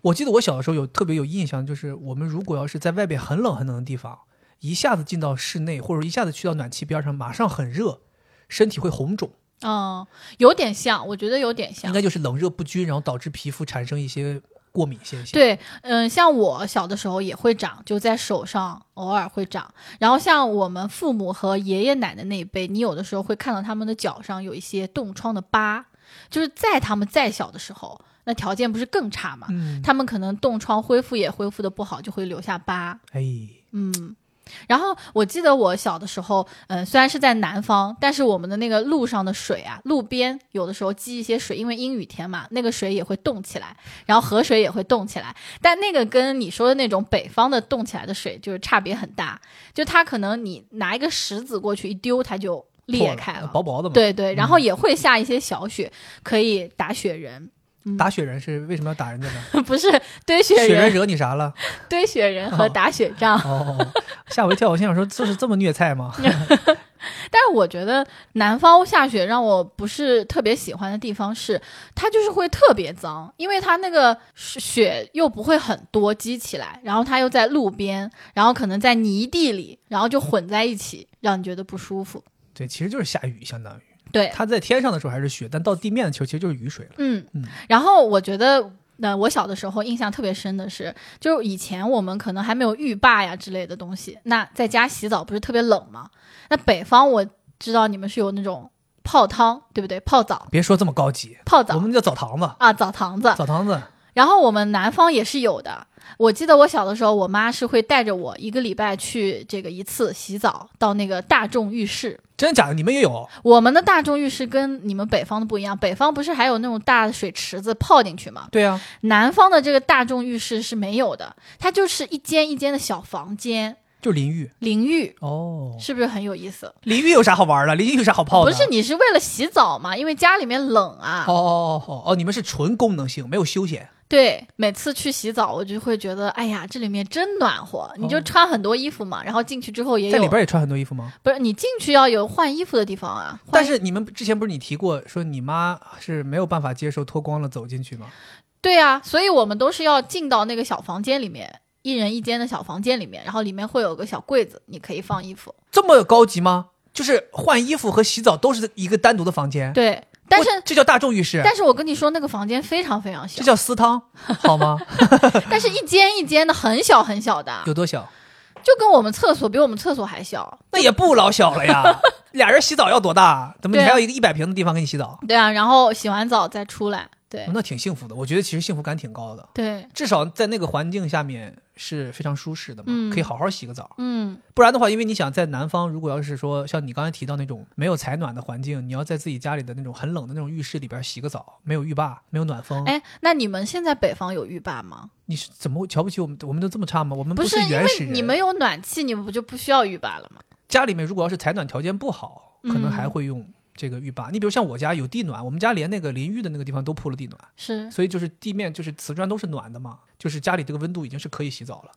S1: 我记得我小的时候有特别有印象，就是我们如果要是在外边很冷很冷的地方，一下子进到室内，或者一下子去到暖气边上，马上很热，身体会红肿，
S2: 哦，有点像，我觉得有点
S1: 应
S2: 像。
S1: 该就是冷热不均，然后导致皮肤产生一些过敏现象。
S2: 对，嗯，像我小的时候也会长，就在手上偶尔会长。然后像我们父母和爷爷奶奶那一辈，你有的时候会看到他们的脚上有一些冻疮的疤，就是在他们再小的时候，那条件不是更差嘛？
S1: 嗯，
S2: 他们可能冻疮恢复也恢复的不好，就会留下疤。
S1: 哎，
S2: 嗯，然后我记得我小的时候，嗯，虽然是在南方，但是我们的那个路上的水啊，路边有的时候积一些水，因为阴雨天嘛，那个水也会冻起来，然后河水也会冻起来。但那个跟你说的那种北方的冻起来的水就是差别很大，就它可能你拿一个石子过去一丢，它就裂
S1: 破呃
S2: 开了。
S1: 薄薄的嘛。，
S2: 对对，然后也会下一些小雪，可以打雪人，
S1: 打雪人是为什么要打人家呢？
S2: 不是堆雪
S1: 雪人
S2: 人、
S1: 惹你啥了？
S2: 堆雪人和
S1: 哦
S2: 打雪仗。
S1: 哦， 吓我一跳！我心想说，这是这么虐菜吗？
S2: 但是我觉得南方下雪让我不是特别喜欢的地方是，它就是会特别脏，因为它那个雪又不会很多积起来，然后它又在路边，然后可能在泥地里，然后就混在一起，让你觉得不舒服。
S1: 对，其实就是下雨，相当于
S2: 对，
S1: 它在天上的时候还是雪，但到地面的球其实就是雨水了。
S2: 嗯
S1: 嗯，
S2: 然后我觉得。那我小的时候印象特别深的是，就是以前我们可能还没有浴霸呀之类的东西。那在家洗澡不是特别冷吗？那北方我知道你们是有那种泡汤，对不对？泡澡，
S1: 别说这么高级，
S2: 泡
S1: 我
S2: 澡
S1: 们叫澡堂子，
S2: 啊，澡堂子。
S1: 澡堂子
S2: 然后我们南方也是有的。我记得我小的时候，我妈是会带着我一个礼拜去这个一次洗澡，到那个大众浴室。
S1: 真的假的？你们也有？
S2: 我们的大众浴室跟你们北方的不一样，北方不是还有那种大水池子泡进去吗？
S1: 对呀、
S2: 南方的这个大众浴室是没有的，它就是一间一间的小房间
S1: 就淋浴
S2: 淋浴，
S1: 哦。
S2: 是不是很有意思？
S1: 淋浴有啥好玩的？淋浴有啥好泡
S2: 不
S1: 的？
S2: 是，你是为了洗澡嘛？因为家里面冷啊。
S1: 哦哦哦哦哦，你们是纯功能性，没有休闲。
S2: 对，每次去洗澡，我就会觉得，哎呀，这里面真暖和。你就
S1: 哦
S2: 穿很多衣服嘛，然后进去之后也
S1: 在里
S2: 有，
S1: 边也穿很多衣服吗？
S2: 不是你进去要有换衣服的地方啊。换
S1: 但是你们之前不是你提过说你妈是没有办法接受脱光了走进去吗？
S2: 对啊，所以我们都是要进到那个小房间里面，一人一间的小房间里面，然后里面会有个小柜子，你可以放衣服。
S1: 这么高级吗？就是换衣服和洗澡都是一个单独的房间。
S2: 对，但是
S1: 哎我啊这叫大众浴室，
S2: 但是我跟你说，那个房间非常非常小
S1: 这，叫私 汤，好吗？
S2: 但是一间一间的很小很小的，
S1: 啊有多小？
S2: 就跟我们厕所比我们厕所还小。
S1: 那也不老小了呀。俩人洗澡要多大？怎么你
S2: 对啊
S1: 还有一个一百平的地方给你洗澡？
S2: 对啊，然后洗完澡再出来，对
S1: 那挺幸福的，我觉得其实幸福感挺高的，
S2: 对，
S1: 至少在那个环境下面是非常舒适的嘛，
S2: 嗯
S1: 可以好好洗个澡。
S2: 嗯，
S1: 不然的话，因为你想在南方，如果要是说像你刚才提到那种没有采暖的环境，你要在自己家里的那种很冷的那种浴室里边洗个澡，没有浴霸，没有暖风，
S2: 哎，那你们现在北方有浴霸吗？
S1: 你是怎么会瞧不起我们？我们都这么差吗？我们
S2: 不
S1: 嗯是
S2: 因
S1: 原始
S2: 为
S1: 人。
S2: 你们有暖气，你们不就不需要浴霸了吗？
S1: 家里面如果要是采暖条件不好，可能
S2: 嗯
S1: 还会用这个浴霸。你比如像我家有地暖，我们家连那个淋浴的那个地方都铺了地暖，
S2: 是，
S1: 所以就是地面就是瓷砖都是暖的嘛，就是家里这个温度已经是可以洗澡了。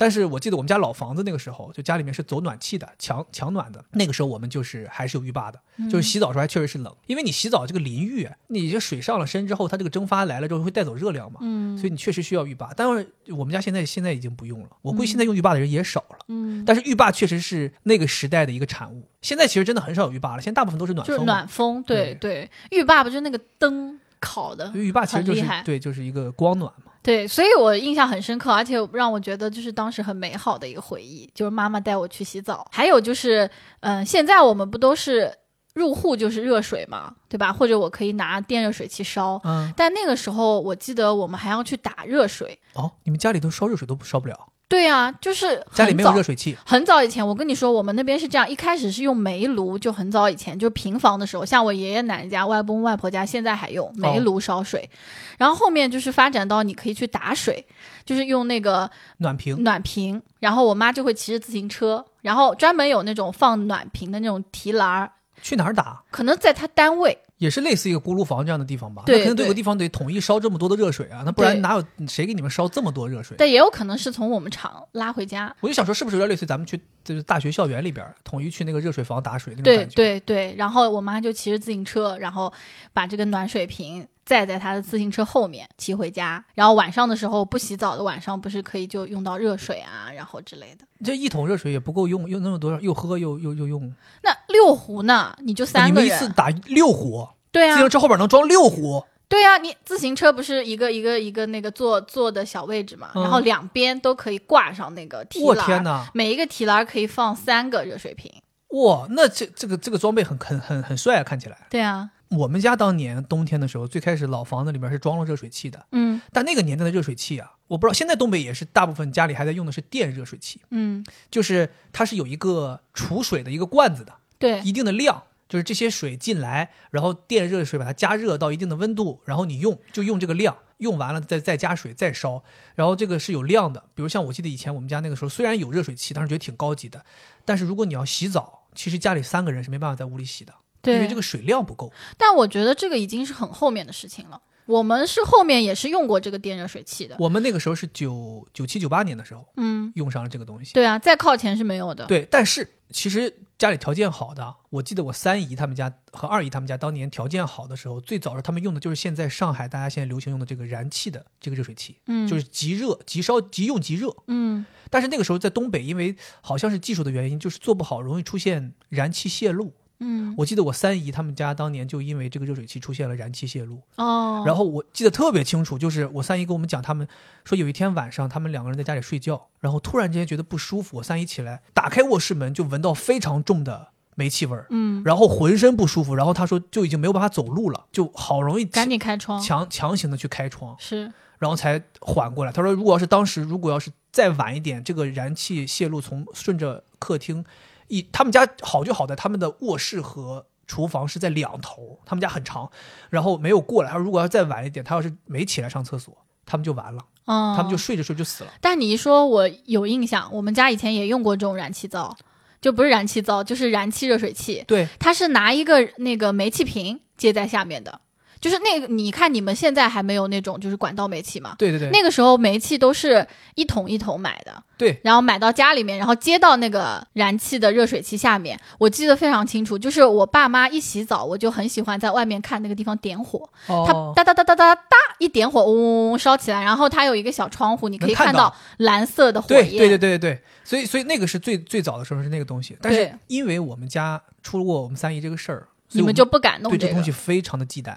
S1: 但是我记得我们家老房子那个时候，就家里面是走暖气的，强强暖的。那个时候我们就是还是有浴霸的，
S2: 嗯
S1: 就是洗澡的时候还确实是冷，因为你洗澡这个淋浴，你这水上了身之后，它这个蒸发来了之后会带走热量嘛，
S2: 嗯
S1: 所以你确实需要浴霸。但是我们家现在现在已经不用了，我估计现在用浴霸的人也少了。
S2: 嗯，
S1: 但是浴霸确实是那个时代的一个产物。现在其实真的很少有浴霸了，现在大部分都是暖
S2: 就
S1: 风
S2: 是
S1: 嘛。
S2: 暖风，对对，浴霸不就那个灯烤的
S1: 所，以浴霸其实就
S2: 很
S1: 是
S2: 厉害
S1: 对，就是一个光暖嘛。
S2: 对，所以我印象很深刻，而且让我觉得就是当时很美好的一个回忆，就是妈妈带我去洗澡。还有就是，嗯、现在我们不都是入户就是热水嘛，对吧？或者我可以拿电热水器烧，
S1: 嗯，
S2: 但那个时候我记得我们还要去打热水。
S1: 哦，你们家里头烧热水都不烧不了，
S2: 对啊，就是
S1: 家里
S2: 很
S1: 没有
S2: 早
S1: 热水器。
S2: 很早以前，我跟你说，我们那边是这样，一开始是用煤炉，就很早以前，就平房的时候，像我爷爷奶奶家、外公外婆家，现在还用煤炉烧水。然后后面就是发展到你可以去打水，就是用那个
S1: 暖瓶，
S2: 暖瓶。然后我妈就会骑着自行车，然后专门有那种放暖瓶的那种提篮儿，
S1: 去哪儿打？
S2: 可能在她单位。
S1: 也是类似一个锅炉房这样的地方吧？
S2: 对
S1: 那肯定都有
S2: 对
S1: 个地方得统一烧这么多的热水啊，那不然
S2: 对
S1: 哪有谁给你们烧这么多热水？
S2: 但也有可能是从我们厂拉回家，
S1: 我就想说，是不是有点类似咱们去就是大学校园里边儿统一去那个热水房打水那种
S2: 对
S1: 感觉？
S2: 对对，然后我妈就骑着自行车，然后把这个暖水瓶载在她的自行车后面骑回家。然后晚上的时候不洗澡的晚上，不是可以就用到热水啊，然后之类的。
S1: 这一桶热水也不够用，用那么多，又喝又又又用。
S2: 那六壶呢？你就
S1: 你
S2: 三个
S1: 们一次
S2: 人，
S1: 打六壶，
S2: 对
S1: 自
S2: 啊
S1: 行，车后边能装六壶。
S2: 对啊，你自行车不是一个一个一个那个坐坐的小位置嘛，然后
S1: 嗯
S2: 两边都可以挂上那个提
S1: 我
S2: 篮，
S1: 天哪！
S2: 每一个提篮可以放三个热水瓶。
S1: 哇，那这这个这个装备很很很很帅啊，看起来。
S2: 对啊，
S1: 我们家当年冬天的时候，最开始老房子里面是装了热水器的，
S2: 嗯
S1: 但那个年代的热水器啊，我不知道现在东北也是大部分家里还在用的是电热水器，
S2: 嗯，
S1: 就是它是有一个储水的一个罐子的，
S2: 对，
S1: 一定的量，就是这些水进来，然后电热水把它加热到一定的温度，然后你用就用这个量，用完了再再加水再烧，然后这个是有量的。比如像我记得以前我们家那个时候，虽然有热水器，但是觉得挺高级的，但是如果你要洗澡，其实家里三个人是没办法在屋里洗的，
S2: 对
S1: 因为这个水量不够。
S2: 但我觉得这个已经是很后面的事情了。我们是后面也是用过这个电热水器的，
S1: 我们那个时候是九九七九八年的时候
S2: 嗯，
S1: 用上了这个东西，
S2: 对啊，再靠前是没有的。
S1: 对，但是其实家里条件好的，我记得我三姨他们家和二姨他们家当年条件好的时候，最早是他们用的就是现在上海大家现在流行用的这个燃气的这个热水器，
S2: 嗯，
S1: 就是即热、即烧、即用即热。
S2: 嗯，
S1: 但是那个时候在东北，因为好像是技术的原因，就是做不好，容易出现燃气泄漏。
S2: 嗯，
S1: 我记得我三姨他们家当年就因为这个热水器出现了燃气泄露，
S2: 哦，
S1: 然
S2: 后
S1: 后我记得特别清楚，就是我三姨跟我们讲，他们说有一天晚上他们两个人在家里睡觉，然后突然之间觉得不舒服，我三姨起来打开卧室门就闻到非常重的煤气味儿，
S2: 嗯，
S1: 然后浑身不舒服，然后她说就已经没有办法走路了，就好容易
S2: 赶紧开窗，
S1: 强强行的去开窗，
S2: 是，
S1: 然后才缓过来。她说如果要是当时如果要是再晚一点，这个燃气泄露从顺着客厅一他们家好就好在他们的卧室和厨房是在两头，他们家很长，然后没有过来。他说如果要再晚一点，他要是没起来上厕所，他们就完了，
S2: 嗯，
S1: 他们就睡着睡着就死了。
S2: 但你一说，我有印象，我们家以前也用过这种燃气灶，就不是燃气灶，就是燃气热水器，
S1: 对，
S2: 它是拿一个那个煤气瓶接在下面的，就是那个你看你们现在还没有那种就是管道煤气嘛，
S1: 对对对，
S2: 那个时候煤气都是一桶一桶买的，
S1: 对，
S2: 然后买到家里面，然后接到那个燃气的热水器下面。我记得非常清楚，就是我爸妈一洗澡，我就很喜欢在外面看那个地方点火，它
S1: 哦，
S2: 哒哒哒哒哒哒一点火，嗡嗡嗡烧起来，然后它有一个小窗户，你可以
S1: 能看
S2: 看
S1: 到
S2: 到蓝色的火
S1: 对
S2: 焰。
S1: 对对对对对，所以所以那个是最最早的时候是那个东西，但是
S2: 对
S1: 因为我们家出过我们三姨这个事儿，所以
S2: 你
S1: 我
S2: 们就不敢弄
S1: 对
S2: 这
S1: 这
S2: 个
S1: 东西非常的忌惮，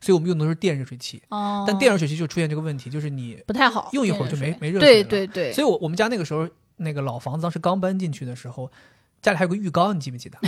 S1: 所以我们用的都是电热水器。
S2: 哦，
S1: 但电热水器就出现这个问题，就是你，
S2: 不太好，
S1: 用一会儿就没
S2: 电
S1: 没热水
S2: 对
S1: 了
S2: 对对，
S1: 所以我我们家那个时候那个老房子当时刚搬进去的时候，家里还有个浴缸，你记不 记得？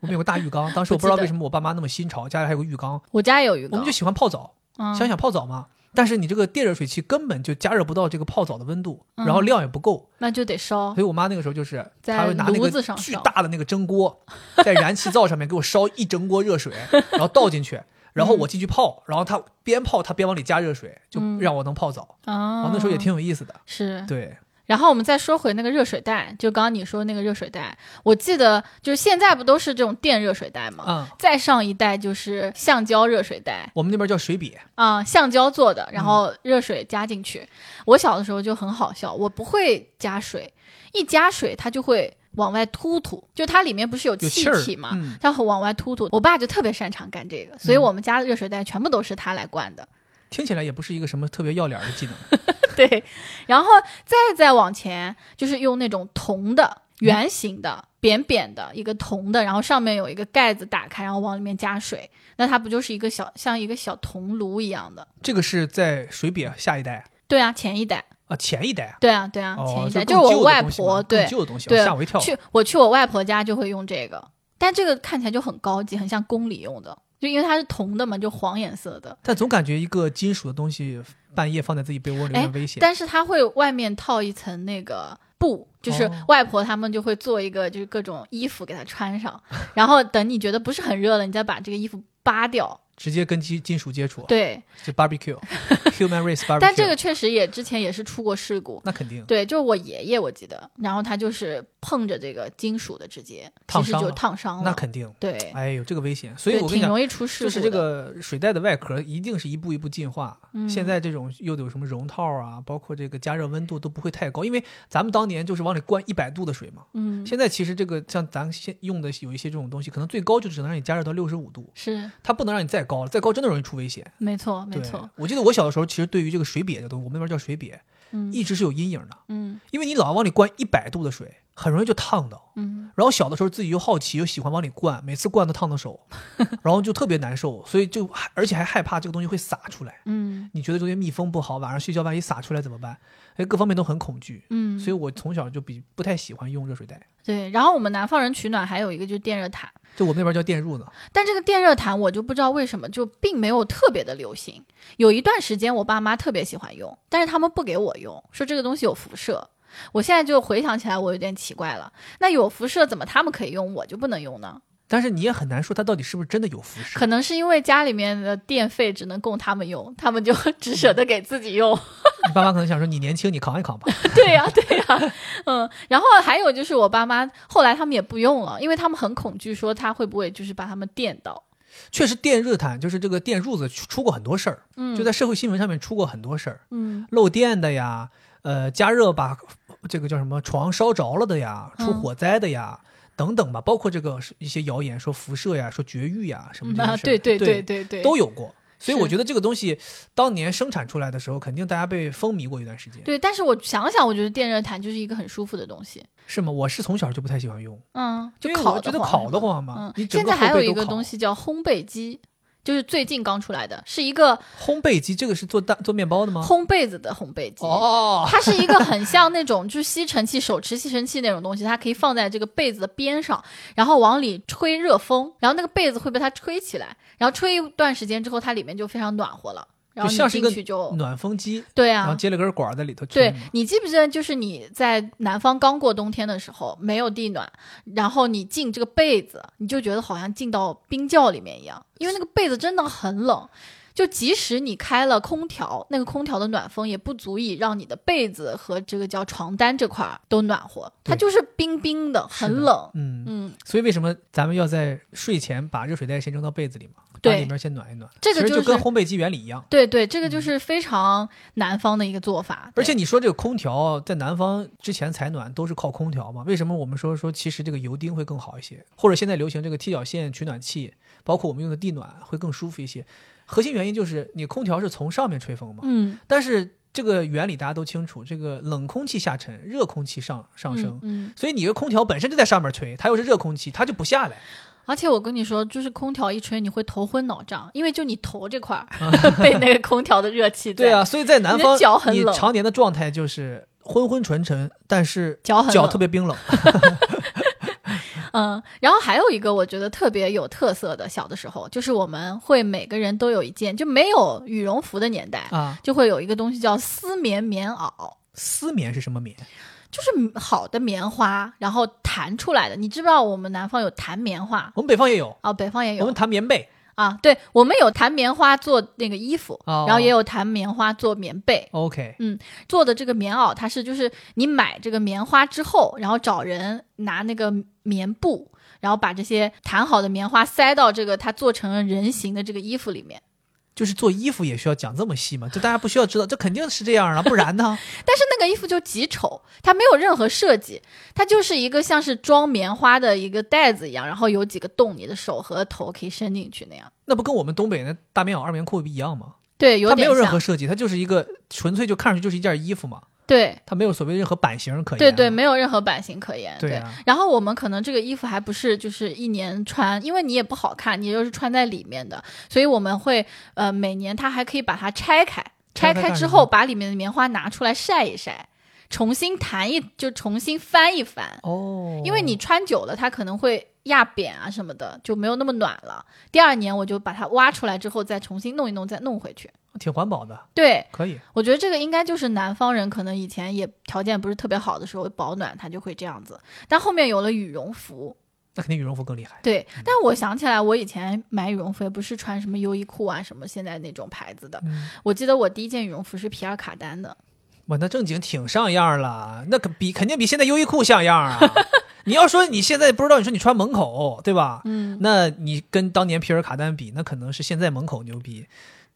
S1: 我们有个大浴缸，当时我不知道为什么我爸妈那么新潮，家里还有个浴缸，
S2: 我家也有浴
S1: 我
S2: 缸，
S1: 们就喜欢泡澡，
S2: 嗯
S1: 想想泡澡嘛。但是你这个电热水器根本就加热不到这个泡澡的温度，
S2: 嗯
S1: 然后量也不够，
S2: 那就得烧
S1: 所，以我妈那个时候就是，
S2: 在
S1: 她会拿那
S2: 炉
S1: 个
S2: 子上
S1: 巨
S2: 烧
S1: 大的那个蒸锅， 在燃气灶上面给我烧一蒸锅热水，然后倒进去，然后我进去泡，然后她边泡她边往里加热水，就
S2: 嗯
S1: 让我能泡澡。然
S2: 啊
S1: 后哦那时候也挺有意思的，
S2: 是
S1: 对，
S2: 然后我们再说回那个热水袋，就刚刚你说那个热水袋，我记得就是现在不都是这种电热水袋吗？
S1: 嗯，
S2: 再上一代就是橡胶热水袋
S1: 我们那边叫水瘪，
S2: 啊、橡胶做的，然
S1: 嗯
S2: 后热水加进去。我小的时候就很好笑，我不会加水，一加水它就会往外突突，就它里面不是有
S1: 有
S2: 气
S1: 气儿
S2: 体嘛，
S1: 嗯，
S2: 它会往外突突。我爸就特别擅长干这个，所以我们家的热水袋全部都是他来灌的。
S1: 听起来也不是一个什么特别要脸儿的技能。
S2: 对，然后再再往前，就是用那种铜的
S1: 嗯
S2: 圆形的、扁扁的一个铜的，然后上面有一个盖子打开，然后往里面加水，那它不就是一个小像一个小铜炉一样的？
S1: 这个是在水瘪下一代
S2: 对啊，前一代，
S1: 啊，前一代啊，
S2: 对啊，对啊，前
S1: 哦，
S2: 一代
S1: 更旧
S2: 是我
S1: 的
S2: 外
S1: 东西
S2: 婆
S1: 嘛
S2: 对
S1: 更旧的东西啊，
S2: 对
S1: 吓我一跳。
S2: 去我去我外婆家就会用这个，但这个看起来就很高级，很像宫里用的，就因为它是铜的嘛，就黄颜色的。
S1: 但总感觉一个金属的东西半夜放在自己被窝里有
S2: 哎
S1: 点 危险。
S2: 但是它会外面套一层那个布，就是
S1: 哦
S2: 外婆他们就会做一个就是各种衣服给它穿上，然后等你觉得不是很热了，你再把这个衣服扒掉。
S1: 直接跟金金属接触，
S2: 对，
S1: 就 barbecue，human race barbecue。
S2: 但这个确实也之前也是出过事故。
S1: 那肯定
S2: 对，就是我爷爷，我记得，然后他就是碰着这个金属的，直接
S1: 烫
S2: 其实
S1: 伤
S2: 就
S1: 了
S2: 烫伤了。
S1: 那肯定，
S2: 对，
S1: 哎呦，这个危险。所以
S2: 哦对，
S1: 我跟你
S2: 挺
S1: 讲，
S2: 容易出事故
S1: 就
S2: 的。嗯
S1: 是这个水袋的外壳一定是一步一步进化。现在这种又有什么绒套啊，包括这个加热温度都不会太高，因为咱们当年就是往里灌一百度的水嘛。
S2: 嗯，
S1: 现在其实这个像咱现用的有一些这种东西，可能最高就只能让你加热到六十五度，
S2: 是
S1: 它不能让你再高了，再高真的容易出危险。
S2: 没错，没
S1: 对
S2: 错。，
S1: 我记得我小的时候，其实对于这个水瘪的东西，我们那边叫水瘪，
S2: 嗯
S1: 一直是有阴影的，
S2: 嗯
S1: 因为你老往里灌一百度的水，很容易就烫到。
S2: 嗯，
S1: 然后小的时候自己又好奇，又喜欢往里灌，每次灌都烫到 手，然后就特别难受，所以就还而且还害怕这个东西会洒出来。
S2: 嗯
S1: 你觉得这些密封不好，晚上睡觉万一洒出来怎么办？哎，各方面都很恐惧，
S2: 嗯，
S1: 所以我从小就比不太喜欢用热水袋，
S2: 对。然后我们南方人取暖还有一个就是电热毯，
S1: 就我们那边叫电褥呢。
S2: 但这个电热毯我就不知道为什么就并没有特别的流行。有一段时间我爸妈特别喜欢用，但是他们不给我用，说这个东西有辐射。我现在就回想起来，我有点奇怪了。那有辐射怎么他们可以用，我就不能用呢？
S1: 但是你也很难说它到底是不是真的有辐射。
S2: 可能是因为家里面的电费只能供他们用，他们就 只舍得给自己用。
S1: 你爸妈可能想说你年轻，你扛一扛吧。
S2: 对呀、对呀、嗯。然后还有就是我爸妈后来他们也不用了，因为他们很恐惧，说他会不会就是把他们电到。
S1: 确实，电热毯就是这个电褥子出出过很多事儿，
S2: 嗯，
S1: 就在社会新闻上面出过很多事儿，
S2: 嗯
S1: 漏电的呀，呃，加热把这个叫什么床烧着了的呀，
S2: 嗯
S1: 出火灾的呀。等等吧，包括这个一些谣言说辐射呀、说绝育呀什么
S2: 嗯
S1: 这些事儿、
S2: 啊，对对
S1: 对
S2: 对对，
S1: 都有过。所以我觉得这个东西当年生产出来的时候，肯定大家被风靡过一段时间，
S2: 对，但是我想想，我觉得电热毯就是一个很舒服的东西。
S1: 是吗？我是从小就不太喜欢用，
S2: 嗯，就
S1: 因为
S2: 烤
S1: 我觉得
S2: 慌
S1: 烤得
S2: 是吧
S1: 慌嘛
S2: 嗯，
S1: 你，整
S2: 现
S1: 个
S2: 在还
S1: 后
S2: 有
S1: 背
S2: 一
S1: 都
S2: 个
S1: 烤
S2: 东西叫烘焙机，就是最近刚出来的，是一个
S1: 烘焙机这个是做蛋做面包的吗？
S2: 烘焙子的烘焙机。
S1: 嗯哦，
S2: 它是一个很像那种就是吸尘器手持吸尘器那种东西，它可以放在这个被子的边上，然后往里吹热风，然后那个被子会被它吹起来，然后吹一段时间之后，它里面就非常暖和了，然后
S1: 像
S2: 你
S1: 是一个
S2: 进去就
S1: 暖风机，
S2: 对
S1: 然后
S2: 哦啊。
S1: 接了根管儿在里头吹
S2: 对
S1: 嘛。
S2: 你记不记得，就是你在南方刚过冬天的时候，没有地暖，然后你进这个被子，你就觉得好像进到冰窖里面一样，因为那个被子真的很冷。就即使你开了空调，那个空调的暖风也不足以让你的被子和这个叫床单这块儿都暖和，它
S1: 对
S2: 就是冰冰的，
S1: 是
S2: 很
S1: 的
S2: 冷。
S1: 嗯，
S2: 嗯，
S1: 所以为什么咱们要在睡前把热水袋先扔到被子里嘛，把
S2: 对
S1: 里面先暖一暖？
S2: 这个
S1: 其实
S2: 就是
S1: 跟烘焙机原理一样。
S2: 对对，这个就是非常南方的一个做法。
S1: 而且你说这个空调在南方之前采暖都是靠空调嘛？为什么我们说说其实这个油汀会更好一些，或者现在流行这个踢脚线取暖器，包括我们用的地暖会更舒服一些？核心原因就是你空调是从上面吹风嘛
S2: 对，，嗯，
S1: 但是这个原理大家都清楚，这个冷空气下沉，热空气上上升，
S2: 嗯，嗯
S1: 所以你这空调本身就在上面吹，它又是热空气，它就不下来。
S2: 而且我跟你说，就是空调一吹，你会头昏脑胀，因为就你头这 块儿被那个空调的热气
S1: 对
S2: 在，
S1: 啊，所以在南方
S2: 你的脚，很
S1: 你
S2: 冷
S1: 常年的状态就是昏昏沉沉，但是
S2: 脚很冷
S1: 脚特别 冰冷。
S2: 嗯。然后还有一个我觉得特别有特色的，小的时候就是我们会每个人都有一件，就没有羽绒服的年代，
S1: 啊，
S2: 就会有一个东西叫丝棉棉袄。
S1: 丝棉是什么棉？
S2: 就是好的棉花，然后弹出来的。你知不知道我们南方有弹棉花
S1: 我们北方也有，
S2: 啊、北方也
S1: 我们
S2: 有
S1: 弹棉 被。
S2: 啊。对，我们有弹棉花做那个衣服，
S1: 哦
S2: 然后也有弹棉花做棉被。
S1: OK，
S2: 做的这个棉袄，它是就是你买这个棉花之后，然后找人拿那个棉布，然后把这些弹好的棉花塞到这个它做成了人形的这个衣服里面。
S1: 就是做衣服也需要讲这么细吗？就大家不需要知道，这肯定是这样 啊，不然呢？
S2: 但是那个衣服就极丑，它没有任何设计，它就是一个像是装棉花的一个袋子一样，然后有几个洞，你的手和头可以伸进去那样。
S1: 那不跟我们东北那大棉袄、二棉裤不一样吗？
S2: 对，有
S1: 它
S2: 点
S1: 没有任
S2: 像
S1: 何设计，它就是一个纯粹就看上去就是一件衣服嘛，
S2: 对
S1: 它没有所谓任何版型可言。
S2: 对对，没有任何版型可言。
S1: 对啊
S2: 然后我们可能这个衣服还不是就是一年穿，因为你也不好看，你就是穿在里面的，所以我们会呃每年它还可以把它拆开，
S1: 拆
S2: 拆
S1: 开
S2: 开
S1: 干
S2: 之
S1: 什
S2: 后
S1: 么
S2: 把里面的棉花拿出来晒一晒，重新弹一就重新翻一翻，
S1: 哦，
S2: 因为你穿久了它可能会压扁啊什么的，就没有那么暖了。第二年我就把它挖出来之后再重新弄一弄，再弄回去。
S1: 挺环保的，
S2: 对，
S1: 可以。
S2: 我觉得这个应该就是南方人可能以前也条件不是特别好的时候保暖，他就会这样子。但后面有了羽绒服，
S1: 那肯定羽绒服更厉害。
S2: 对。但我想起来，我以前买羽绒服也不是穿什么优衣库啊什么现在那种牌子的。
S1: 嗯，
S2: 我记得我第一件羽绒服是皮尔卡丹的，
S1: 哇，那正经挺上样了，那可比肯定比现在优衣库像样啊。 你要说你现在不知道，你说你穿门口，对吧？
S2: 嗯，
S1: 那你跟当年皮尔卡丹比，那可能是现在门口牛逼，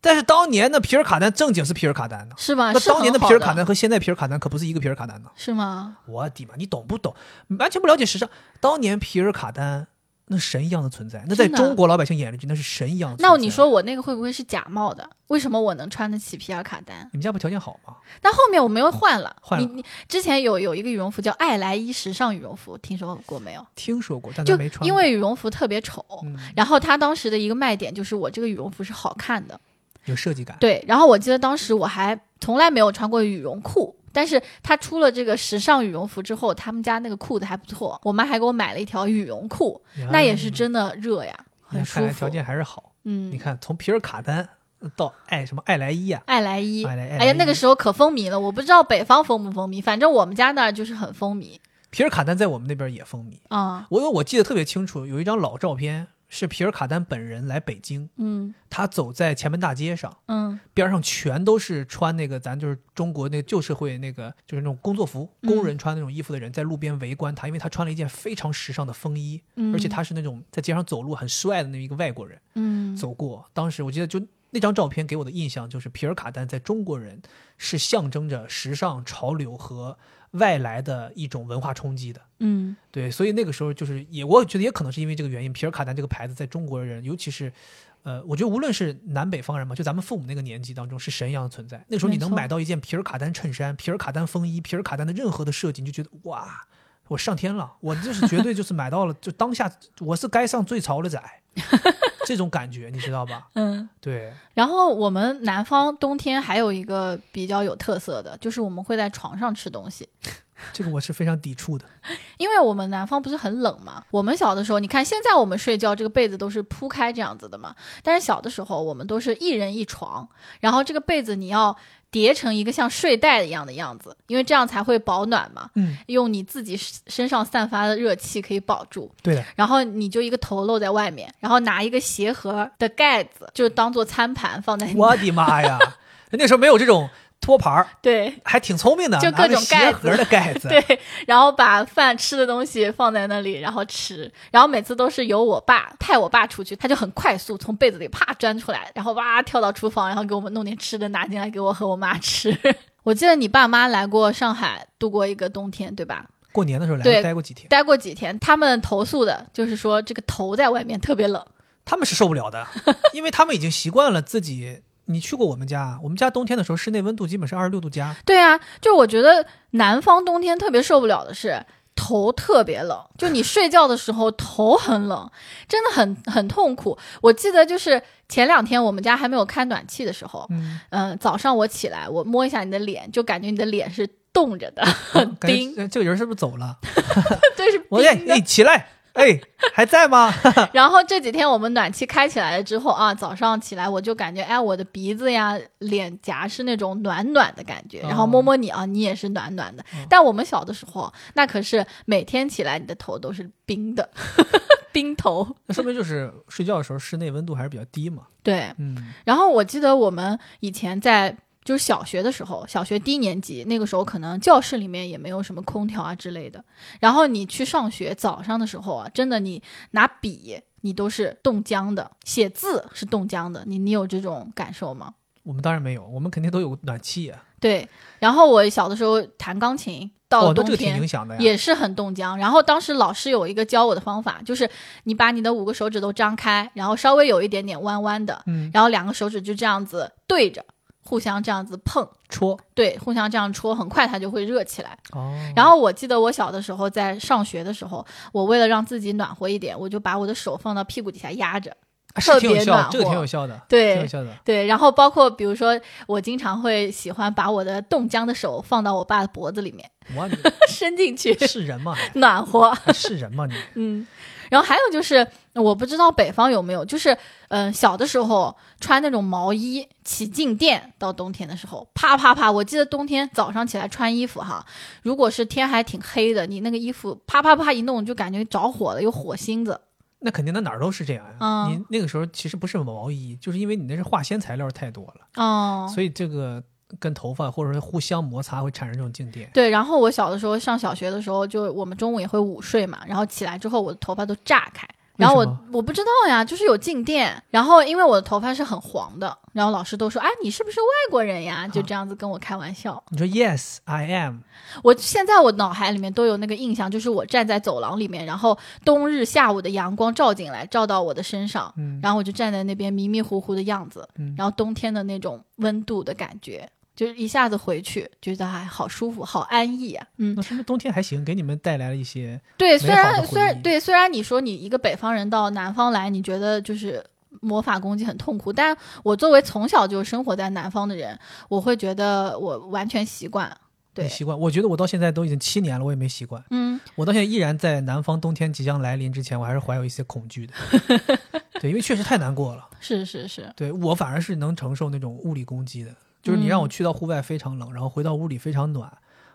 S1: 但是当年的皮尔卡丹正经是皮尔卡丹呢。
S2: 是吧？
S1: 那
S2: 啊是
S1: 当年的
S2: 很好
S1: 皮尔卡丹和现在皮尔卡丹可不是一个皮尔卡丹呢。
S2: 是吗？
S1: 我的妈，你懂不懂？完全不了解时尚。当年皮尔卡丹那神一样的存在，那在
S2: 真的啊
S1: 中国老百姓眼里那是神一样的存在。
S2: 那你说我那个会不会是假冒的？为什么我能穿得起皮尔卡丹？
S1: 你们家不条件好吗？
S2: 但后面我们又换了。
S1: 换了
S2: 你你之前有有一个羽绒服叫爱莱伊时尚羽绒服，听说过没有？
S1: 听说过，但
S2: 就
S1: 咱没穿过。
S2: 因为羽绒服特别丑，
S1: 嗯
S2: 然后他当时的一个卖点就是我这个羽绒服是好看的，
S1: 有设计感。
S2: 对。然后我记得当时我还从来没有穿过羽绒裤，但是他出了这个时尚羽绒服之后，他们家那个裤子还不错，我妈还给我买了一条羽绒裤，
S1: 呀
S2: 那也是真的热呀，
S1: 嗯那
S2: 很
S1: 哎看
S2: 舒
S1: 来条
S2: 服。
S1: 件还是好。你
S2: 嗯，
S1: 看，从皮尔卡丹到爱什么爱莱伊啊，
S2: 爱莱伊，
S1: 爱莱爱莱伊
S2: 哎呀，那个时候可风靡了，我不知道北方风不风靡，反正我们家那儿就是很风靡
S1: 皮尔卡丹在我们那边也风靡。
S2: 啊、
S1: 我有我记得特别清楚，有一张老照片是皮尔卡丹本人来北京，
S2: 嗯
S1: 他走在前门大街上，
S2: 嗯
S1: 边上全都是穿那个咱就是中国那个旧社会那个就是那种工作服，
S2: 嗯
S1: 工人穿那种衣服的人在路边围观他，因为他穿了一件非常时尚的风衣，
S2: 嗯，
S1: 而且他是那种在街上走路很帅的那么一个外国人
S2: 嗯
S1: 走过。当时我记得就。那张照片给我的印象就是，皮尔卡丹在中国人是象征着时尚潮流和外来的一种文化冲击的。
S2: 嗯
S1: 对，所以那个时候就是也，我觉得也可能是因为这个原因，皮尔卡丹这个牌子在中国人，尤其是呃，我觉得无论是南北方人嘛，就咱们父母那个年纪当中是神一样的存在。那时候你能
S2: 没错
S1: 买到一件皮尔卡丹衬衫、皮尔卡丹风衣、皮尔卡丹的任何的设计，你就觉得哇，我上天了！我就是绝对就是买到了，就当下我是该上最潮的 仔，这种感觉你知道吧？
S2: 嗯，
S1: 对，
S2: 然后我们南方冬天还有一个比较有特色的，就是我们会在床上吃东西，
S1: 这个我是非常抵 触的。
S2: 因为我们南方不是很冷嘛。我们小的时候，你看现在我们睡觉这个被子都是铺开这样子的嘛，但是小的时候我们都是一人一床，然后这个被子你要叠成一个像睡袋一样的样子，因为这样才会保暖嘛，
S1: 嗯，
S2: 用你自己身上散发的热气可以保住。
S1: 对的，
S2: 然后你就一个头露在外面，然后拿一个鞋盒的盖子，就当做餐盘放在你
S1: 我的妈 呀！那时候没有这种托盘儿，
S2: 对
S1: 还挺聪明的，
S2: 就
S1: 拿
S2: 各
S1: 个
S2: 种
S1: 鞋
S2: 盖
S1: 盒的盖子。
S2: 对，然后把饭吃的东西放在那里，然后吃，然后每次都是由我爸派我爸出去，他就很快速从被子里啪钻出来，然后哇跳到厨房，然后给我们弄点吃的拿进来给我和我妈吃。 我记得你爸妈来过上海度过一个冬天，对吧？
S1: 过年的时候来
S2: 对
S1: 待过几天，
S2: 待过几天，他们投诉的就是说这个头在外面特别冷。
S1: 他们是受不了的，因为他们已经习惯了自己。你去过我们家？我们家冬天的时候室内温度基本是二十六度加，
S2: 对啊，就我觉得南方冬天特别受不了的是头特别冷，就 你睡觉的时候头很冷，真的很很痛苦。我记得就是前两天我们家还没有开暖气的时候，
S1: 嗯，
S2: 嗯，早上我起来，我摸一下你的脸，就感觉你的脸是 冻着的，很
S1: 感
S2: 冰，
S1: 觉呃这个人是不是走了？
S2: 对，是
S1: 我哎
S2: 冰
S1: 哎
S2: 的。
S1: 起来，哎还在吗？
S2: 然后这几天我们暖气开起来了之后啊，早上起来我就感觉，哎，我的鼻子呀、脸颊是那种暖暖的感觉，
S1: 哦
S2: 然后摸摸你啊，你也是暖暖的。
S1: 嗯
S2: 但我们小的时候，那可是每天起来你的头都是冰的， 冰头。
S1: 那说明就是睡觉的时候室内温度还是比较低嘛。
S2: 对，
S1: 嗯，
S2: 然后我记得我们以前在。就是小学的时候，小学低年级那个时候，可能教室里面也没有什么空调啊之类的。然后你去上学，早上的时候啊，真的你拿笔你都是冻僵的，写字是冻僵的。你你有这种感受吗？
S1: 我们当然没有，我们肯定都有暖气啊。
S2: 对。然后我小的时候弹钢琴，
S1: 哦，
S2: 到了
S1: 那
S2: 冬
S1: 这个挺
S2: 天、
S1: 影响的呀。
S2: 也是很冻僵。然后当时老师有一个教我的方法，就是你把你的五个手指头张开，然后稍微有一点点弯弯的，
S1: 嗯，
S2: 然后两个手指就这样子对着，互相这样子碰，
S1: 戳
S2: 对，互相这样戳，很快它就会热起来。
S1: 哦，
S2: 然后我记得我小的时候在上学的时候，我为了让自己暖和一点，我就把我的手放到屁股底下压着，
S1: 啊
S2: 特
S1: 是挺有
S2: 别
S1: 效的
S2: 暖，
S1: 这个挺
S2: 和
S1: 有效的，挺有
S2: 对。
S1: 效的。
S2: 对，然后包括比如说，我经常会喜欢把我的冻僵的手放到我爸的脖子里面
S1: 我你哎
S2: 伸进去，
S1: 是人吗？还
S2: 暖和。
S1: 还是人吗？你
S2: 嗯， 然后还有就是，呃我不知道北方有没有，就是嗯、呃小的时候穿那种毛衣起静电，到冬天的时候，啪啪啪，我记得冬天早上起来穿衣服哈，如果是天还挺黑的，你那个衣服啪啪啪一弄，就感觉着火了，有火星子。
S1: 那肯定，那哪儿都是这样呀、
S2: 嗯
S1: 你那个时候其实不是毛衣，就是因为你那是化纤材料太多了，
S2: 哦，
S1: 所以这个跟头发或者说互相摩擦会产生这种静电。
S2: 对，然后我小的时候上小学的时候，就我们中午也会午睡嘛，然后起来之后我的头发都炸开，然后
S1: 为什
S2: 我我不知道呀，就是有静电，然后因为我的头发是很黄的，然后老师都说啊你是不是外国人呀？
S1: 嗯
S2: 就这样子跟我开玩笑。
S1: 你说 Yes, I am，
S2: 我现在我脑海里面都有那个印象，就是我站在走廊里面，然后冬日下午的阳光照进来，照到我的身上，
S1: 嗯，
S2: 然后我就站在那边迷迷糊糊的样子，
S1: 嗯
S2: 然后冬天的那种温度的感觉。就是一下子回去，觉得还好舒服，好安逸啊！嗯，
S1: 那说明冬天还行，给你们带来了一些
S2: 对，
S1: 美
S2: 虽
S1: 好的
S2: 然
S1: 回
S2: 虽然
S1: 忆
S2: 对，虽然你说你一个北方人到南方来，你觉得就是魔法攻击很痛苦，但我作为从小就生活在南方的人，我会觉得我完全习惯。 对，
S1: 习惯。我觉得我到现在都已经七年了，我也没习惯。
S2: 嗯，
S1: 我到现在依然在南方冬天即将来临之前，我还是怀有一些恐 惧的。对，因为确实太难过了。
S2: 是是是，
S1: 对我反而是能承受那种物理攻击的，就是你让
S2: 嗯
S1: 我去到户外非常冷，然后回到屋里非常暖，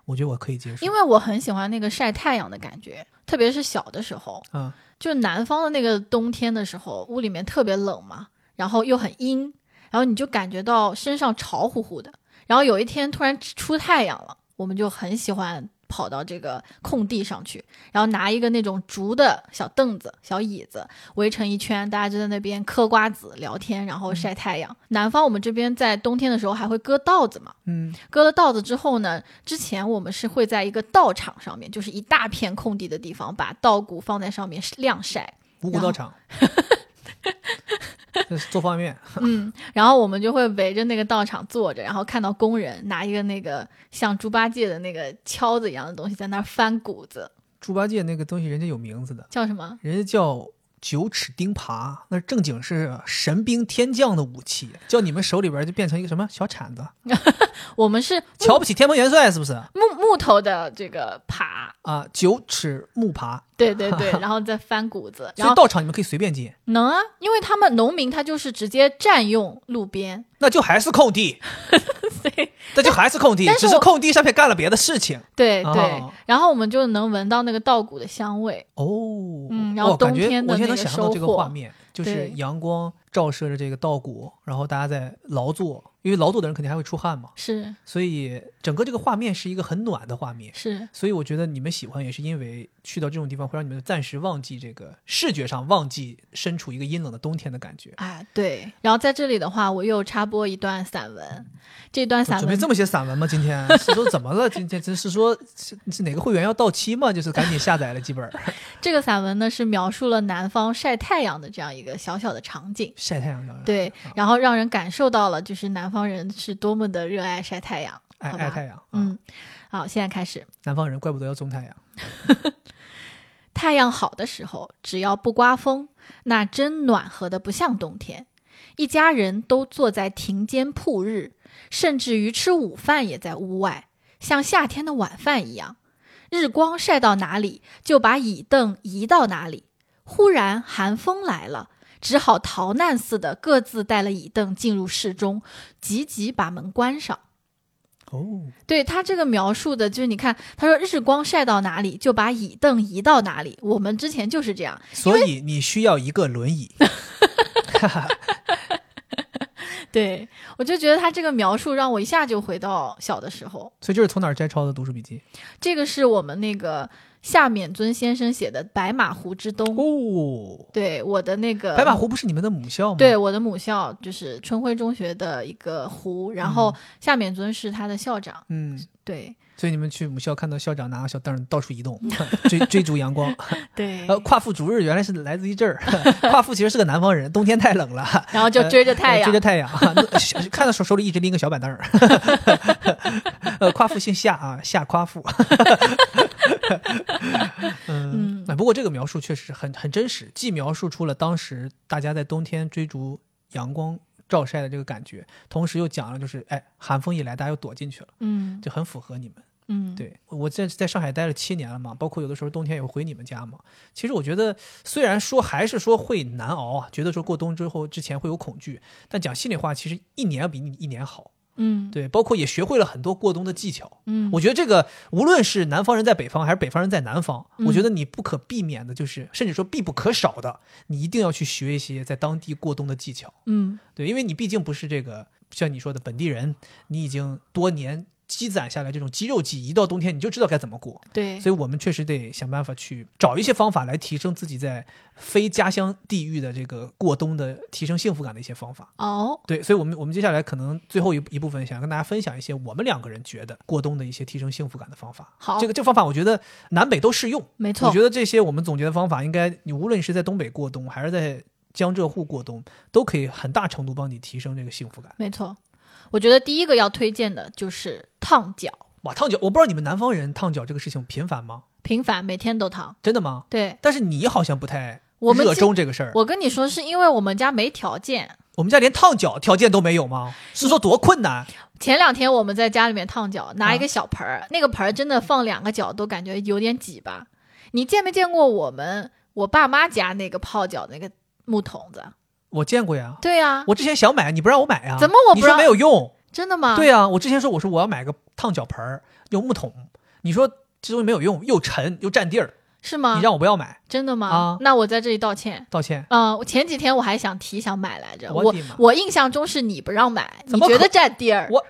S1: 我觉得我可以接受。
S2: 因为我很喜欢那个晒太阳的感觉，特别是小的时候，
S1: 啊，
S2: 就南方的那个冬天的时候，屋里面特别冷嘛，然后又很阴，然后你就感觉到身上潮乎乎的。然后有一天突然出太阳了，我们就很喜欢跑到这个空地上去，然后拿一个那种竹的小凳子、小椅子围成一圈，大家就在那边嗑瓜子、聊天，然后晒太阳。南方我们这边在冬天的时候还会割稻子嘛，
S1: 嗯，
S2: 割了稻子之后呢，之前我们是会在一个稻场上面，就是一大片空地的地 方，把稻谷放在上面晾晒。
S1: 五谷
S2: 然后
S1: 道场。就是做方便面，
S2: 嗯，然后我们就会围着那个道场坐着，然后看到工人拿一个那个像猪八戒的那个锹子一样的东西在那儿翻谷子，
S1: 猪八戒那个东西人家有名字的，
S2: 叫什么？
S1: 人家叫九齿钉耙，那正经是神兵天降的武器，叫你们手里边就变成一个什么小铲子，
S2: 嗯我们是
S1: 瞧不起天蓬元帅是不是？
S2: 木木头的这个耙，
S1: 啊，九齿木耙，
S2: 对对 对，然后再翻谷子，
S1: 所
S2: 然
S1: 以
S2: 后
S1: 道场你们可以随便进，
S2: 能啊，因为他们农民他就是直接占用 路边，
S1: 那就还是空地，
S2: 所以
S1: 那就还是空地，
S2: 但是
S1: 只是
S2: 我
S1: 空地上面干了别的事情。
S2: 对对，
S1: 哦
S2: 然后我们就能闻到那个稻谷的香味，
S1: 哦，
S2: 嗯然后
S1: 我感
S2: 冬
S1: 觉
S2: 天的
S1: 我现在
S2: 那
S1: 能
S2: 个
S1: 想象到
S2: 收
S1: 这个
S2: 获
S1: 画面，就
S2: 对
S1: 是阳光照射着这个稻谷，然后大家在劳作，因为劳作的人肯定还会出汗嘛，
S2: 是
S1: 所以整个这个画面是一个很暖的画面。
S2: 是，
S1: 所以我觉得你们喜欢也是因为去到这种地方会让你们暂时忘记这个视觉上忘记身处一个阴冷的冬天的感觉。
S2: 哎对，然后在这里的话，我又插播一段散文，这段散
S1: 准备
S2: 文
S1: 这么些散文吗？今 天是说怎么了？今天真是说是是哪个会员要到期吗？就是赶紧下载了几本儿
S2: 这个散文呢是描述了南方晒太阳的这样一个小小的场景。
S1: 晒太阳的，
S2: 对，
S1: 嗯
S2: 然后让人感受到了，就是南方人是多么的热爱晒太阳，
S1: 爱
S2: 好
S1: 爱
S2: 吧？
S1: 太阳。啊，
S2: 嗯，好，现在开始。
S1: 南方人怪不得要种太阳。
S2: 太阳好的时候，只要不刮风，那真暖和的不像冬天。一家人都坐在庭间曝日，甚至于吃午饭也在屋外，像夏天的晚饭一样。日光晒到哪里，就把椅凳移到哪里。忽然寒风来了，只好逃难似的各自带了椅凳进入室中，急急把门关上。
S1: 哦，
S2: 对他这个描述的，就是你看，他说日光晒到哪里，就把椅凳移到哪里。我们之前就是这样，
S1: 所以你需要一个轮椅。
S2: 对我就觉得他这个描述让我一下就回到小的时候。
S1: 所以就是从哪儿摘抄的读书笔记？
S2: 这个是我们那个夏勉尊先生写的《白马湖之东》，
S1: 哦，
S2: 对我的那个
S1: 白马。湖不是你们的母校吗？
S2: 对，我的母校就是春晖中学的一个湖，然后夏勉尊是他的校长。
S1: 嗯，
S2: 对
S1: 所以你们去母校看到校长拿个小凳儿到处移动，追 追逐阳光。
S2: 对
S1: 呃，夸父逐日原来是来自于这儿，夸父其实是个南方人，冬天太冷了。
S2: 然后就追着太
S1: 呃
S2: 阳
S1: 追着，太阳，那小看到手手里一直拎个小板凳儿。 呃，夸父姓夏啊，夏夸父。嗯，哎不过这个描述确实很很真实，既描述出了当时大家在冬天追逐阳光照晒的这个感觉，同时又讲了就是，哎，寒风一来，大家又躲进去了，
S2: 嗯
S1: 就很符合你们。
S2: 嗯，
S1: 对我在在上海待了七年了嘛，包括有的时候冬天也会回你们家嘛。其实我觉得，虽然说还是说会难熬啊，觉得说过冬之后之前会有恐惧，但讲心里话，其实一年要比一年好。
S2: 嗯
S1: 对，包括也学会了很多过冬的技巧。
S2: 嗯，
S1: 我觉得这个无论是南方人在北方还是北方人在南方，我觉
S2: 嗯
S1: 得你不可避免的就是，甚至说必不可少的，你一定要去学一些在当地过冬的技巧。
S2: 嗯
S1: 对，因为你毕竟不是这个像你说的本地人，你已经多年积攒下来这种肌肉记忆，一到冬天你就知道该怎么过。
S2: 对，
S1: 所以我们确实得想办法去找一些方法来提升自己在非家乡地域的这个过冬的提升幸福感的一些方法。
S2: 哦，
S1: 对，所以我们我们接下来可能最后一一部分想跟大家分享一些我们两个人觉得过冬的一些提升幸福感的方法。
S2: 好
S1: 这个这个方法我觉得南北都适用。
S2: 没错
S1: 我觉，得这些我们总结的方法，应该你无论是在东北过冬，还是在江浙沪过冬，都可以很大程度帮你提升这个幸福感。
S2: 没错，我觉得第一个要推荐的就是烫脚，
S1: 哇，烫脚，我不知道你们南方人烫脚这个事情频繁吗？
S2: 频繁每天都烫。
S1: 真的吗？
S2: 对
S1: 但是你好像不太
S2: 我们
S1: 热
S2: 这
S1: 衷这个事儿。
S2: 我跟你说，是因为我们家没条件。
S1: 我们家连烫脚条件都没有
S2: 嗯
S1: 吗？是说多困难？
S2: 前两天我们在家里面烫脚，拿
S1: 啊
S2: 一个小盆儿，那个盆儿真的放两个脚都感觉有点挤吧。你见没见过我们我爸妈家那个泡脚那个木桶子？
S1: 我见过呀，
S2: 对啊，
S1: 我之前想买，你不让我买呀？
S2: 怎么我不
S1: 你说
S2: 让啊
S1: 没有用？
S2: 真的吗？
S1: 对啊呀，我之前说我说我要买个烫脚盆儿，用木桶，你说这东西没有用，又沉又占地儿，
S2: 是吗？
S1: 你让我不要买，
S2: 真的吗？
S1: 啊
S2: 那我在这里道歉。
S1: 道歉。
S2: 嗯，我前几天我还想提想买来着，
S1: 我
S2: 我
S1: 的妈
S2: 我印象中是你不让买，
S1: 怎
S2: 你
S1: 么
S2: 觉
S1: 可
S2: 得占地儿？
S1: 我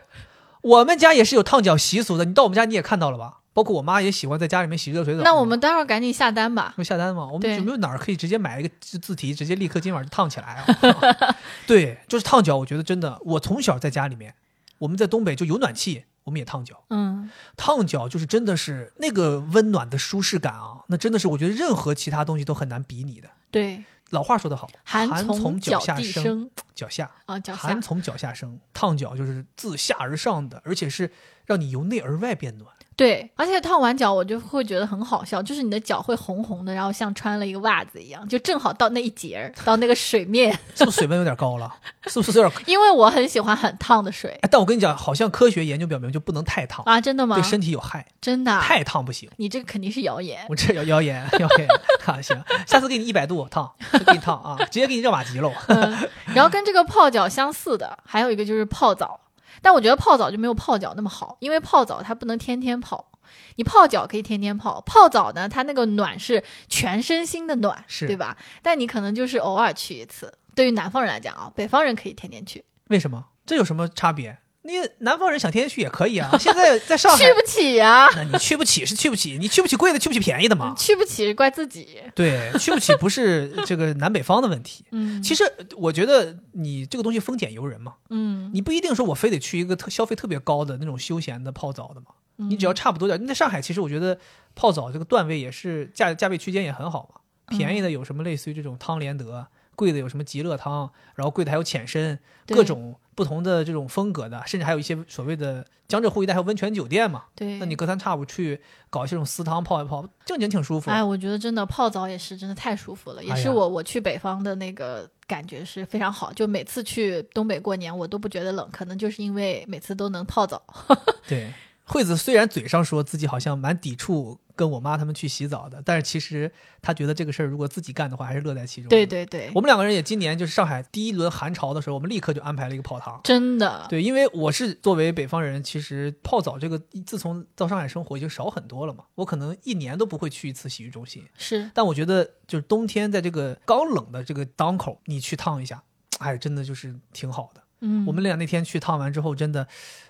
S1: 我们家也是有烫脚习俗的，你到我们家你也看到了吧？包括我妈也喜欢在家里面洗热水澡。
S2: 那我们待会儿赶紧下单吧。
S1: 会下单吗？我们
S2: 对
S1: 有没有哪儿可以直接买一个字字体，直接立刻今晚就烫起来 啊？对，就是烫脚，我觉得真的，我从小在家里面，我们在东北就有暖气，我们也烫脚。
S2: 嗯，
S1: 烫脚就是真的是那个温暖的舒适感啊，那真的是我觉得任何其他东西都很难比拟的。
S2: 对，
S1: 老话说得好，
S2: 寒
S1: 寒
S2: 从
S1: 从脚下
S2: 地
S1: 生，
S2: 生
S1: 脚下，
S2: 啊，脚下
S1: 寒从脚下生，烫脚就是自下而上的，而且是让你由内而外变暖。
S2: 对，而且烫完脚我就会觉得很好笑，就是你的脚会红红的，然后像穿了一个袜子一样，就正好到那一节儿，到那个水面。
S1: 是不是水温有点高了？是不是有点？
S2: 因为我很喜欢很烫的水
S1: 哎但我跟你讲，好像科学研究表明就不能太烫，
S2: 啊，真的吗
S1: 对？身体有害，
S2: 真的啊、
S1: 太烫不行。
S2: 你这个肯定是谣言。
S1: 我这有谣言，谣言啊，行，下次给你一百度烫，就给你烫啊，直接给你热玛吉喽。
S2: 嗯然后跟这个泡脚相似的，还有一个就是泡澡，但我觉得泡澡就没有泡脚那么好，因为泡澡它不能天天泡。你泡脚可以天天泡，泡澡呢，它那个暖是全身心的暖，
S1: 是
S2: 对吧？但你可能就是偶尔去一次。对于南方人来讲啊，北方人可以天天去，
S1: 为什么？这有什么差别？你南方人想天天去也可以啊。现在在上海
S2: 去，不起呀、
S1: 那你去不起是去不起，你去不起贵的，去不起便宜的嘛。
S2: 去不起是怪自己。
S1: 对，去不起不是这个南北方的问题。
S2: 嗯，
S1: 其实我觉得你这个东西丰俭由人嘛，
S2: 嗯，
S1: 你不一定说我非得去一个特消费特别高的那种休闲的泡澡的嘛，你
S2: 嗯
S1: 只要差不多点。那上海其实我觉得泡澡这个段位也是价价位区间也很好嘛，便
S2: 嗯
S1: 宜的有什么类似于这种汤连德，贵的有什么极乐汤，然后贵的还有浅参，
S2: 对
S1: 各种不同的这种风格的，甚至还有一些所谓的江浙沪一带还有温泉酒店嘛，
S2: 对。
S1: 那你隔三差五去搞一些这种私汤泡一泡，正经挺舒服。
S2: 哎，我觉得真的泡澡也是真的太舒服了，也
S1: 哎
S2: 是
S1: 呀
S2: 我、我去北方的那个感觉是非常好。就每次去东北过年，我都不觉得冷，可能就是因为每次都能泡澡。
S1: 嗯对，惠子虽然嘴上说自己好像蛮抵触跟我妈他们去洗澡的，但是其实她觉得这个事儿如果自己干的话，还是乐在其中。
S2: 对。对对，
S1: 我们两个人也今年就是上海第一轮寒潮的时候，我们立刻就安排了一个泡汤。
S2: 真的，
S1: 对，因为我是作为北方人，其实泡澡这个自从到上海生活已经少很多了嘛，我可能一年都不会去一次洗浴中心。
S2: 是
S1: 但我觉得就是冬天在这个刚冷的这个档口，你去烫一下，哎，真的就是挺好的。
S2: 嗯，
S1: 我们俩那天去烫完之后，真的，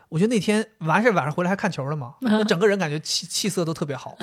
S1: 我觉得那天完事儿晚上回来还看球了嘛， 那整个人感觉气气色都特别好。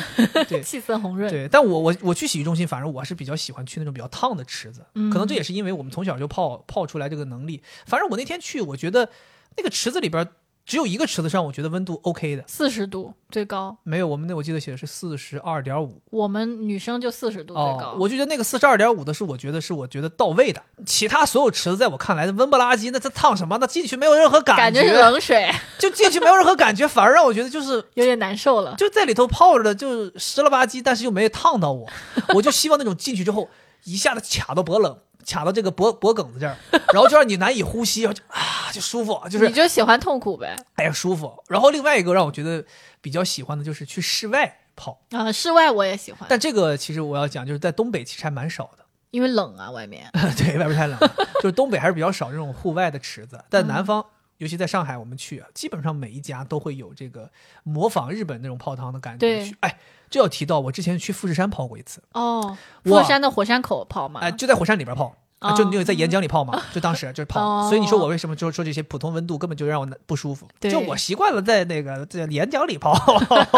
S1: 对
S2: 气色红润，
S1: 对，但我我我去洗浴中心，反正我是比较喜欢去那种比较烫的池子，
S2: 嗯
S1: 可能这也是因为我们从小就泡泡出来这个能力。反正我那天去，我觉得那个池子里边儿只有一个池子上，我觉得温度 OK 的，
S2: 四十度最高，
S1: 没有我们那我记得写的是四十二点五
S2: 我们女生就四十度最高。
S1: 哦，我就觉得那个四十二点五的是我觉得是我觉得到位的，其他所有池子在我看来温不拉几，那它烫什么？那进去没有任何
S2: 感觉是冷水，
S1: 就进去没有任何感觉，反而让我觉得就是
S2: 有点难受了。
S1: 就在里头泡着，就是湿了吧唧，但是又没烫到我。我就希望那种进去之后一下子卡到脖冷，卡到这个脖脖梗子这儿，然后就让你难以呼吸，然后就啊就舒服，就
S2: 你
S1: 是
S2: 就喜欢痛苦呗？
S1: 哎呀舒服。然后另外一个让我觉得比较喜欢的就是去室外泡，
S2: 啊、室外我也喜欢，
S1: 但这个其实我要讲就是在东北其实还蛮少的。
S2: 因为冷啊，外面。
S1: 对，外边太冷了，就是东北还是比较少这种户外的池子，但
S2: 嗯
S1: 南方。尤其在上海，我们去啊，基本上每一家都会有这个模仿日本那种泡汤的感觉
S2: 对
S1: 去。哎，这要提到我之前去富士山泡过一次，
S2: 哦，
S1: 哇
S2: 佛山的火山口泡嘛，
S1: 哎，就在火山里边泡，啊就
S2: 哦
S1: 你有在岩浆里泡嘛，就当时就是泡。
S2: 哦
S1: 所以你说我为什么就说这些普通温度根本就让我难不舒服？
S2: 对
S1: 就我习惯了在那个在岩浆里泡。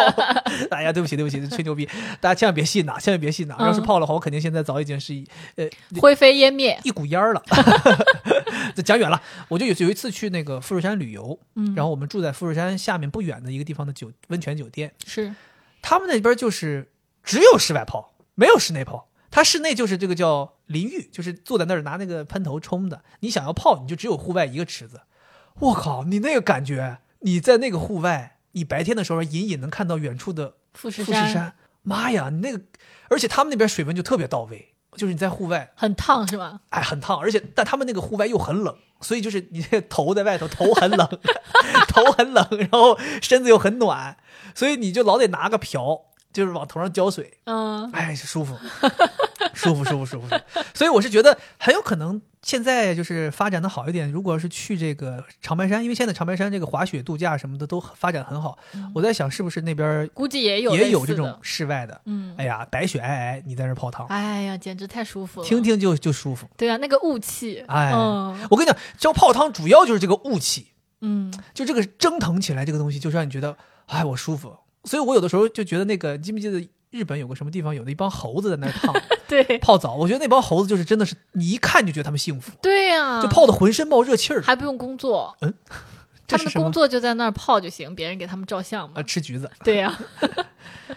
S1: 哎呀，对不起对不起，吹牛逼，大家千万别信呐，千万别信呐！
S2: 嗯
S1: 要是泡的话，我肯定现在早已经是一呃
S2: 灰飞烟灭。
S1: 一股烟儿了。这讲远了，我就有有一次去那个富士山旅游，
S2: 嗯，
S1: 然后我们住在富士山下面不远的一个地方的酒温泉酒店，
S2: 是
S1: 他们那边就是只有室外泡，没有室内泡。它室内就是这个叫淋浴，就是坐在那儿拿那个喷头冲的。你想要泡，你就只有户外一个池子。我靠，你那个感觉，你在那个户外，你白天的时候隐隐能看到远处的
S2: 富士
S1: 富士山。妈呀，你那个，而且他们那边水温就特别到位，就是你在户外，
S2: 很烫是吧？
S1: 哎，很烫，而且但他们那个户外又很冷，所以就是你这个头在外头，头很冷， 头很冷，然后身子又很暖，所以你就老得拿个瓢，就是往头上浇水，
S2: 嗯，
S1: 哎，舒服，舒服，舒服， 舒服。舒服所以我是觉得很有可能现在就是发展的好一点，如果是去这个长白山，因为现在长白山这个滑雪度假什么的都发展很好，我在想是不是那边
S2: 估计也嗯有
S1: 也
S2: 类
S1: 有
S2: 似
S1: 这种
S2: 的，
S1: 室外的，
S2: 嗯，
S1: 哎呀，白雪皑皑，你在那儿泡汤，
S2: 哎呀，简直太舒服了。
S1: 听听就就舒服。
S2: 对啊，那个雾气，
S1: 哎
S2: 嗯
S1: 我跟你讲，这泡汤主要就是这个雾气，
S2: 嗯，
S1: 就这个蒸腾起来这个东西，就让你觉得，哎，我舒服。所以我有的时候就觉得那个，记不记得日本有个什么地方，有那一帮猴子在那儿 烫
S2: 对
S1: 泡澡？我觉得那帮猴子就是真的是，你一看就觉得他们幸福，
S2: 对呀，
S1: 就泡的浑身冒热气儿。
S2: 还不用工作，
S1: 嗯，
S2: 嗯他
S1: 这
S2: 们
S1: 是
S2: 的
S1: 什么
S2: 工作就在那儿泡就行，别人给他们照相
S1: 啊，
S2: 嘛。
S1: 吃橘子，
S2: 对呀，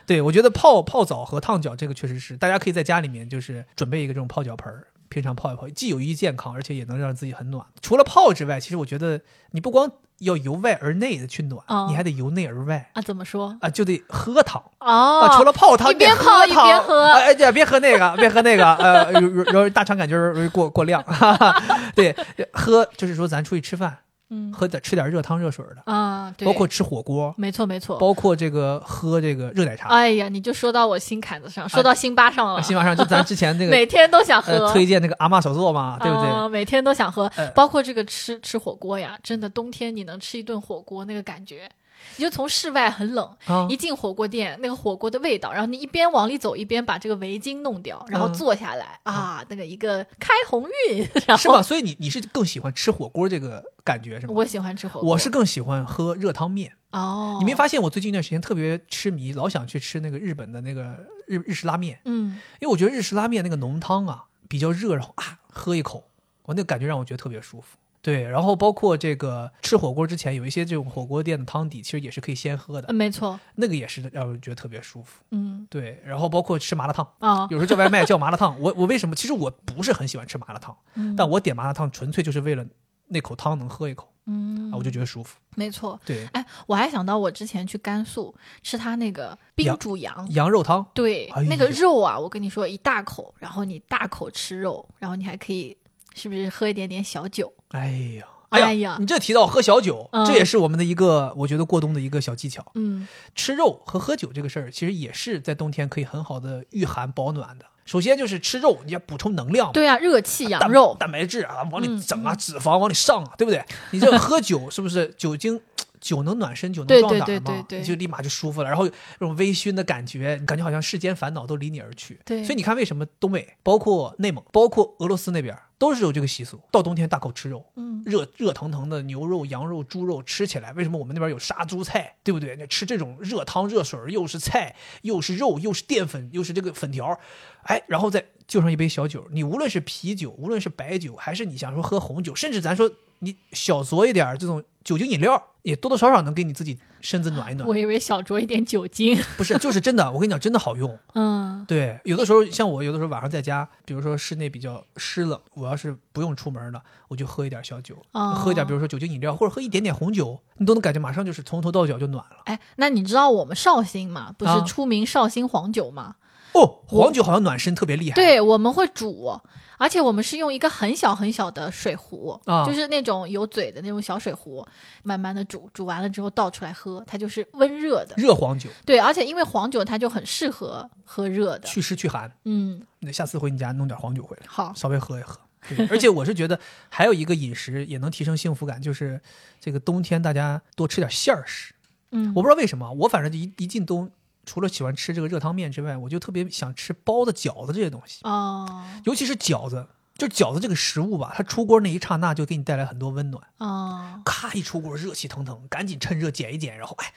S1: 对我觉得泡泡澡和烫脚这个确实是，大家可以在家里面就是准备一个这种泡脚盆儿，平常泡一泡，既有益健康，而且也能让自己很暖。除了泡之外，其实我觉得你不光要由外而内的去暖，
S2: 哦
S1: 你还得由内而外
S2: 啊，怎么说？
S1: 啊，就得喝汤。
S2: 哦，
S1: 啊，除了泡汤，
S2: 一边
S1: 得喝
S2: 泡一
S1: 汤
S2: 边喝
S1: 哎哎，对，别喝那个，别喝那个，呃，容容容易大肠杆菌儿容易过过量。 哈哈对，喝就是说咱出去吃饭，
S2: 嗯
S1: 喝点吃点热汤热水的，
S2: 啊，对，
S1: 包括吃火锅，
S2: 没错没错。
S1: 包括这个喝这个热奶茶。
S2: 哎呀，你就说到我心坎子上，说到辛巴上了，
S1: 啊新马上就咱之前那个
S2: 每天都想喝
S1: 呃，推荐那个阿嬷手作嘛，对不对？
S2: 啊每天都想喝
S1: 呃，
S2: 包括这个吃吃火锅呀，真的冬天你能吃一顿火锅，那个感觉，你就从室外很冷，
S1: 啊
S2: 一进火锅店，那个火锅的味道，然后你一边往里走，一边把这个围巾弄掉，然后
S1: 嗯
S2: 坐下来、啊，那个一个开鸿运，然
S1: 是
S2: 后
S1: 吧？所以你你是更喜欢吃火锅这个感觉是吗？
S2: 我喜欢吃火
S1: 嗯
S2: 锅，
S1: 我是更喜欢喝热汤面。
S2: 哦，
S1: 你没发现我最近一段时间特别痴迷，老想去吃那个日本的那个日日式拉面，
S2: 嗯
S1: 因为我觉得日式拉面那个浓汤啊比较热，然后啊喝一口，我那个感觉让我觉得特别舒服。对，然后包括这个吃火锅之前，有一些这种火锅店的汤底，其实也是可以先喝
S2: 呃
S1: 的，
S2: 没错，
S1: 那个也是让人觉得特别舒服。
S2: 嗯
S1: 对，然后包括吃麻辣烫，
S2: 啊，
S1: 有时候叫外卖叫麻辣烫，我我为什么？其实我不是很喜欢吃麻辣烫，
S2: 嗯
S1: 但我点麻辣烫纯粹就是为了那口汤能喝一口
S2: 嗯
S1: 啊，我就觉得舒服。
S2: 没错。
S1: 对，
S2: 哎，我还想到我之前去甘肃吃他那个冰
S1: 羊
S2: 煮羊，
S1: 羊肉汤
S2: 对，
S1: 哎
S2: 那个
S1: 呀
S2: 肉啊，我跟你说一大口，然后你大口吃肉，然后你还可以是不是喝一点点小酒？
S1: 哎呀，
S2: 哎呀
S1: 你这提到喝小酒，
S2: 嗯
S1: 这也是我们的一个我觉得过冬的一个小技巧。
S2: 嗯
S1: 吃肉和喝酒这个事儿，其实也是在冬天可以很好的御寒保暖的。首先就是吃肉，你要补充能量嘛，
S2: 对啊，热气羊
S1: 蛋
S2: 肉，
S1: 蛋白质啊，往
S2: 嗯
S1: 里整啊，脂肪往里上啊，对不对？你这喝酒是不是酒精？酒能暖身，酒
S2: 对
S1: 能壮胆嘛，
S2: 对对对对
S1: 你就立马就舒服了。然后那种微醺的感觉，你感觉好像世间烦恼都离你而去。
S2: 对
S1: 所以你看为什么东北，包括内蒙，包括俄罗斯那边，都是有这个习俗，到冬天大口吃肉。
S2: 嗯
S1: 热热腾腾的牛肉、羊肉、猪肉吃起来，为什么我们那边有杀猪菜，对不对？那吃这种热汤、热水儿，又是菜，又是肉，又是淀粉，又是这个粉条儿，哎，然后再就上一杯小酒。你无论是啤酒，无论是白酒，还是你想说喝红酒，甚至咱说你小酌一点儿这种酒精饮料，也多多少少能给你自己身子暖一暖。
S2: 我以为小酌一点酒精，
S1: 不是，就是真的，我跟你讲，真的好用。
S2: 嗯
S1: 对，有的时候像我，有的时候晚上在家，比如说室内比较湿冷，我要是不用出门了，我就喝一点小酒，
S2: 哦
S1: 喝一点，比如说酒精饮料，或者喝一点点红酒，你都能感觉马上就是从头到脚就暖了。
S2: 哎，那你知道我们绍兴嘛，不是
S1: 啊
S2: 出名绍兴黄酒嘛？
S1: 哦，黄酒好像暖身特别厉害。，
S2: 对，我们会煮，而且我们是用一个很小很小的水壶，
S1: 啊
S2: 就是那种有嘴的那种小水壶，慢慢的煮，煮完了之后倒出来喝，它就是温热的。
S1: 热黄酒
S2: 对，而且因为黄酒它就很适合喝热的，
S1: 祛湿祛寒，
S2: 嗯，
S1: 那下次回你家弄点黄酒回来，
S2: 好，
S1: 稍微喝一喝。对，而且我是觉得还有一个饮食也能提升幸福感，就是这个冬天大家多吃点馅儿食。
S2: 嗯，
S1: 我不知道为什么，我反正就一一进冬，除了喜欢吃这个热汤面之外，我就特别想吃包子、饺子这些东西。
S2: 哦
S1: 尤其是饺子，就饺子这个食物吧，它出锅那一刹那就给你带来很多温暖。
S2: 哦，
S1: 咔一出锅，热气腾腾，赶紧趁热捡一捡，然后哎，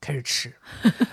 S1: 开始吃，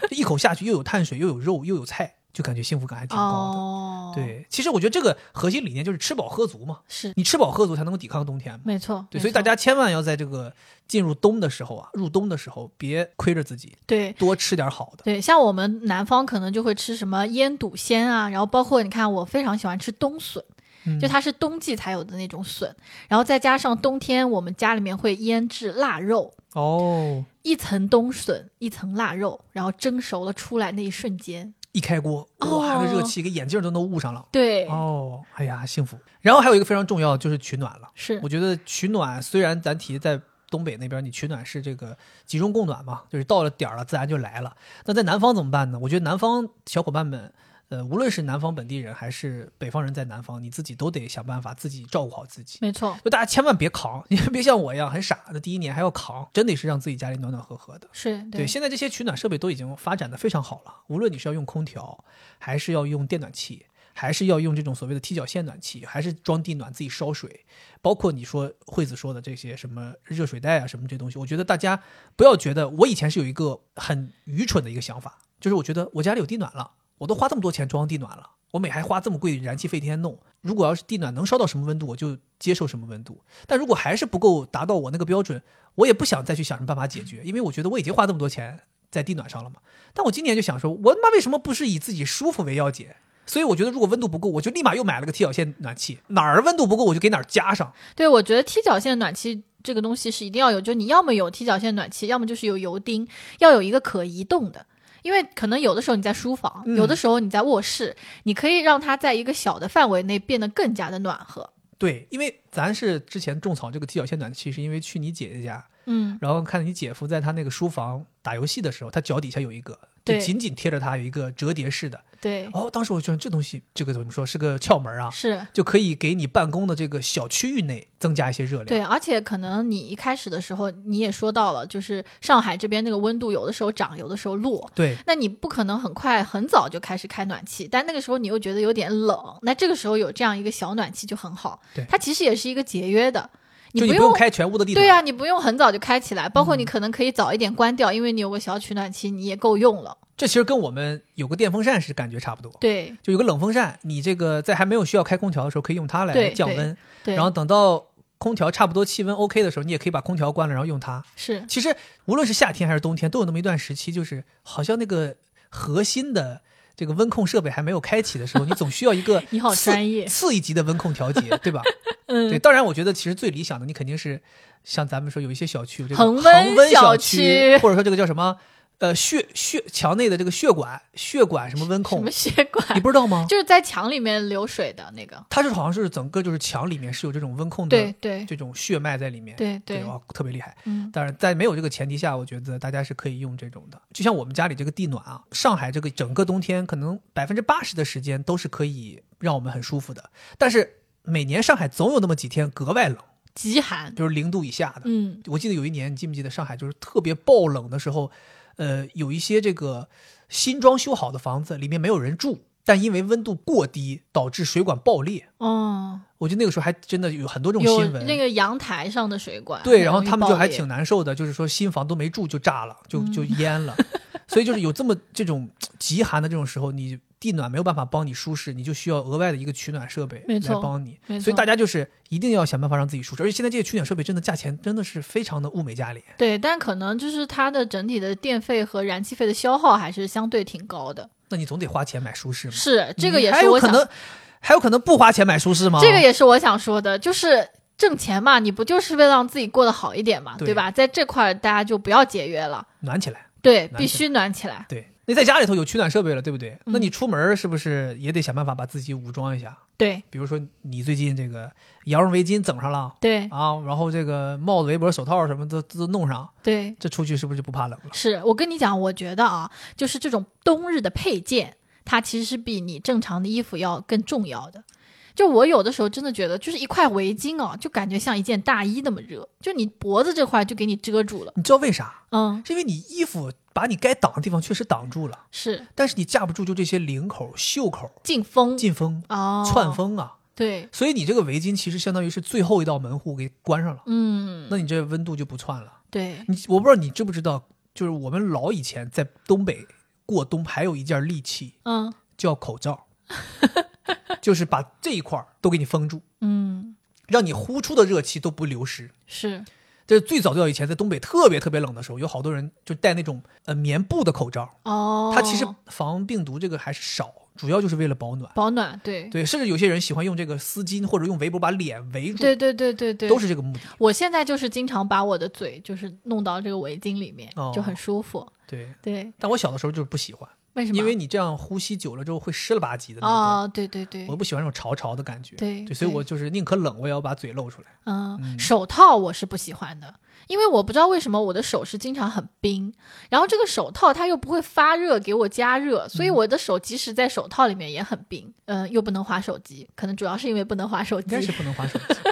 S1: 这一口下去又有碳水，又有肉，又有菜，就感觉幸福感还 挺高的。
S2: 哦，，
S1: 对，其实我觉得这个核心理念就是吃饱喝足嘛，
S2: 是
S1: 你吃饱喝足才能够抵抗冬天嘛。
S2: 没错，
S1: 对，
S2: 没
S1: 所以大
S2: 错
S1: 家千万要在这个进入冬的时候啊，入冬的时候别亏着自己，
S2: 对。
S1: 多吃点好的。
S2: 对，像我们南方可能就会吃什么腌笃鲜啊，然后包括你看，我非常喜欢吃冬笋，
S1: 嗯
S2: 就它是冬季才有的那种笋，然后再加上冬天我们家里面会腌制腊肉，
S1: 哦，
S2: 一层冬笋，一层腊肉，然后蒸熟了出来那一瞬间，
S1: 一开锅，哇，那热气给眼镜都能捂上了。
S2: 对，
S1: 哦，哎呀，幸福。然后还有一个非常重要就是取暖了。
S2: 是
S1: 我觉得取暖虽然咱提在东北那边，你取暖是这个集中供暖嘛，就是到了点儿了自然就来了。那在南方怎么办呢？我觉得南方小伙伴们，呃，无论是南方本地人还是北方人，在南方你自己都得想办法自己照顾好自己。
S2: 没错，
S1: 就大家千万别扛， 你别像我一样很傻的，第一年还要扛，真得是让自己家里暖暖和和的。
S2: 是
S1: 对，现在这些取暖设备都已经发展的非常好了，无论你是要用空调，还是要用电暖气，还是要用这种所谓的踢脚线暖气，还是装地暖自己烧水，包括你说惠子说的这些什么热水袋啊什么这东西，我觉得大家不要觉得我以前是有一个很愚蠢的一个想法，就是我觉得我家里有地暖了，我都花这么多钱装地暖了。我每还花这么贵的燃气费天天弄，如果要是地暖能烧到什么温度，我就接受什么温度。但如果还是不够达到我那个标准，我也不想再去想什么办法解决，因为我觉得我已经花这么多钱在地暖上了嘛。但我今年就想说，我他妈为什么不是以自己舒服为要解？所以我觉得如果温度不够，我就立马又买了个踢脚线暖气，哪儿温度不够我就给哪儿加上。
S2: 对，我觉得踢脚线暖气这个东西是一定要有，就你要么有踢脚线暖气，要么就是有油钉，要有一个可移动的。因为可能有的时候你在书房，
S1: 嗯
S2: 有的时候你在卧室，你可以让它在一个小的范围内变得更加的暖和。嗯
S1: 对，因为咱是之前种草这个踢脚线暖气，是因为去你姐姐家，
S2: 嗯，
S1: 然后看你姐夫在他那个书房打游戏的时候，他脚底下有一个，就
S2: 对
S1: 紧紧贴着他有一个折叠式的。
S2: 对，
S1: 哦，当时我觉得这东西这个怎么说是个窍门啊，
S2: 是。
S1: 就可以给你办公的这个小区域内增加一些热量。
S2: 对，而且可能你一开始的时候你也说到了，就是上海这边那个温度有的时候涨，有的时候落，
S1: 对
S2: 那你不可能很快很早就开始开暖气，但那个时候你又觉得有点冷，那这个时候有这样一个小暖气就很好
S1: 对。
S2: 它其实也是一个节约的，
S1: 就
S2: 不
S1: 你不用开全屋的地毯。嗯
S2: 对呀、你不用很早就开起来，包括你可能可以早一点关掉，因为你有个小取暖器，你也够用了。
S1: 这其实跟我们有个电风扇是感觉差不多。
S2: 对
S1: 就有个冷风扇，你这个在还没有需要开空调的时候，可以用它来
S2: 对
S1: 降
S2: 对
S1: 温。
S2: 对，
S1: 然后等到空调差不多气温 OK 的时候，你也可以把空调关了，然后用它。
S2: 是
S1: 其实无论是夏天还是冬天，都有那么一段时期，就是好像那个核心的这个温控设备还没有开启的时候，你总需要一个
S2: 你好
S1: 次
S2: 专业
S1: 次一级的温控调节，对吧？
S2: 嗯
S1: 对，当然我觉得其实最理想的，你肯定是像咱们说有一些小区有这个
S2: 恒
S1: 恒
S2: 温
S1: 温
S2: 小
S1: 小
S2: 区
S1: 或者说这个叫什么呃血血墙内的这个血管血管什么温
S2: 什
S1: 控
S2: 么，血
S1: 你
S2: 管？
S1: 不知道吗？
S2: 就是在墙里面流水的那个。
S1: 它是好像是整个就是墙里面是有这种温控
S2: 对
S1: 的
S2: 对
S1: 这种血脉在里面，
S2: 对
S1: 对
S2: 对，
S1: 哦，特别厉害。
S2: 嗯
S1: 当然，在没有这个前提下，我觉得大家是可以用这种的。就像我们家里这个地暖啊，上海这个整个冬天，可能百分之八十的时间都是可以让我们很舒服的。但是每年上海总有那么几天格外冷，
S2: 极寒。
S1: 就是零度以下的。
S2: 嗯，
S1: 我记得有一年，你记不记得上海就是特别爆冷的时候，呃，有一些这个新装修好的房子里面没有人住，但因为温度过低导致水管爆裂。
S2: 哦，
S1: 我觉得那个时候还真的有很多这种
S2: 有
S1: 新闻，
S2: 那个阳台上的水管很容易爆裂。嗯
S1: 对，然后他们就还挺难受的，就是说新房都没住就炸了，就就淹了，所以就是有这么这种极寒的这种时候，你地暖没有办法帮你舒适，你就需要额外的一个取暖设备
S2: 没
S1: 来
S2: 错
S1: 帮你。
S2: 没
S1: 所以
S2: 错
S1: 大家就是一定要想办法让自己舒适，而且现在这些取暖设备真的价钱真的是非常的物美价廉。
S2: 对，但可能就是它的整体的电费和燃气费的消耗还是相对挺高的。
S1: 那你总得花钱买舒适嘛？
S2: 是，这个
S1: 你
S2: 也
S1: 还
S2: 是
S1: 有
S2: 我
S1: 可
S2: 想
S1: 能，啊还有可能不花钱买舒适吗？
S2: 这个也是我想说的，就是挣钱嘛，你不就是为了让自己过得好一点嘛，
S1: 对
S2: 对吧？在这块儿大家就不要节约了，
S1: 暖起来。
S2: 对，
S1: 暖
S2: 必
S1: 起
S2: 须暖起来。
S1: 对，那在家里头有取暖设备了，对不对？那
S2: 嗯
S1: 你出门是不是也得想办法把自己武装一下？
S2: 对
S1: 比如说你最近这个羊绒围巾整上了。
S2: 对
S1: 啊，然后这个帽子、围脖、手套什么的都都弄上，
S2: 对，
S1: 这出去是不是就不怕冷了？
S2: 是我跟你讲，我觉得啊，就是这种冬日的配件，它其实是比你正常的衣服要更重要的。就我有的时候真的觉得，就是一块围巾哦，就感觉像一件大衣那么热，就你脖子这块就给你遮住了。
S1: 你知道为啥？
S2: 嗯，
S1: 是因为你衣服把你该挡的地方确实挡住了，
S2: 是
S1: 但是你架不住就这些领口、袖口、
S2: 进风
S1: 进风、
S2: 嗯哦，
S1: 窜，风啊，
S2: 对，
S1: 所以你这个围巾其实相当于是最后一道门户给关上了，
S2: 嗯，
S1: 那你这温度就不窜了。
S2: 对，
S1: 你我不知道你知不知道，就是我们老以前在东北过冬还有一件利器
S2: 嗯
S1: 叫口 罩，就是把这一块儿都给你封住，
S2: 嗯，
S1: 让你呼出的热气都不流失。
S2: 是，
S1: 这是最早最早以前在东北特别特别冷的时候，有好多人就戴那种呃棉布的口罩，
S2: 哦，
S1: 它其实防病毒这个还是少，主要就是为了保暖。
S2: 保暖，对，
S1: 对，甚至有些人喜欢用这个丝巾或者用围脖把脸围住，
S2: 对对对对对，
S1: 都是这个目的。
S2: 我现在就是经常把我的嘴就是弄到这个围巾里面，
S1: 哦
S2: 就很舒服。
S1: 对，
S2: 对，
S1: 但我小的时候就是不喜欢，
S2: 为什么？
S1: 因为你这样呼吸久了之后会湿了吧唧的那种，
S2: 哦，对对对
S1: 我，不喜欢那种潮潮的感觉。
S2: 对
S1: 所以
S2: 对
S1: 我就是宁可冷，我也要把嘴露出来。
S2: 嗯，手套我是不喜欢的，因为我不知道为什么我的手是经常很冰，然后这个手套它又不会发热给我加热，
S1: 嗯
S2: 所以我的手即使在手套里面也很冰。嗯，又不能划手机，可能主要是因为不能划手
S1: 应该是
S2: 机。
S1: 不能滑手机。对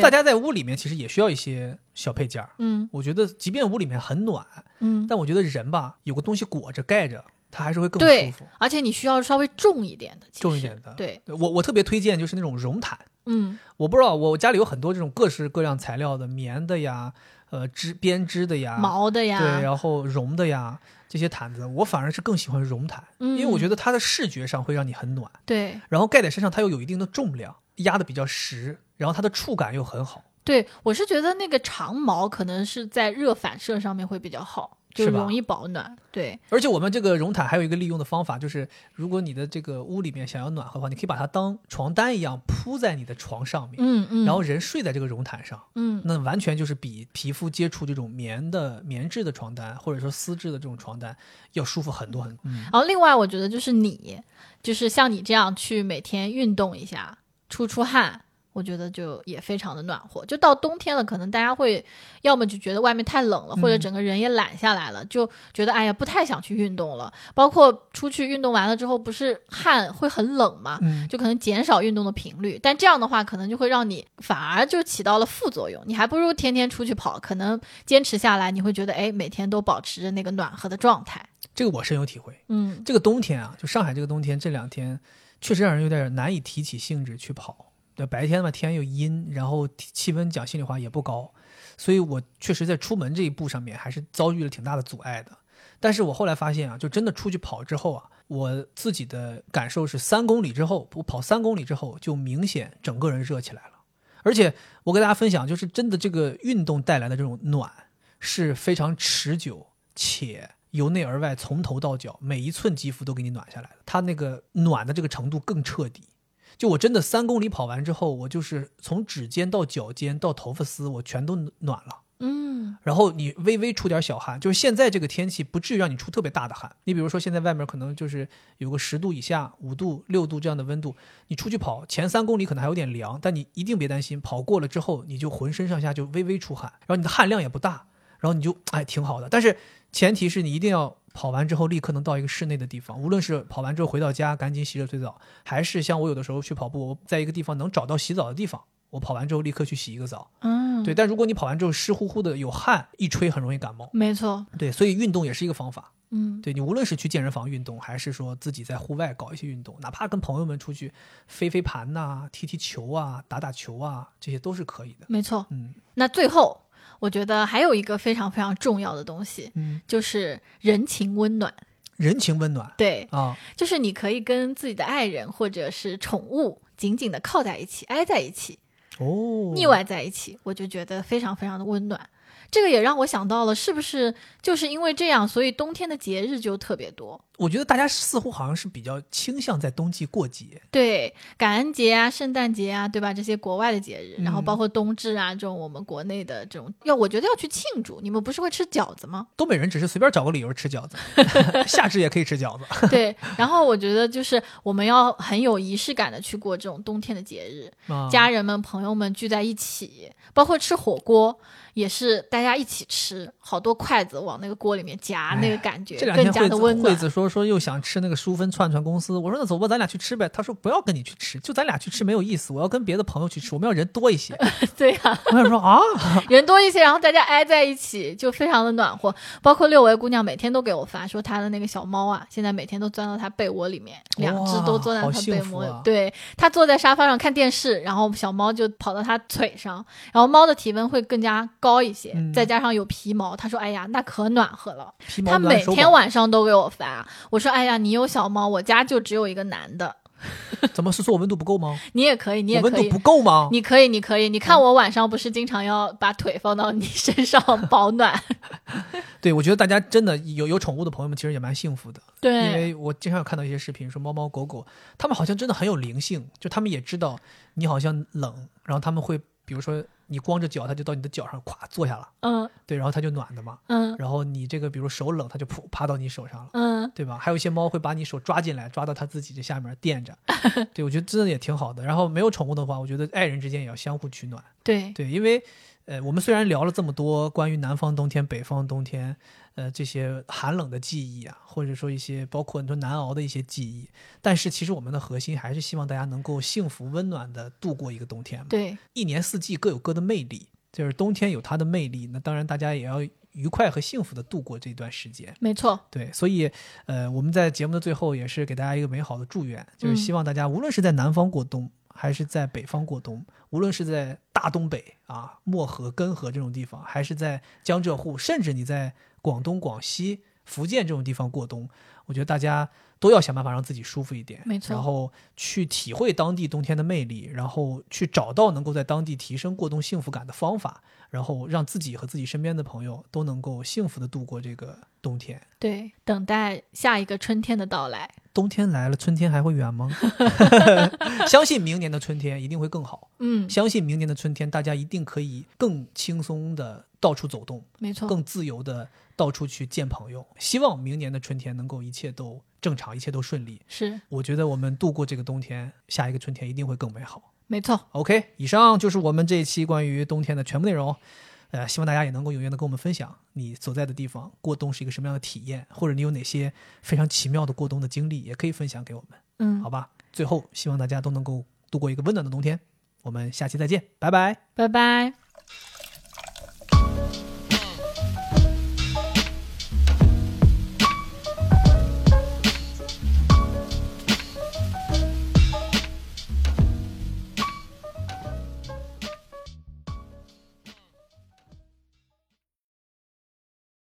S1: 那大家在屋里面其实也需要一些小配件儿。
S2: 嗯
S1: 我觉得，即便屋里面很暖，
S2: 嗯，
S1: 但我觉得人吧，有个东西裹着盖着，它还是会更舒
S2: 对
S1: 服。，
S2: 而且你需要稍微重一点的，其
S1: 重一
S2: 实
S1: 点的
S2: 对，
S1: 我我特别推荐就是那种绒毯，
S2: 嗯
S1: 我不知道我家里有很多这种各式各样材料的，棉的呀，呃织编织的呀，
S2: 毛的呀，
S1: 啊对，然后绒的呀，这些毯子，我反而是更喜欢绒毯，因
S2: 嗯
S1: 为我觉得它的视觉上会让你很暖，
S2: 对
S1: 然后盖在身上它又有一定的重量，压的比较实，然后它的触感又很好。
S2: 对，我是觉得那个长毛可能是在热反射上面会比较好，就是
S1: 吧
S2: 容易保暖。对，
S1: 而且我们这个绒毯还有一个利用的方法，就是如果你的这个屋里面想要暖和的话，你可以把它当床单一样铺在你的床上面，
S2: 嗯嗯，
S1: 然后人睡在这个绒毯上，
S2: 嗯
S1: 那完全就是比皮肤接触这种棉的棉质的床单或者说丝质的这种床单要舒服很多很多。嗯
S2: 然后另外我觉得就是你，就是像你这样去每天运动一下，出出汗。我觉得就也非常的暖和，就到冬天了，可能大家会要么就觉得外面太冷了，或者整个人也懒下来了，就觉得哎呀不太想去运动了。包括出去运动完了之后，不是汗会很冷嘛，
S1: 嗯，
S2: 就可能减少运动的频率，但这样的话，可能就会让你反而就起到了副作用。你还不如天天出去跑，可能坚持下来，你会觉得哎，每天都保持着那个暖和的状态。
S1: 这个我深有体会。
S2: 嗯
S1: 这个冬天啊，就上海这个冬天这两天，确实让人有点难以提起兴致去跑。对，白天嘛天又阴，然后气气温讲心里话也不高，所以我确实在出门这一步上面还是遭遇了挺大的阻碍的。但是我后来发现啊，就真的出去跑之后啊，我自己的感受是三公里之后，我跑三公里之后就明显整个人热起来了。而且我跟大家分享，就是真的这个运动带来的这种暖是非常持久且由内而外从头到脚每一寸肌肤都给你暖下来的，它那个暖的这个程度更彻底。就我真的三公里跑完之后，我就是从指尖到脚尖到头发丝，我全都暖了。
S2: 嗯
S1: 然后你微微出点小汗，就是现在这个天气不至于让你出特别大的汗。你比如说现在外面可能就是有个十度以下、五度、六度这样的温度，你出去跑前三公里可能还有点凉，但你一定别担心，跑过了之后你就浑身上下就微微出汗，然后你的汗量也不大，然后你就哎挺好的。但是前提是你一定要跑完之后立刻能到一个室内的地方，无论是跑完之后回到家赶紧洗热水澡，还是像我有的时候去跑步，我在一个地方能找到洗澡的地方，我跑完之后立刻去洗一个澡。
S2: 嗯，
S1: 对，但如果你跑完之后湿乎乎的有汗，一吹很容易感冒。
S2: 没错，
S1: 对，所以运动也是一个方法。
S2: 嗯
S1: 对你无论是去健身房运动，还是说自己在户外搞一些运动，哪怕跟朋友们出去飞飞盘呐、踢踢球啊、打打球啊，这些都是可以的。
S2: 没错。
S1: 嗯
S2: 那最后，我觉得还有一个非常非常重要的东西，
S1: 嗯，
S2: 就是人情温暖。
S1: 人情温暖
S2: 对，
S1: 啊，
S2: 就是你可以跟自己的爱人或者是宠物紧紧的靠在一起，挨在一起，
S1: 哦，
S2: 腻歪在一起，我就觉得非常非常的温暖。这个也让我想到了，是不是就是因为这样，所以冬天的节日就特别多？
S1: 我觉得大家似乎好像是比较倾向在冬季过节。
S2: 对，感恩节啊、圣诞节啊，对吧？这些国外的节日，
S1: 嗯
S2: 然后包括冬至啊这种我们国内的这种，要我觉得要去庆祝。你们不是会吃饺子吗？
S1: 东北人只是随便找个理由吃饺子， 夏至也可以吃饺子。
S2: 对，然后我觉得就是我们要很有仪式感的去过这种冬天的节日，
S1: 啊、
S2: 家人们、朋友们聚在一起，包括吃火锅，也是大家一起吃，好多筷子往那个锅里面夹，
S1: 哎
S2: 那个感觉
S1: 这两
S2: 更
S1: 天
S2: 加
S1: 惠
S2: 的
S1: 子
S2: 温
S1: 惠
S2: 暖。
S1: 子说说又想吃那个淑芬串串公司，我说那走吧，咱俩去吃呗。她说不要跟你去吃，就咱俩去吃没有意思，我要跟别的朋友去吃，我们要人多一些。
S2: 对啊，
S1: 我想说啊，
S2: 人多一些，然后大家挨在一起，就非常的暖和。包括六维姑娘每天都给我发说她的那个小猫啊，现在每天都钻到她被窝里面，两只都钻在
S1: 哇
S2: 她
S1: 好
S2: 被
S1: 幸福
S2: 窝里。
S1: 啊
S2: 对，她坐在沙发上看电视，然后小猫就跑到她腿上，然后猫的体温会更加高一些，
S1: 嗯
S2: 再加上有皮毛，她说哎呀，那可暖和了。
S1: 皮毛
S2: 他
S1: 暖
S2: 每
S1: 手
S2: 天
S1: 感
S2: 晚上都给我发，我说：“哎呀，你有小猫，我家就只有一个男的，
S1: 怎么是说我温度不够吗？
S2: 你也可以，你
S1: 我
S2: 也
S1: 温
S2: 可
S1: 度
S2: 以
S1: 不，够吗？
S2: 你可以，你可以。你看我晚上不是经常要把腿放到你身上保暖？
S1: 对，我觉得大家真的有有宠物的朋友们其实也蛮幸福的，因
S2: 对，
S1: 为我经常有看到一些视频说猫猫狗狗，它们好像真的很有灵性，就它们也知道你好像冷，然后它们会比如说你光着脚，它就到你的脚上咵坐下了，
S2: 嗯
S1: 对，然后它就暖的嘛。
S2: 嗯
S1: 然后你这个比如手冷，它就扑趴到你手上了。
S2: 嗯，
S1: 对吧？还有一些猫会把你手抓进来，抓到它自己这下面垫着。对，我觉得真的也挺好的。然后没有宠物的话，我觉得爱人之间也要相互取暖。
S2: 对，
S1: 对，因为呃，我们虽然聊了这么多关于南方冬天、北方冬天，呃，这些寒冷的记忆啊，或者说一些包括你说难熬的一些记忆，但是其实我们的核心还是希望大家能够幸福温暖的度过一个冬天嘛。
S2: 对，
S1: 一年四季各有各的魅力，就是冬天有它的魅力，那当然大家也要愉快和幸福的度过这段时间。
S2: 没错，
S1: 对，所以呃，我们在节目的最后也是给大家一个美好的祝愿，就是
S2: 嗯
S1: 希望大家无论是在南方过冬，还是在北方过冬，无论是在大东北啊、漠河、根河这种地方，还是在江浙沪，甚至你在广东、广西福建这种地方过冬，我觉得大家都要想办法让自己舒服一点，
S2: 没错
S1: 然后去体会当地冬天的魅力，然后去找到能够在当地提升过冬幸福感的方法，然后让自己和自己身边的朋友都能够幸福的度过这个冬天。
S2: 对，等待下一个春天的到来。
S1: 冬天来了，春天还会远吗？ 相信明年的春天一定会更好。
S2: 嗯，
S1: 相信明年的春天，大家一定可以更轻松的到处走动，
S2: 没错，
S1: 更自由的到处去见朋友。希望明年的春天能够一切都正常，一切都顺利。
S2: 是
S1: 我觉得我们度过这个冬天，下一个春天一定会更美好。
S2: 没错。
S1: OK，以上就是我们这一期关于冬天的全部内容。呃，希望大家也能够踊跃的跟我们分享你所在的地方过冬是一个什么样的体验，或者你有哪些非常奇妙的过冬的经历，也可以分享给我们，
S2: 嗯
S1: 好，吧？最后，希望大家都能够度过一个温暖的冬天。我们下期再见，拜拜。
S2: 拜拜。